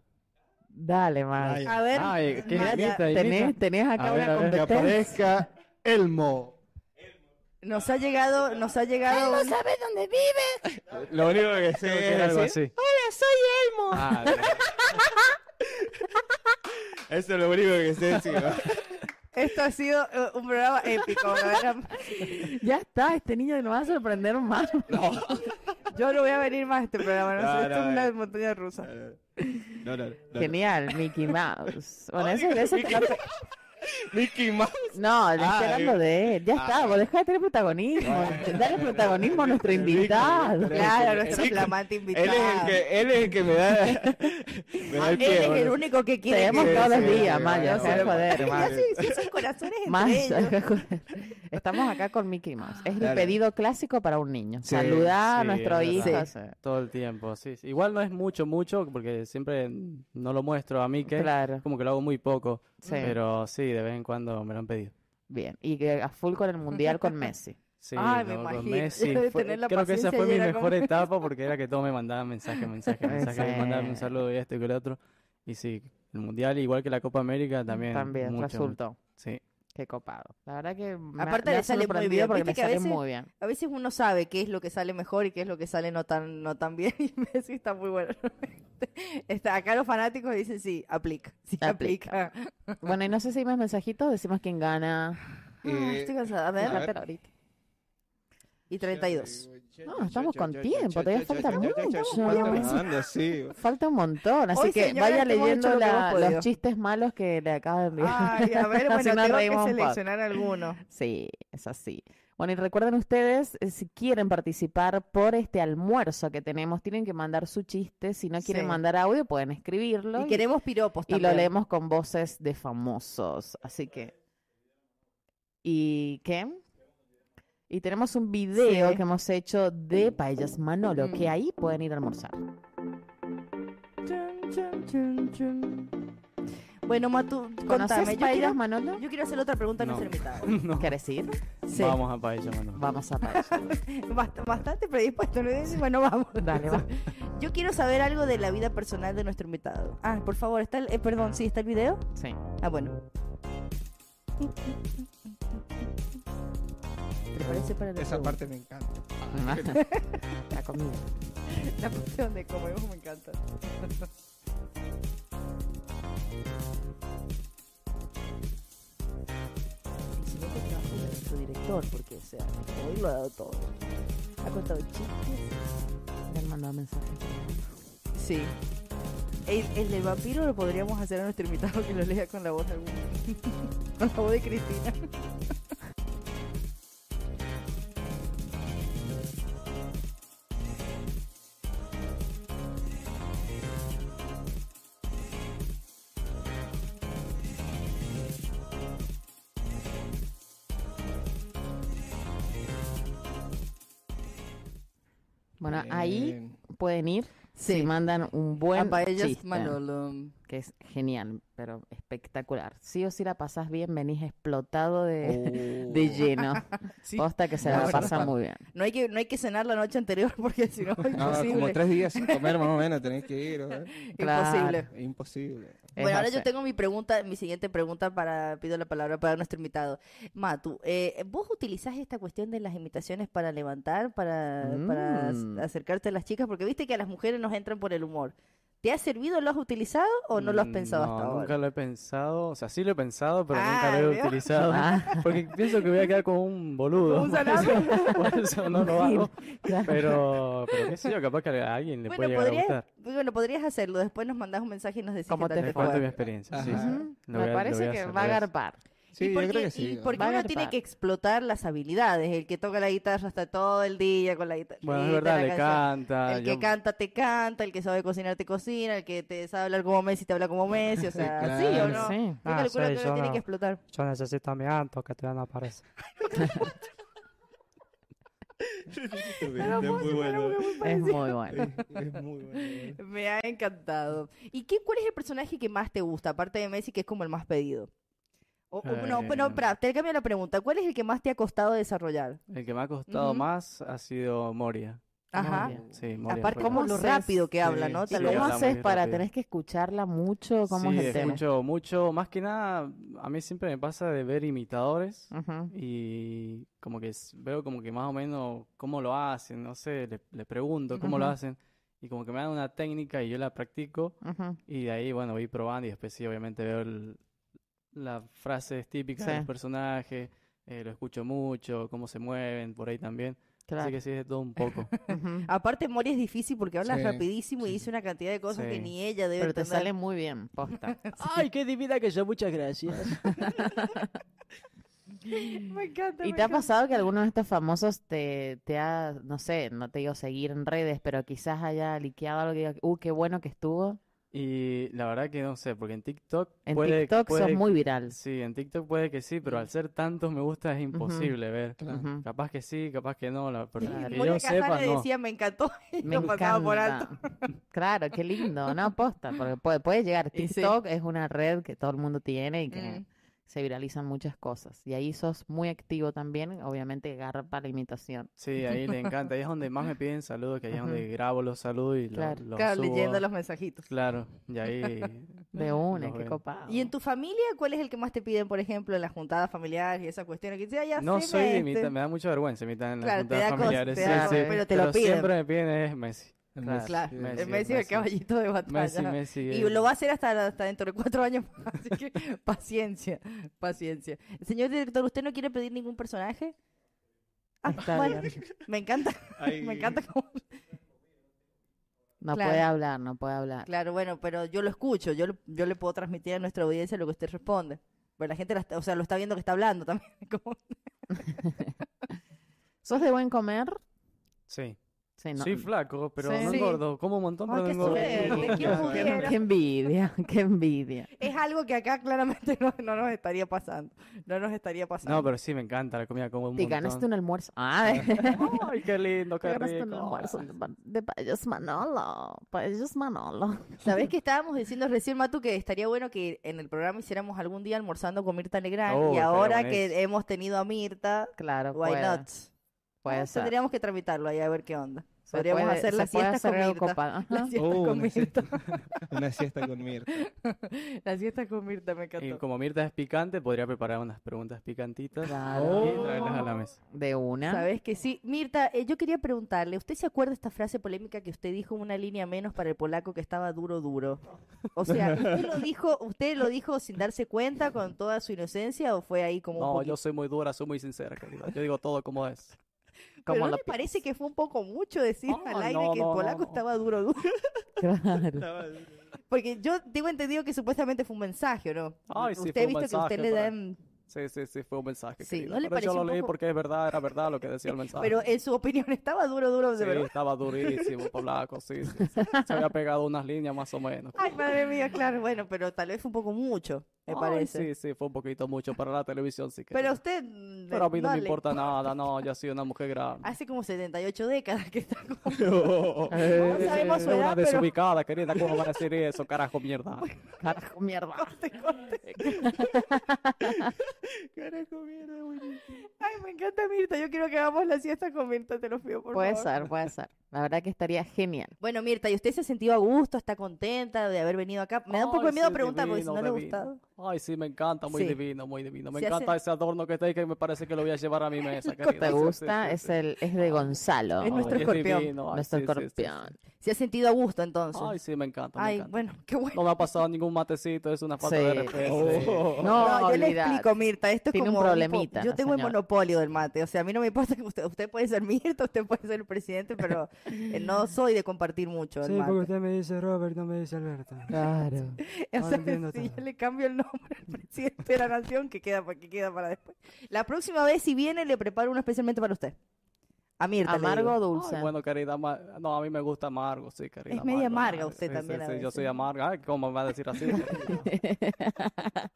S3: Dale, más.
S5: Brian. A ver, Ay, ¿qué Maya, imita,
S3: tenés,
S5: imita?
S3: tenés acá
S5: A ver,
S3: una
S5: a ver, que
S3: competencia.
S5: aparezca Elmo.
S2: Nos ha llegado, nos ha llegado. un-
S4: dónde vive?
S1: Lo único que sé es
S9: algo
S1: así.
S4: Hola, soy Elmo.
S1: Ah, Eso es lo único que sé decir.
S2: Esto ha sido eh, un programa épico. ¿verdad?
S3: Ya está, este niño no va a sorprender más.
S2: Yo no voy a venir más a este programa. No,
S3: No,
S2: sé, esto
S3: no,
S2: es una
S3: eh.
S2: montaña rusa.
S5: No, no, no, no.
S3: Genial, Mickey Mouse. Bueno, eso, eso te
S5: Mickey-
S3: lo-
S5: Mickey Mouse.
S3: No, le estoy
S5: Ah,
S9: eh,
S3: hablando de él. Ya está, vos dejá de tener protagonismo. Dale protagonismo a nuestro invitado.
S2: Claro, nuestro flamante invitado.
S1: eh, Él es el que, él es el que me da, me da
S2: Ah,
S1: el
S2: él
S1: pie.
S2: es el
S1: boludo.
S2: único que quiere.
S3: Tenemos
S2: que-
S3: todos los
S1: sí,
S3: días,
S1: sí,
S3: Maya.
S1: bueno,
S3: o sea,
S1: bueno.
S3: joder, Maya.
S2: Ah, Sí, sí, sí, corazones entre
S3: Maya,
S2: ellos.
S3: Estamos acá con Mickey Mouse. Es el
S9: Dale.
S3: pedido clásico para un niño.
S9: Sí,
S3: Saludar a
S9: sí,
S3: nuestro
S9: es
S3: hijo.
S9: verdad.
S3: o sea.
S9: Todo el tiempo, sí, sí. Igual no es mucho, mucho, porque siempre no lo muestro a mí, que
S3: Claro.
S9: como que lo hago muy poco.
S3: Sí.
S9: Pero sí, de vez en cuando me lo han pedido.
S3: Bien. Y que a full con el mundial con Messi.
S9: Sí,
S3: Ay, me
S9: no, con
S3: imagino.
S9: Messi
S3: Debe
S9: fue-
S3: tener la
S9: creo que esa
S3: paciencia
S9: fue mi
S3: llena
S9: mejor
S3: como-
S9: etapa porque era que todos me mandaban mensaje, mensaje, mensaje,
S3: Sí.
S9: me mandaban un saludo y esto y que el otro. Y sí, el Mundial, igual que la Copa América, también.
S3: También,
S9: mucho,
S3: resultó.
S9: mucho. Sí.
S3: Qué copado. La verdad que me ha-
S2: Aparte
S3: me
S2: le
S3: ha
S2: sale muy
S3: sorprendido
S2: bien.
S3: porque
S2: Viste
S3: me
S2: que a
S3: sale
S2: veces,
S3: muy bien.
S2: a veces uno sabe qué es lo que sale mejor y qué es lo que sale no tan, no tan bien. Y Messi está muy bueno. Está, acá los fanáticos dicen sí, aplica. Sí, aplica.
S3: Aplica. Bueno, y no sé si hay más mensajitos, decimos quién gana.
S1: Eh,
S2: Ah, estoy cansada. A ver.
S3: Ah, pero ahorita.
S2: Y 32.
S3: No, estamos con tiempo, todavía falta mucho.
S1: Anda, sí.
S3: Falta un montón, así
S2: Hoy,
S3: que
S2: señoras,
S3: vaya
S2: hemos hecho
S3: leyendo
S2: lo que
S3: la-
S2: hemos podido. Ah.
S3: los chistes malos que le acabo de enviar.
S2: Ay, a ver, bueno,
S3: Así nos
S2: tengo que
S3: reímos un poco.
S2: seleccionar alguno.
S3: Sí, es así. Bueno, y recuerden ustedes, eh, si quieren participar por este almuerzo que tenemos, tienen que mandar su chiste. Si no quieren
S2: Sí.
S3: mandar audio, pueden escribirlo.
S2: Y queremos piropos
S3: Y
S2: también.
S3: lo leemos con voces de famosos. Así que. ¿Y qué? Y tenemos un video que hemos hecho
S2: Mm.
S3: de Paellas Manolo, que ahí pueden ir a almorzar.
S2: Bueno, Matu,
S3: ¿Conoces
S2: contame. Yo
S3: paellas,
S2: quiero,
S3: Manolo?
S2: yo quiero hacer otra pregunta a
S9: No.
S2: nuestro invitado.
S3: ¿Querés ir?
S2: Sí.
S9: Vamos a paella, Manolo.
S3: Vamos a paella.
S2: Bast- bastante predispuesto, ¿no? Bueno, vamos.
S3: Dale, va.
S2: Yo quiero saber algo de la vida personal de nuestro invitado. Ah, por favor, está el, eh, perdón, sí, está el video.
S3: Sí.
S2: Ah, bueno. Prepárese para la
S4: Esa
S2: pregunta.
S4: parte me encanta.
S3: La comida.
S2: La parte donde comemos me encanta. Excelente trabajo de nuestro director, porque o sea, hoy lo ha dado todo. Ha contado chistes.
S3: Le han mandado mensajes.
S2: Sí. El, el del vampiro lo podríamos hacer a nuestro invitado que lo lea con la voz de algún... con la voz de Cristina.
S3: Bueno, ahí pueden ir.
S2: Sí.
S3: Si mandan un buen
S2: A paellas
S3: chiste,
S2: Manolo.
S3: Que es genial, pero espectacular. Sí o sí la pasás bien, venís explotado de,
S9: Uh.
S5: Oh.
S3: de lleno. Posta que se la,
S2: verdad.
S3: pasa muy bien.
S2: No hay que, no hay que cenar la noche anterior porque si no es
S1: No,
S2: imposible.
S1: Ah, como tres días sin comer más o menos tenés que ir. ¿o?
S2: Imposible.
S1: Imposible.
S2: Bueno, ahora yo tengo mi pregunta, mi siguiente pregunta para, pido la palabra para nuestro invitado. Matu, eh, ¿vos utilizás esta cuestión de las imitaciones para levantar, para, para
S3: Mm.
S2: acercarte a las chicas? Porque viste que a las mujeres nos entran por el humor. ¿Te ha servido? ¿Lo has utilizado o no lo has pensado
S9: Mm, No,
S2: hasta ahora?
S9: nunca lo he pensado. O sea, sí lo he pensado, pero nunca lo he
S2: ¿vio?
S9: utilizado.
S2: Ah.
S9: Porque pienso que voy a quedar como un boludo.
S2: Como un salame.
S9: Por eso, por eso no lo hago.
S3: Claro.
S9: Pero, pero qué sé yo, capaz que a alguien le puede
S2: Bueno,
S9: llegar a
S2: podrías,
S9: gustar.
S2: bueno, podrías hacerlo. Después nos mandás un mensaje y nos decís qué tal
S9: Te
S2: te
S9: cuento
S2: fue.
S9: mi experiencia. sí,
S3: Ajá.
S9: sí.
S3: Ujú. Me
S9: Lo voy a- lo
S3: parece
S9: voy a
S3: que
S9: hacer,
S3: va a
S9: lo voy hacer.
S3: garpar.
S2: ¿Y por qué- y porque
S3: Va a
S2: uno tiene
S3: garpar.
S2: que explotar las habilidades. El que toca la guitarra está todo el día con la guitarra.
S9: Bueno, es verdad, le canta.
S2: El que
S9: Ah, yo-
S2: canta te canta, el que sabe cocinar te cocina, el que te sabe hablar como Messi te habla como Messi, o sea, sí o no. Yo
S11: Ah,
S2: calculo
S11: sí,
S2: que
S11: yo
S2: uno tiene
S11: no-
S2: que explotar.
S11: Yo necesito a mi anto que todavía no aparece.
S2: Pero puedo hacer algo que parecido.
S4: Es muy bueno.
S2: Me ha encantado. ¿Y qué, cuál es el personaje que más te gusta, aparte de Messi, que es como el más pedido? O- o- no,
S9: Eh.
S2: bueno, para, te cambio la pregunta. ¿Cuál es el que más te ha costado desarrollar?
S9: El que me ha costado
S2: Ujú.
S9: más ha sido Moria.
S2: Ajá.
S9: Sí, Moria.
S2: Aparte
S9: fue-
S2: como lo rápido que habla, ¿no?
S9: Sí,
S2: Tal
S9: sí,
S2: vez.
S3: ¿Cómo
S9: habla muy
S3: haces para?
S9: rápido.
S3: ¿Tenés que escucharla mucho? ¿Cómo
S9: sí,
S3: es el tema?
S9: escucho mucho. Más que nada, a mí siempre me pasa de ver imitadores y como que s- veo como que más o menos cómo lo hacen, no sé, le, le pregunto cómo lo
S3: Ujú.
S9: hacen y como que me dan una técnica y yo la practico
S3: Ujú.
S9: y de ahí, bueno, voy probando y después sí, obviamente veo el- las frases típicas de
S3: Sí.
S9: los personajes, eh, lo escucho mucho, cómo se mueven por ahí también.
S3: Claro.
S9: Así que sí, es de todo un poco.
S2: Aparte, Mori es difícil porque habla
S9: Sí,
S2: rapidísimo y dice una cantidad de cosas que
S9: Sí.
S2: ni ella debe
S3: Pero te
S2: entender.
S3: sale muy bien, posta.
S8: Ay, qué divina que yo, muchas gracias.
S2: Me encanta.
S3: ¿Y
S2: me
S3: te ha
S2: encanta.
S3: pasado que alguno de estos famosos te, te ha, no sé, no te digo seguir en redes, pero quizás haya liqueado algo que diga, uh, qué bueno que estuvo?
S9: Y la verdad que no sé, porque en TikTok
S3: En
S9: puede,
S3: TikTok sos
S9: puede-
S3: muy viral.
S9: Sí, en TikTok puede que sí, pero al ser tantos me gusta es imposible ver.
S3: Claro. Ujú.
S9: Capaz que sí, capaz que no, la, pero
S3: Claro.
S9: que
S2: Moria
S9: yo sepa,
S2: Casana
S9: no.
S2: decía, me encantó. y
S3: Me
S2: lo pasaba por alto.
S3: encanta. Claro, qué lindo, ¿no? Posta, porque puede, puede llegar.
S2: Y sí.
S3: TikTok es una red que todo el mundo tiene y que
S2: Mm.
S3: se viralizan muchas cosas. Y ahí sos muy activo también, obviamente garpa la imitación.
S9: Sí, ahí le encanta. Ahí es donde más me piden saludos, que ahí es donde
S3: Ujú.
S9: grabo los saludos y lo-
S3: Claro.
S9: los
S2: Claro, leyendo
S9: subo.
S2: los mensajitos.
S9: Claro, y ahí
S3: De una,
S9: los
S3: qué
S9: ven.
S3: copado.
S2: Mm. ¿Y en tu familia cuál es el que más te piden, por ejemplo, en las juntadas familiares y esas cuestiones? Que dice, "Ay,
S9: No
S2: haceme
S9: soy de
S2: este".
S9: imitar, me da mucha vergüenza imitar en las
S2: Claro, te
S9: juntadas
S2: da cosa,
S9: familiares.
S2: te
S9: sí,
S2: da-
S9: sí,
S2: pero te lo piden.
S9: siempre me piden es Messi.
S1: El
S9: Claro,
S1: Messi,
S2: Claro,
S1: sí,
S2: el
S9: Messi, el
S2: Messi es el
S9: Messi.
S2: caballito de batalla.
S9: Messi, Messi,
S2: y
S9: el-
S2: lo va a hacer hasta, hasta dentro de cuatro años más, así que paciencia, paciencia. Señor director, ¿usted no quiere pedir ningún personaje? Ah,
S3: Está
S2: bueno,
S3: bien.
S2: me encanta,
S3: Ahí-
S2: me encanta cómo...
S3: No
S2: Claro.
S3: puede hablar, no puede hablar.
S2: Claro, bueno, pero yo lo escucho, yo, lo- yo le puedo transmitir a nuestra audiencia lo que usted responde. Pero la gente, la está- o sea, lo está viendo que está hablando también. como-
S3: ¿Sos de buen comer?
S9: Sí.
S3: Sí, no-
S9: Soy flaco, pero
S3: Sí.
S9: no
S3: Sí.
S9: engordo. Como un
S2: Ah,
S9: montón,
S3: Ay,
S9: pero
S3: qué
S9: no engordo.
S3: suerte,
S2: ¿quién pudiera?
S3: Qué envidia, qué envidia.
S2: Es algo que acá claramente no, no nos estaría pasando. No nos estaría pasando.
S9: No, pero sí me encanta la comida, como un
S3: Te
S9: montón.
S3: ganaste un almuerzo. Ah,
S9: Ay, qué lindo,
S3: te
S9: qué
S3: ganaste un
S9: rico.
S3: almuerzo de, pa- de paellas Manolo. Paellas Manolo.
S2: ¿Sabés que estábamos diciendo recién, Matu, que estaría bueno que en el programa hiciéramos algún día almorzando con Mirta Legrand?
S3: Oh,
S2: y
S3: estaría
S2: ahora
S3: buenísimo.
S2: que hemos tenido a Mirta,
S3: Claro,
S2: why
S3: puede.
S2: not?
S3: Puede
S2: Ah,
S3: ser.
S2: Tendríamos que tramitarlo ahí a ver qué onda.
S10: Se
S2: Podríamos
S10: puede-
S2: hacer la
S10: se puede
S2: siesta
S10: hacer
S2: con
S10: algo
S2: Mirta.
S10: copado.
S2: La
S10: Ajá.
S2: siesta
S3: Oh,
S2: con
S1: una
S2: Mirta.
S1: siesta, una siesta con Mirta.
S2: La siesta con Mirta me
S9: Y
S2: encantó.
S9: como Mirta es picante, podría preparar unas preguntas picantitas
S10: Claro.
S9: y traerlas a la mesa.
S10: De
S9: ¿Ah?
S10: una.
S2: Sabes que sí. Mirta, eh, yo quería preguntarle, ¿usted se acuerda de esta frase polémica que usted dijo una línea menos para el polaco que estaba duro duro? O sea, ¿usted lo dijo, usted lo dijo sin darse cuenta, con toda su inocencia, o fue ahí como un
S9: No,
S2: poquito?
S9: yo soy muy dura, soy muy sincera, querida. Yo digo todo como es.
S2: Pero
S9: Como
S2: ¿no
S9: la
S2: le
S9: pi-
S2: parece que fue un poco mucho decir al aire
S9: no,
S2: que el
S9: no, no,
S2: polaco
S9: no.
S2: estaba duro duro?
S10: Claro.
S2: Porque yo tengo entendido que supuestamente fue un mensaje, ¿o no?
S9: Ay, sí,
S2: usted
S9: fue un
S2: ha visto que
S9: mensaje
S2: usted le
S9: para-
S2: dan...
S9: Sí, sí, sí, fue un mensaje,
S2: Sí,
S9: querida.
S2: ¿no
S9: Pero
S2: le
S9: yo
S2: pareció
S9: lo
S2: un
S9: leí
S2: poco-
S9: porque es verdad, era verdad lo que decía el mensaje.
S2: Pero en su opinión estaba duro duro, de
S9: Ah. Sí,
S2: verdad.
S9: estaba durísimo, polaco, sí, sí, sí. Se había pegado unas líneas más o menos.
S2: Ay, madre mía, claro, bueno, pero tal vez fue un poco mucho, me
S9: Ay, Sí,
S2: parece.
S9: sí, fue un poquito mucho para la televisión, sí que.
S2: Pero a usted... mm,
S9: Pero a mí no, me
S2: le
S9: importa nada, no, yo soy una mujer grande.
S2: Hace como 78 décadas que está con...
S9: Eh,
S2: sabemos su
S9: es una
S2: edad, pero-
S9: desubicada, querida, ¿cómo van a decir eso? Carajo, mierda.
S10: Carajo, mierda.
S2: Carajo, mierda, buenísimo. Ay, me encanta Mirta, yo quiero que hagamos la siesta con Mirta, te lo pido, por
S10: Puede
S2: favor.
S10: ser, puede ser. La verdad que estaría genial.
S2: Bueno, Mirta, ¿y usted se ha sentido a gusto? ¿Está contenta de haber venido acá? Me da un poco de
S9: Ay,
S2: miedo
S9: sí,
S2: preguntar porque si no
S9: divino,
S2: le ha
S9: divino.
S2: gustado.
S9: Ay, sí, me encanta, muy
S2: Sí.
S9: divino, muy divino. Me
S2: Se hace-
S9: encanta ese adorno que está ahí que me parece que lo voy a llevar a mi mesa, querida.
S10: ¿Te
S9: Sí, sí,
S10: gusta?
S9: sí,
S10: Es
S9: sí.
S10: el es de Gonzalo.
S9: Es nuestro Ay, es escorpión. divino. Ay,
S10: Nuestro
S9: sí, sí, sí, sí.
S10: escorpión.
S2: ¿Se ha sentido a gusto entonces?
S9: Ay, sí, me encanta, me
S2: Ay,
S9: encanta.
S2: bueno, qué bueno.
S9: No me ha pasado ningún matecito, es una falta de
S10: Sí.
S9: respeto.
S10: Oh.
S2: No, yo le
S10: olvidate.
S2: explico, Mirta, esto es
S10: Tiene un
S2: como... po-
S10: problemita
S2: Yo
S10: la
S2: tengo el
S10: señora.
S2: monopolio del mate, o sea, a mí no me importa que usted... Usted puede ser Mirta, usted puede ser el presidente, pero eh, no soy de compartir mucho el
S11: Sí, porque
S2: mate.
S11: usted me dice Robert, no me dice Alberto.
S10: Claro.
S2: O
S11: Ahora
S2: sea,
S11: entiendo
S2: si
S11: todo.
S2: yo le cambio el nombre al presidente de la nación, que queda, pa- que queda para después. La próxima vez, si viene, le preparo uno especialmente para usted. A Mirta. le
S10: Amargo o
S2: digo.
S10: dulce.
S9: Ay, bueno, querida, ama- no, a mí me gusta amargo, sí, querida.
S2: Es media amarga
S9: ay,
S2: usted
S9: sí,
S2: también
S9: sí,
S2: a
S9: sí, yo
S2: veces.
S9: soy amarga. Ay, ¿cómo me va a decir así?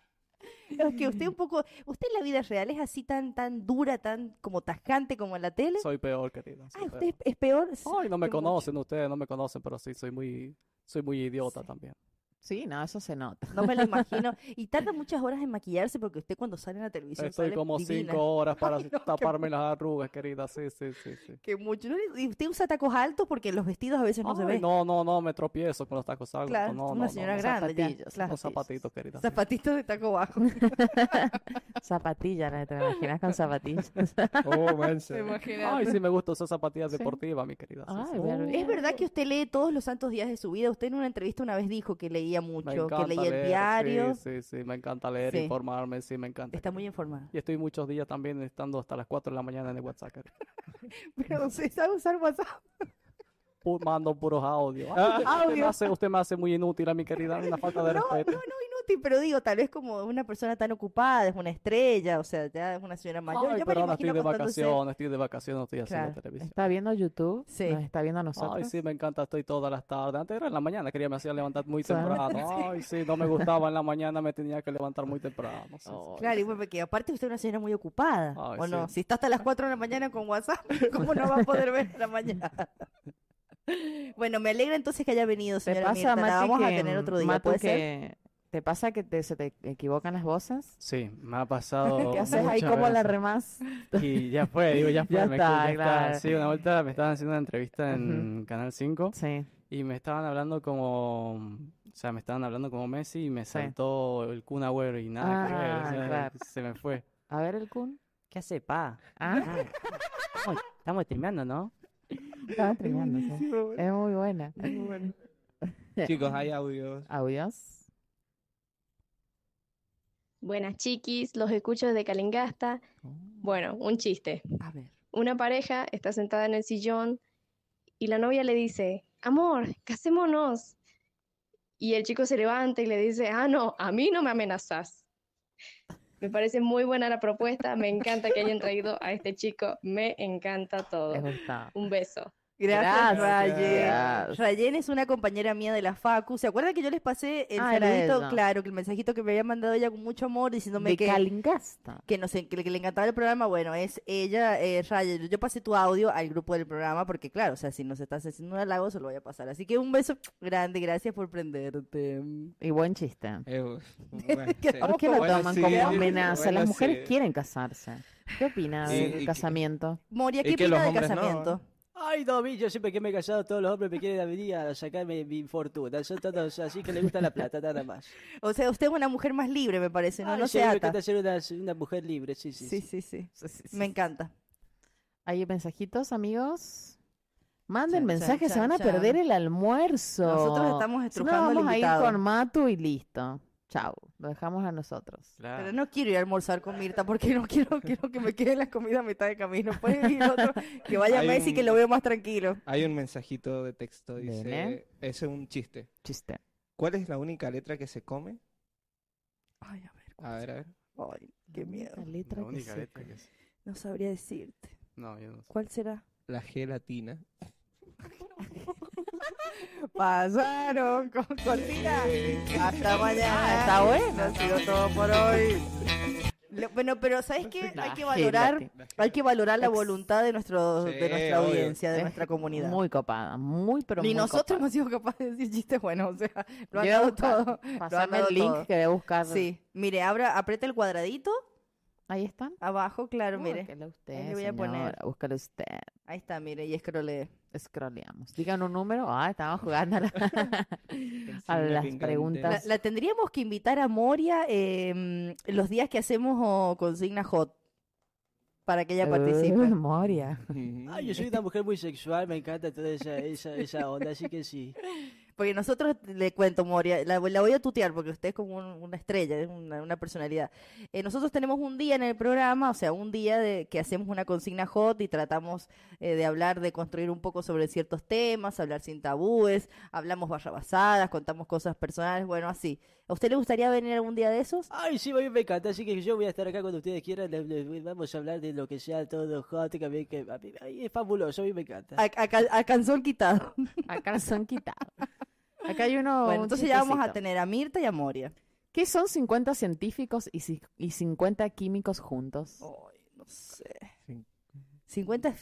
S2: Es que usted un poco, usted en la vida real es así tan tan dura, tan como tajante como en la tele.
S9: soy peor, querida. soy
S2: Ay,
S9: peor.
S2: Ah, usted es- es peor.
S9: Ay, no me
S2: Qué mucho.
S9: conocen ustedes, no me conocen, pero sí, soy muy, soy muy idiota también.
S10: Sí, no, eso se nota.
S2: No me lo imagino. Y tarda muchas horas en maquillarse porque usted cuando sale en la televisión
S9: Estoy
S2: sale
S9: como
S2: divina.
S9: cinco horas para
S2: Ay, no, qué
S9: taparme las arrugas, querida. Sí, sí, sí, sí.
S2: Que mucho. ¿no? Y usted usa tacos altos porque los vestidos a veces no se
S9: Ay,
S2: ven.
S9: no, no, no, me tropiezo con los tacos altos.
S2: Claro,
S9: no,
S2: una
S9: no,
S2: señora
S9: no,
S2: grande ya,
S9: Zapatillas,
S2: claro.
S9: Los zapatitos, querida.
S2: Zapatitos de taco bajo.
S10: Zapatilla, ¿no? ¿te imaginas con zapatillas?
S5: Oh, mancha.
S9: Ay, sí, me gusta usar zapatillas
S10: Sí.
S9: deportivas, mi querida. sí,
S10: Ay,
S9: sí.
S10: ver-
S2: Es verdad que usted lee todos los santos días de su vida. Usted en una entrevista una vez dijo que leía
S9: Me
S2: mucho, que
S9: encanta
S2: leía el
S9: leer,
S2: diario.
S9: Sí, sí, sí, me encanta leer,
S2: Sí.
S9: informarme, sí, me encanta.
S2: Está muy informada.
S9: Y estoy muchos días también estando hasta las 4 de la mañana en el WhatsApp. querido.
S2: Pero usted sabe usar WhatsApp.
S9: Pu- Mando puros audios. Ay,
S2: Ah,
S9: Usted, me
S2: audio.
S9: hace, usted me hace muy inútil a mi querida, una falta de
S2: No,
S9: respeto.
S2: Inútil, pero digo, tal vez como una persona tan ocupada, es una estrella, o sea, ya es una señora mayor.
S9: Ay,
S2: Yo me
S9: pero
S2: la
S9: ahora estoy
S2: imagino
S9: de
S2: acostándose-
S9: vacaciones, estoy de vacaciones, no estoy haciendo
S2: Claro.
S9: televisión.
S10: ¿Está viendo YouTube?
S2: Sí.
S10: ¿Nos está viendo a
S9: Ay,
S10: nosotros?
S9: sí, me encanta, estoy todas las tardes. Antes era en la mañana, quería me hacía levantar muy
S10: Claro.
S9: temprano. Ay, sí, no me gustaba en la mañana, me tenía que levantar muy temprano. sí, sí.
S2: Claro, y bueno, porque aparte usted es una señora muy ocupada,
S9: Ay,
S2: ¿o no?
S9: sí.
S2: Si está hasta las 4 de la mañana con WhatsApp, ¿cómo no va a poder ver la mañana? Bueno, me alegra entonces que haya venido,
S10: ¿Te
S2: señora
S10: pasa,
S2: Mirta. La
S10: Mati,
S2: vamos a
S10: que-
S2: tener otro día,
S10: Matu,
S2: ¿puede ser?
S10: que- ¿Te pasa que te- se te equivocan las voces?
S9: Sí, me ha pasado.
S10: ¿Qué haces ahí?
S9: muchas
S10: ¿Cómo la
S9: veces.
S10: remás?
S9: Y ya fue, digo, ya fue.
S10: Ya
S9: me
S10: está,
S9: escucho, ya está.
S10: claro.
S9: Sí, una vuelta me estaban haciendo una entrevista en Canal 5. Y me estaban hablando como. O sea, me estaban hablando como Messi y me saltó el Kun Agüero y nada que ver, o
S10: Ah,
S9: sea,
S10: claro.
S9: se me fue.
S10: A ver el Kun.
S8: ¿Qué hace, pa?
S10: Ah,
S8: Ay, Estamos terminando, ¿no?
S10: estaba trineando, sí.
S1: buenísimo,
S10: Es muy buena.
S1: Chicos, hay audios.
S10: ¿Audios?
S13: Buenas chiquis, los escucho desde Calingasta.
S8: Oh.
S13: Bueno, un chiste.
S2: A ver.
S13: Una pareja está sentada en el sillón y la novia le dice, amor, casémonos. Y el chico se levanta y le dice, ah, no, a mí no me amenazas. Me parece muy buena la propuesta, me encanta que hayan traído a este chico, me encanta todo.
S10: Les gusta.
S13: Un beso.
S2: Gracias,
S10: Gracias.
S2: Rayen. Rayen es una compañera mía de la Facu. ¿Se acuerdan que yo les pasé el
S10: Ah, era
S2: saludito?
S10: ella.
S2: Claro, que el mensajito que me había mandado ella con mucho amor diciéndome
S10: De
S2: que.
S10: Calingasta.
S2: Que, nos, en- que, le- que le encantaba el programa. Bueno, es ella, eh, Rayen. Yo pasé tu audio al grupo del programa porque, claro, o sea, si nos estás haciendo un halago, se lo voy a pasar. Así que un beso grande, gracias por prenderte.
S10: Y buen chiste.
S1: Eh,
S2: Que- sí.
S10: ¿Por qué lo
S2: Bueno,
S10: toman
S2: sí,
S10: como amenaza?
S2: bueno,
S10: Las mujeres
S2: sí.
S10: quieren casarse. ¿Qué opinas
S2: Sí,
S10: del
S2: y que-
S10: casamiento?
S2: Moria, ¿qué opina de casamiento?
S8: Ay, David, yo siempre que me he callado, todos los hombres me quieren venir a sacarme mi fortuna. Son todos así que les gusta la plata, nada más.
S2: O sea, usted es una mujer más libre, me parece, ¿no?
S8: Ay,
S2: no
S8: sí,
S2: se
S8: me
S2: ata.
S8: encanta ser una, una mujer libre, sí, sí.
S2: Sí, sí, sí. Me encanta.
S3: ¿Hay mensajitos, amigos? Manden mensajes,
S2: chan,
S3: se van a
S2: chan.
S3: perder el almuerzo.
S2: Nosotros estamos
S3: Si no,
S2: estrujando al
S3: vamos a ir
S2: invitado.
S3: con Matu y listo. Chau, lo dejamos a nosotros.
S2: Pero no quiero ir a almorzar con Mirta porque no quiero, quiero que me quede la comida a mitad de camino. Puede ir otro, que vaya
S1: Hay
S2: Messi
S1: un-
S2: que lo veo más tranquilo.
S1: Hay un mensajito de texto, dice.
S2: Dele.
S1: Ese es un chiste.
S3: Chiste.
S1: ¿Cuál es la única letra que se come?
S2: Ay, a
S1: ver. A ver, a ver.
S2: Ay, qué miedo.
S3: letra
S1: La que única se letra
S14: que
S2: No sabría decirte.
S14: No, yo no sé.
S2: ¿Cuál será?
S1: La gelatina.
S2: Pasaron con cortina. Hasta mañana.
S3: Ah, Está bueno.
S2: Ha sido todo por hoy. Lo- bueno, pero ¿sabes qué? Hay que valorar, hay que valorar la voluntad de nuestro, de nuestra audiencia, de nuestra comunidad.
S3: Muy copada, muy pero
S2: Ni
S3: muy
S2: nosotros
S3: copada.
S2: hemos sido capaces de decir chistes buenos, o sea, lo han
S3: Yo voy a
S2: dado
S3: buscar.
S2: todo. lo han
S3: Pasame
S2: dado
S3: el link
S2: todo.
S3: que voy a buscar.
S2: Sí, mire, abra, aprieta el cuadradito.
S3: Ahí están.
S2: Abajo, claro,
S3: Uy,
S2: mire.
S3: que la usted,
S2: Ahí le voy a
S3: señora,
S2: poner.
S3: Búscalo usted.
S2: Ahí está, mire, y escrolee.
S3: Scrolleamos. Digan un número. Ah, estamos jugando a, la- a
S2: cine
S3: las
S2: picante. La,
S3: preguntas.
S2: la tendríamos que invitar a Moria eh, los días que hacemos oh, consigna hot para que ella participe.
S3: Uh, Moria.
S8: Ay, yo soy una mujer muy sexual, me encanta toda esa, esa, esa onda, así que sí.
S2: Porque nosotros, le cuento, Moria, la, la voy a tutear porque usted es como un- una estrella, es una, una personalidad. Eh, nosotros tenemos un día en el programa, o sea, un día de, que hacemos una consigna hot y tratamos eh, de hablar, de construir un poco sobre ciertos temas, hablar sin tabúes, hablamos barrabasadas, contamos cosas personales, bueno, así. ¿A usted le gustaría venir algún día de esos?
S8: Ay, sí, a mí me encanta, así que yo voy a estar acá cuando ustedes quieran. les- les- vamos a hablar de lo que sea todo hot, que, a mí- que a mí- ay, es fabuloso, a mí me encanta.
S2: A, a cal- a calzón quitado.
S3: A calzón quitado. Acá hay uno.
S2: Bueno,
S3: Oh, un
S2: entonces ya vamos a
S3: chistecito.
S2: tener a Mirta y a Moria.
S3: ¿Qué son 50 científicos y, ci- y 50 químicos juntos?
S2: Oh, No sé. 50 eh,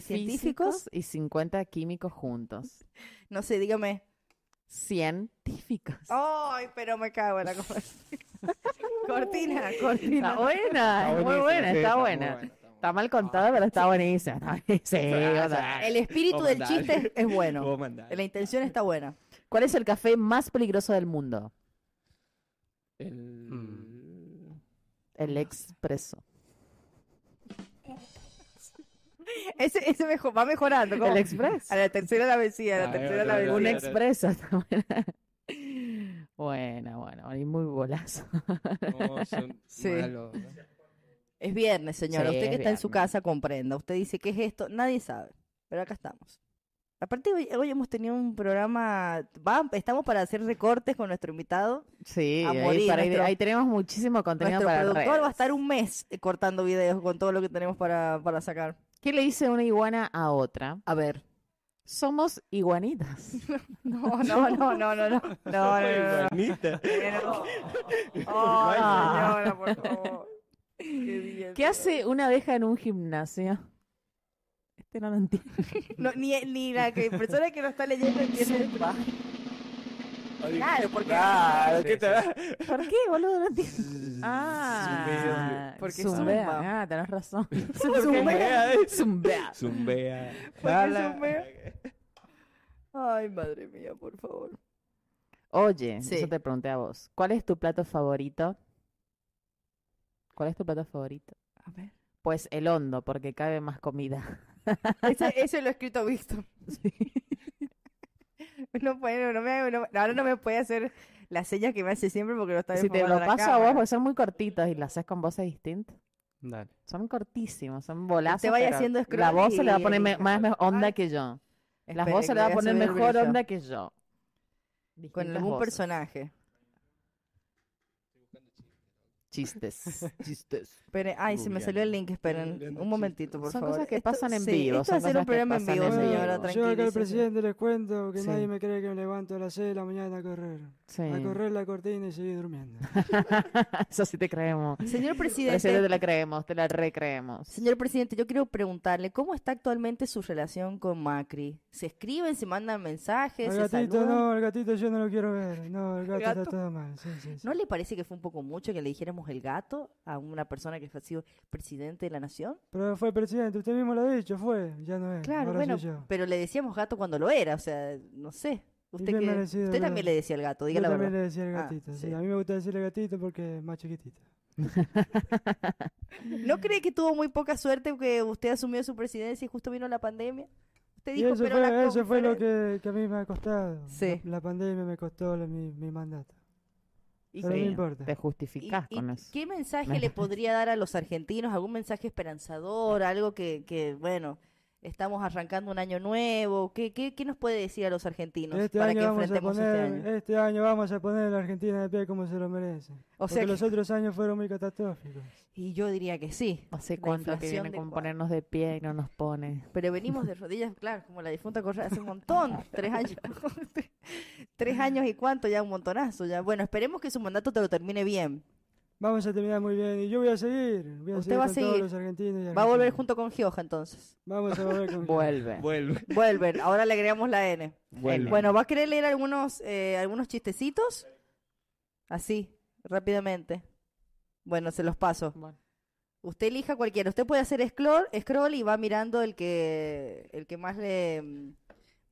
S3: Físicos
S2: científicos.
S3: y 50 químicos juntos.
S2: No sé, dígame.
S3: Científicos.
S2: Oh, Ay, pero me cago en la cosa. cortina, cortina.
S3: Está buena, es muy buena, Ah, está, buena. Está mal contada,
S2: Ah,
S3: pero está buenísima. está bien, sí, o sea.
S2: El espíritu del chiste es bueno. La intención está buena.
S3: ¿Cuál es el café más peligroso del mundo?
S2: Mm.
S3: El
S2: Ah.
S3: expreso.
S2: Ese, ese mejo- va mejorando. como-
S3: El Express.
S2: A la tercera la vencida, a la
S3: Ah,
S2: tercera la vencida.
S3: Un expreso. está buena. Bueno, bueno, y muy bolazo.
S2: Sí. Es viernes, señora.
S3: Sí,
S2: Usted que
S3: es
S2: está en su
S3: viernes.
S2: casa comprenda. Usted dice, ¿qué es esto? Nadie sabe. Pero acá estamos. Aparte, hoy, hoy hemos tenido un programa. va- estamos para hacer recortes con nuestro invitado.
S3: Sí,
S2: A
S3: ahí,
S2: morir,
S3: para ahí-
S2: nuestro-
S3: ahí tenemos muchísimo contenido
S2: Nuestro
S3: para
S2: productor va a
S3: redes.
S2: estar un mes eh, cortando videos con todo lo que tenemos para, para sacar.
S3: ¿Qué le dice una iguana a otra?
S2: A ver.
S3: Somos iguanitas.
S2: No, no, no, no, no, no. No, no, no, no. Ay,
S3: Ah.
S2: señora, por favor. Qué bien.
S3: ¿Qué hace una abeja en un gimnasio? Este no lo entiendo.
S2: No, ni, ni la que- persona que lo está leyendo entiende. Claro, porque.
S3: Claro,
S4: ¿qué
S1: te
S3: ¿Por qué, boludo? No entiendo. Ah,
S2: Porque
S3: zumbea.
S2: zumba.
S3: Ah, tenés razón.
S2: Zumbea,
S3: Zumbea. Zumbea.
S1: Zumbea.
S2: Porque zumbea. Ay, madre mía, por favor.
S3: Oye,
S2: Sí.
S3: eso te pregunté a vos. ¿Cuál es tu plato favorito? ¿Cuál es tu plato favorito?
S2: A ver.
S3: Pues el hondo, porque cabe más comida.
S2: Ese, ese lo ha escrito Víctor. No puede, no me, no- ahora no me puede hacer las señas que me hace siempre porque no está
S3: Si te
S2: enfocando
S3: lo
S2: la
S3: paso a vos,
S2: cámara.
S3: porque son muy cortitos y lo haces con voces distintas.
S15: Dale.
S3: Son cortísimos, son bolazos.
S2: Usted vaya
S3: pero
S2: haciendo
S3: La
S2: scroll
S3: voz se le va a
S2: y-
S3: poner me- más me- onda que yo. La
S2: Espere,
S3: voz se
S2: que
S3: le va a
S2: voy a
S3: poner
S2: subir el
S3: mejor
S2: brillo.
S3: onda que yo.
S2: Con
S3: Distintas
S2: algún
S3: voces.
S2: personaje.
S3: Chistes, chistes.
S2: Esperen, ay, se me
S3: Googleando.
S2: salió el link, esperen. Un momentito, por
S3: Son
S2: favor.
S3: cosas que
S2: Esto-
S3: pasan en
S2: sí,
S3: vivo,
S2: Esto
S3: son
S2: es hacer
S3: cosas
S2: un
S3: que
S2: programa en
S3: pasan
S2: vivo,
S3: en vivo.
S2: señora,
S3: Yo acá
S6: Yo acá al
S2: tranquilícese.
S6: presidente les cuento que
S3: Sí.
S6: nadie me cree que me levanto a las 6 de la mañana a correr.
S3: Sí.
S6: A correr la cortina y seguir durmiendo.
S3: Eso sí te creemos.
S2: Señor presidente.
S3: te la creemos, te la recreemos.
S2: este Señor presidente, yo quiero preguntarle, ¿cómo está actualmente su relación con Macri? ¿Se escriben, se mandan mensajes,
S6: El
S2: se
S6: gatito,
S2: saludan?
S6: no, el gatito yo no lo quiero ver. No, el gato,
S2: Gato.
S6: está todo mal. Sí, sí, sí.
S2: ¿No le parece que fue un poco mucho que le dijéramos el gato a una persona que ha sido presidente de la nación?
S6: Pero fue presidente, usted mismo lo ha dicho, fue. Ya no es.
S2: Claro,
S6: ahora
S2: bueno,
S6: soy yo.
S2: pero le decíamos gato cuando lo era, o sea, no sé. Usted,
S6: bien
S2: que-
S6: merecido,
S2: usted
S6: la
S2: también le
S6: verdad.
S2: decía el gato, diga
S6: Yo
S2: la verdad.
S6: también le decía el
S2: Ah,
S6: gatito. sí.
S2: sí.
S6: A mí me gusta decirle gatito porque es más chiquitito.
S2: ¿No cree que tuvo muy poca suerte que usted asumió su presidencia y justo vino la pandemia? Usted
S6: Y
S2: dijo,
S6: eso
S2: pero
S6: fue,
S2: la
S6: eso fue lo
S2: conferencia-
S6: que, que a mí me ha costado.
S2: Sí.
S6: La, la pandemia me costó la- mi, mi mandato.
S2: Y
S6: Pero
S2: sí,
S6: no importa.
S3: Te justificás
S2: ¿Y
S3: con eso.
S2: ¿Qué mensaje le podría dar a los argentinos? ¿Algún mensaje esperanzador? ¿Algo que, que, bueno, estamos arrancando un año nuevo? ¿Qué, qué, qué nos puede decir a los argentinos
S6: Este
S2: para
S6: año
S2: que
S6: vamos a
S2: enfrentemos
S6: poner, eh,
S2: este año?
S6: vamos a poner a la Argentina de pie como se lo merece. porque
S2: sea que-
S6: los otros años fueron muy catastróficos.
S2: Y yo diría que sí.
S3: Hace
S2: La
S3: cuánto que
S2: inflación
S3: viene
S2: de
S3: con
S2: cua-
S3: ponernos de pie y no nos pone.
S2: Pero venimos de rodillas, claro, como la difunta Correa hace un montón, tres años, tres años y cuánto, ya un montonazo, ya. Bueno, esperemos que su mandato te lo termine bien.
S6: Vamos a terminar muy bien y yo voy a seguir. Voy a
S2: Usted
S6: seguir
S2: va a
S6: con
S2: seguir.
S6: todos los argentinos y
S2: Va a volver
S6: argentinas.
S2: junto con Gioja entonces.
S6: Vamos a volver con
S3: Vuelve.
S5: Vuelve.
S2: Vuelven, ahora le agregamos la N.
S5: Vuelve.
S2: Bueno, ¿va a querer leer algunos, eh, algunos chistecitos? Así, rápidamente. Bueno, se los paso. Usted elija cualquiera. Usted puede hacer scroll, scroll y va mirando el que, el que más le... mm,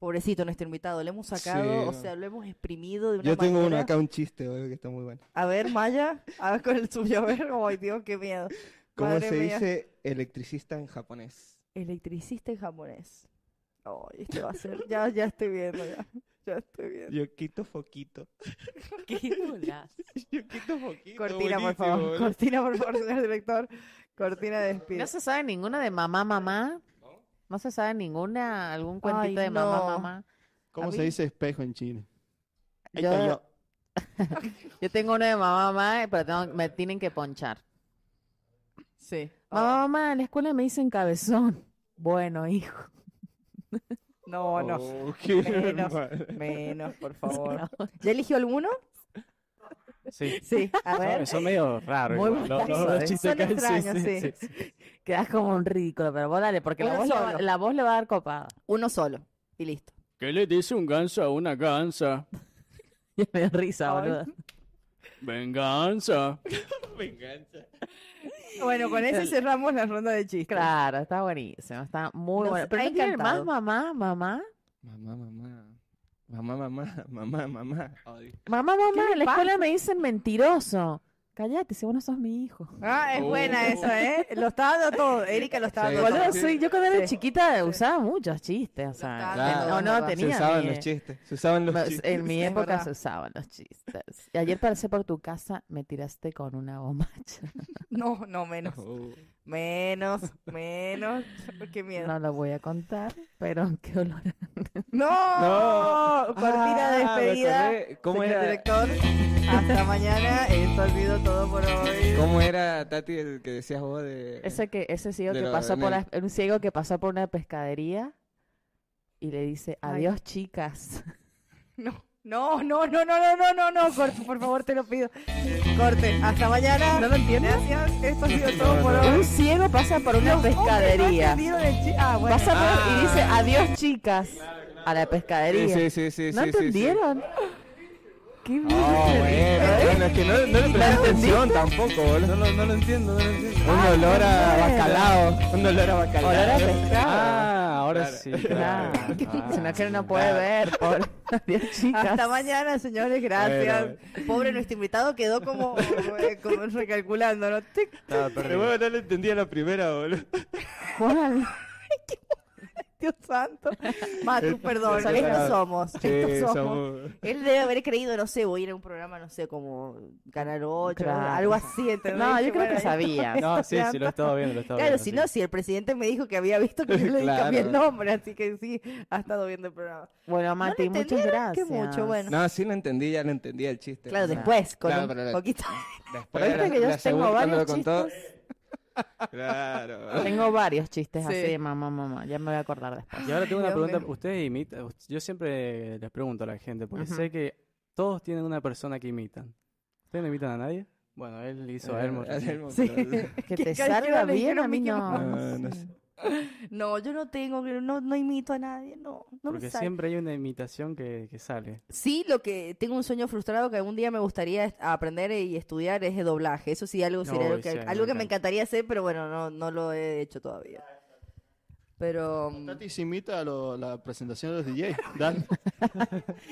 S2: Pobrecito nuestro invitado, le hemos sacado,
S1: Sí,
S2: o
S1: no.
S2: sea, lo hemos exprimido de una
S1: Yo tengo uno
S2: manera.
S1: acá, un chiste, obvio, que está muy bueno.
S2: A ver, Maya, a ver con el suyo, a ver. Ay, Dios, qué miedo.
S1: ¿Cómo
S2: Madre
S1: se
S2: mía.
S1: dice electricista en japonés?
S2: Electricista en japonés. Ay, este va a ser. Ya, ya estoy viendo, ya. Ya estoy viendo.
S1: Yo quito foquito.
S2: Cortina, por
S1: buenísimo,
S2: favor.
S1: boludo.
S2: Cortina, por favor, señor director. Cortina de despido.
S3: No se sabe ninguna de mamá, mamá. No se sabe ninguna, algún cuentito
S2: Ay,
S3: de mamá,
S2: no.
S3: mamá.
S1: ¿Cómo se dice espejo en chino? Ahí
S3: Yo-
S1: estoy yo.
S3: Yo tengo uno de mamá, mamá, pero tengo- me tienen que ponchar.
S2: Sí.
S3: Mamá, mamá, en la escuela me dicen cabezón. Oh. Bueno, hijo.
S2: No, no.
S3: Oh, qué
S2: menos,
S3: mal.
S2: menos, por favor. ¿Ya eligió alguno?
S6: Sí.
S2: Sí, a ver.
S6: Eso es medio raro.
S3: Muy
S6: igual. Los- los-
S3: bonito,
S6: los
S3: ¿eh?
S6: chistes
S3: Son
S6: que hay,
S3: extraños, sí. Quedas como un ridículo, pero vos dale, porque la
S2: Uno
S3: voz, le va,
S2: solo.
S3: la voz le va a dar copada.
S2: Uno solo. Y listo.
S9: ¿Qué le dice un ganso a una gansa?
S3: Ya me da risa,
S9: Ay.
S3: boludo.
S9: Venganza.
S1: Venganza.
S2: Bueno, con ese
S3: El-
S2: cerramos la ronda de chistes.
S3: Claro, está buenísimo, está muy
S2: Nos
S3: bueno. Pero
S2: ha
S3: no tienen más
S2: encantado.
S3: mamá, mamá.
S1: Mamá, mamá. Mamá, mamá, mamá, mamá. Ay.
S3: Mamá, mamá,
S2: le
S3: en la escuela me dicen mentiroso. Cállate, si vos no sos mi hijo.
S2: Ah, es buena esa, ¿eh? Lo está dando todo. Erika lo está dando
S3: Oh. Boludo,
S2: todo.
S3: soy- yo cuando era chiquita usaba muchos chistes, o sea,
S1: Claro.
S3: no, no
S1: Se
S3: tenía.
S1: usaban
S3: ni-
S1: los chistes. Se usaban los
S3: Pues,
S1: chistes.
S3: En mi
S1: Es
S3: época
S1: verdad.
S3: se usaban los chistes. Y ayer pasé por tu casa, me tiraste con una bombacha.
S2: No, no, menos.
S1: Oh.
S2: Menos, menos. Qué miedo.
S3: No lo voy a contar, pero qué olor.
S2: ¡No!
S3: No.
S2: Cortina de
S3: Ah, me
S2: despedida.
S3: acordé. ¿Cómo
S2: señor
S3: era?
S2: director. Hasta mañana. Esto ha sido todo por hoy.
S5: ¿Cómo era, Tati, el que decías vos de...
S3: Ese que ese ciego
S5: De
S3: que
S5: la-
S3: pasó
S5: en
S3: por
S5: el-
S3: la- un ciego que pasó por una pescadería y le dice,
S2: Ay.
S3: "Adiós, chicas."
S2: No, no, no, no, no, no, no, no, corte, por favor, te lo pido. Corte, hasta mañana.
S3: ¿No lo entiendes?
S2: Gracias, esto ha sido todo por
S3: Un
S2: hoy.
S3: ciego pasa por una
S2: Los hombres no
S3: pescadería.
S2: entendieron el chi- ah, bueno.
S3: Pasa por- y dice,
S2: Ah.
S3: "Adiós, chicas." A la pescadería.
S5: Sí, sí, sí, sí,
S3: ¿No
S5: sí, sí, sí.
S3: entendieron? Qué bien.
S5: Oh, bueno, bueno, es que no, no le presté atención tampoco, boludo.
S6: No, lo- no lo entiendo, no lo entiendo.
S5: Un olor a bacalao. Un olor a bacalao.
S3: Olor a pescado.
S9: Ah, ahora sí.
S3: Claro.
S9: claro.
S3: Si no quiere no puede ver, pobre. Adiós, chicas.
S2: Hasta mañana, señores,
S3: A
S2: gracias.
S3: ver,
S2: Pobre nuestro invitado quedó como, eh, como recalculando, ¿no? Tic, tic.
S1: Pero bueno, no le entendía la primera, boludo.
S3: Juan.
S2: Dios santo. Matu, perdón,
S1: Sí,
S2: estos
S1: claro.
S2: somos,
S1: Sí,
S2: estos somos.
S1: somos.
S2: Él debe haber creído, no sé, voy a ir a un programa, no sé, como Canal 8,
S3: Claro.
S2: algo así, ¿entendés?
S3: No, yo
S2: Dice,
S3: creo que
S2: bueno,
S3: sabía.
S9: No, sí, sí, lo estaba viendo, lo estaba
S2: Claro,
S9: viendo,
S2: si
S9: sí.
S2: no, si el presidente me dijo que había visto que yo le
S5: Claro.
S2: cambié el nombre, así que sí, ha estado viendo el programa.
S3: Bueno,
S2: ¿No lo
S3: Mati, muchas
S2: entendieron? Qué
S3: gracias.
S2: mucho, bueno.
S5: No, sí lo entendí, ya lo entendí el chiste.
S2: Claro,
S5: Claro.
S2: después, con
S5: Claro,
S2: un
S5: pero la-
S2: poquito.
S5: Después,
S3: Pero
S5: la,
S3: viste que yo
S5: la
S3: tengo
S5: segunda cuando
S3: varios
S5: lo contó.
S3: chistes.
S5: Claro.
S3: Tengo varios chistes
S2: Sí.
S3: así de mamá, mamá. Ya me voy a acordar después.
S9: Y ahora tengo una
S2: Dios
S9: pregunta.
S2: mío.
S9: Ustedes imitan. Yo siempre les pregunto a la gente, porque
S3: Ajá.
S9: sé que todos tienen una persona que imitan. ¿Ustedes no imitan a nadie? Bueno, él hizo a
S1: Eh,
S9: Elmo.
S1: a Elmo,
S2: Sí.
S1: claro.
S3: Que
S2: ¿Qué
S3: te
S2: caricatura
S3: salga
S2: le
S3: bien,
S2: dijeron
S3: a mí
S2: Mickey
S3: no.
S2: Mouse?
S9: No, no sé.
S2: No, yo no tengo, no, no imito a nadie, no, no me
S9: Porque
S2: sale.
S9: siempre hay una imitación que, que sale.
S2: Sí, lo que tengo un sueño frustrado que algún día me gustaría est- aprender y estudiar es de doblaje. Eso sí, algo sería
S9: Uy,
S2: algo que,
S9: sí, me
S2: algo que me
S9: encanta.
S2: encantaría hacer, pero bueno, no, no lo he hecho todavía. Pero mm,
S5: Tati se imita a lo- la presentación de los DJ. Dale.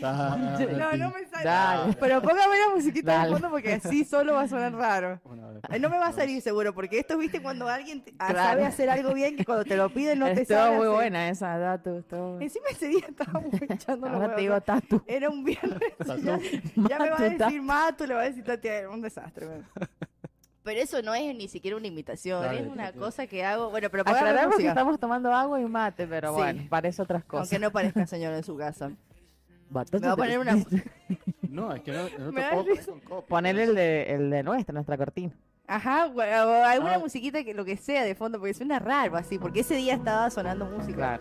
S5: Ah, Tati.
S2: No, no me sale.
S5: Dale.
S2: Pero póngame la musiquita de
S5: Dale.
S2: fondo porque así solo va a sonar raro. Ay, No me va a salir seguro, porque esto, viste, cuando alguien te- ah, sabe hacer algo bien, que cuando te lo piden no te
S3: Estuvo
S2: sale.
S3: muy
S2: hacer.
S3: buena esa, Datu. estuvo-
S2: Encima ese día estábamos echando los
S3: Ahora te digo
S2: huevos.
S3: Tatu.
S2: Era un viernes. y ya, ya me va a
S3: Matu,
S2: decir Matu, le va a decir Tati, era un desastre. bueno. Pero eso no es ni siquiera una imitación,
S3: Dale,
S2: es una
S3: Tati.
S2: cosa que hago. Bueno, pero póngame
S3: Aclaramos que
S2: música,
S3: estamos tomando agua y mate, pero
S2: Sí.
S3: bueno, parece otras cosas.
S2: aunque no parezca señor en su casa. Me va a poner una.
S5: No, es pues. que no, no
S2: Me
S5: te
S2: da
S5: puedo
S2: risa.
S3: Poner el de, el de nuestra, nuestra cortina.
S2: Ajá, o- o alguna musiquita que lo que sea de fondo, porque suena raro así, porque ese día estaba sonando música.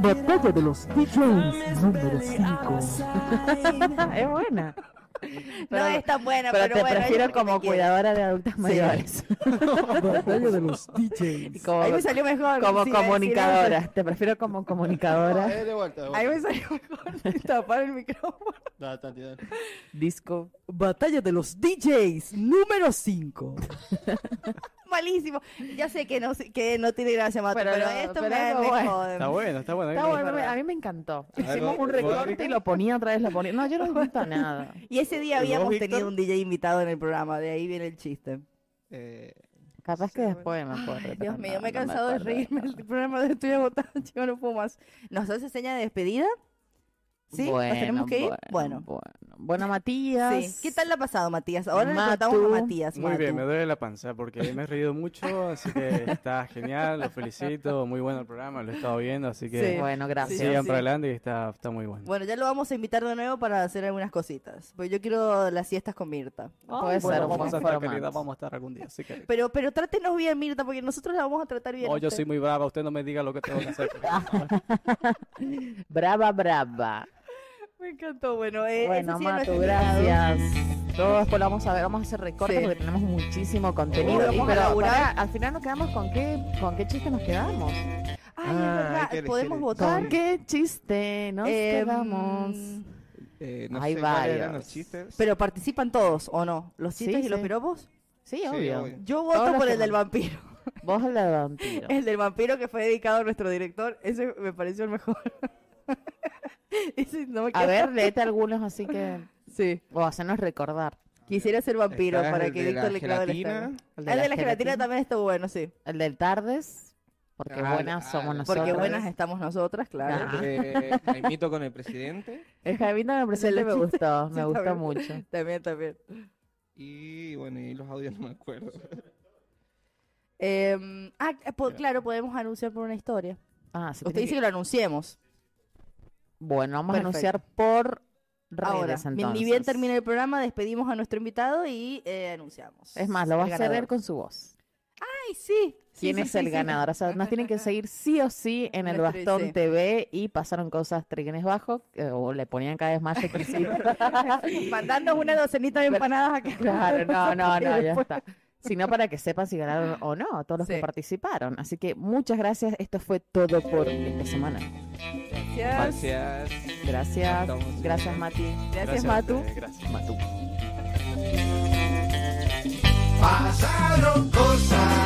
S4: Batalla de los DJs número 5.
S3: es buena.
S2: no es tan buena,
S3: pero,
S2: pero,
S3: te
S2: bueno.
S3: prefiero
S2: ella-
S3: como cuidadora de adultas mayores.
S4: Batalla de los DJs.
S3: Como,
S2: Ahí me salió mejor,
S3: Como
S2: sí, eh, iba a decir
S3: comunicadora.
S2: eso.
S3: Te prefiero como comunicadora.
S5: Eh, de vuelta, de vuelta.
S2: Ahí me salió mejor tapar el micrófono.
S5: Dale, Tati, dale.
S3: Disco.
S4: Batalla de los DJs número 5.
S2: Malísimo. Ya sé que no, que no tiene gracia, Mato, pero, esto
S3: pero
S2: me,
S3: algo
S2: me
S3: bueno.
S2: jode.
S9: Está bueno, está bueno.
S3: Está
S9: Ahí
S3: bueno,
S9: me-
S3: a mí me encantó.
S9: ver,
S3: Hicimos
S9: vos-
S3: un
S9: vos,
S3: recorte
S9: Víctor.
S3: y lo ponía otra vez, lo ponía. No, yo no invito nada.
S2: Y ese día
S3: ¿Y vos,
S2: habíamos
S3: Víctor?
S2: tenido un DJ invitado en el programa, de ahí viene el chiste.
S5: Eh,
S3: Capaz que después me acuerdo.
S2: Ay,
S3: pero
S2: Dios mío,
S3: no,
S2: me he
S3: no
S2: cansado de
S3: acuerdo.
S2: reírme el programa de estoy agotado, chico, no puedo más. ¿Nos hace seña de despedida? ¿Sí? ¿Nos tenemos que ir?
S3: Bueno. bueno. Bueno, Matías.
S2: Sí. ¿Qué tal la ha pasado, Matías? Ahora le
S3: Matu.
S2: contamos a Matías.
S9: Muy bien,
S2: Matu.
S9: me duele la panza porque me he reído mucho, así que está genial, lo felicito, muy bueno el programa, lo he estado viendo, así que
S3: Sí. Bueno, gracias.
S9: sigan
S3: Sí.
S9: para adelante y está, está muy bueno.
S2: Bueno, ya lo vamos a invitar de nuevo para hacer algunas cositas. Pues yo quiero las siestas con Mirta.
S9: Bueno, vamos a estar,
S3: formato.
S9: querida, vamos a estar algún día, así que...
S2: Pero, pero trátenos bien, Mirta, porque nosotros la vamos a tratar bien. a
S9: Oh, yo
S2: usted.
S9: soy muy brava, usted no me diga lo que tengo que hacer.
S3: Brava, brava.
S2: Me encantó. Bueno, eh,
S3: bueno,
S2: ese sí es
S3: Mato,
S2: nuestro invitado.
S3: gracias. Luego después lo vamos a ver, vamos a hacer recortes
S2: Sí.
S3: porque tenemos muchísimo contenido.
S2: Uy,
S3: Y-
S2: vamos a
S3: pero
S2: laburar.
S3: pará, al final nos quedamos con qué, con qué chiste nos quedamos.
S2: Ay, es verdad, ¿podemos votar?
S3: ¿Con qué chiste nos
S2: Em,
S3: quedamos?
S1: Eh, no
S3: Hay
S1: sé cuáles eran
S3: varios.
S1: los chistes.
S2: Pero participan todos, ¿o no? ¿Los
S3: Sí,
S2: chistes y los
S3: sí.
S2: piropos?
S3: Sí, obvio.
S1: obvio.
S2: Yo voto
S3: Todos los
S2: por
S3: que
S2: el del
S3: nos-
S2: vampiro.
S3: Vos el del vampiro.
S2: El del vampiro que fue dedicado a nuestro director. Ese me pareció el mejor. Ese no me
S3: A
S2: queda.
S3: ver, léete algunos así que...
S2: Sí.
S3: O hacernos recordar.
S2: Quisiera ser vampiro
S3: Está el
S2: para que
S3: de la
S2: Víctor le clave la
S3: gelatina.
S2: estaca.
S3: El
S2: El
S3: de
S2: Ah,
S3: la
S2: de la, gelatina
S3: gelatina.
S2: también estuvo bueno, sí.
S3: El del tardes, porque
S1: Ah,
S3: buenas
S1: ah,
S3: somos
S1: el-
S3: nosotros.
S2: Porque buenas estamos nosotras, claro.
S1: Eh, la imito con el presidente.
S3: El Javita me presente me gustó, me gustó mucho.
S2: También, también.
S1: Y bueno, y los audios no me acuerdo.
S2: Eh, ah, po- claro, podemos anunciar por una historia.
S3: Ah, sí,
S2: Usted
S3: tiene
S2: dice
S3: que-
S2: que lo anunciemos.
S3: Bueno, vamos
S2: Perfecto.
S3: a anunciar por redes
S2: Ahora, ni- ni bien
S3: entonces.
S2: termina el programa, despedimos a nuestro invitado y eh, anunciamos.
S3: Es más, lo va a
S2: el
S3: hacer
S2: ganador.
S3: él con su voz.
S2: Ay, sí. sí,
S3: ¿Quién
S2: sí,
S3: es
S2: sí,
S3: el
S2: sí.
S3: ganador? O sea, nos tienen que seguir sí o sí en el
S2: Nuestro
S3: Bastón
S2: IC.
S3: TV y pasaron cosas triguenes bajo, eh, o le ponían cada vez más requisitos.
S2: Mandarnos una docenita de empanadas acá.
S3: Claro, no, no, no, ya está. Sino para que sepan si ganaron o no, todos los que participaron. Así que muchas gracias. Esto fue todo por esta semana.
S1: Gracias.
S3: Gracias. Gracias, Mati.
S1: Gracias,
S3: Matu.
S1: eh,
S3: Matu.
S4: Pasaron cosas.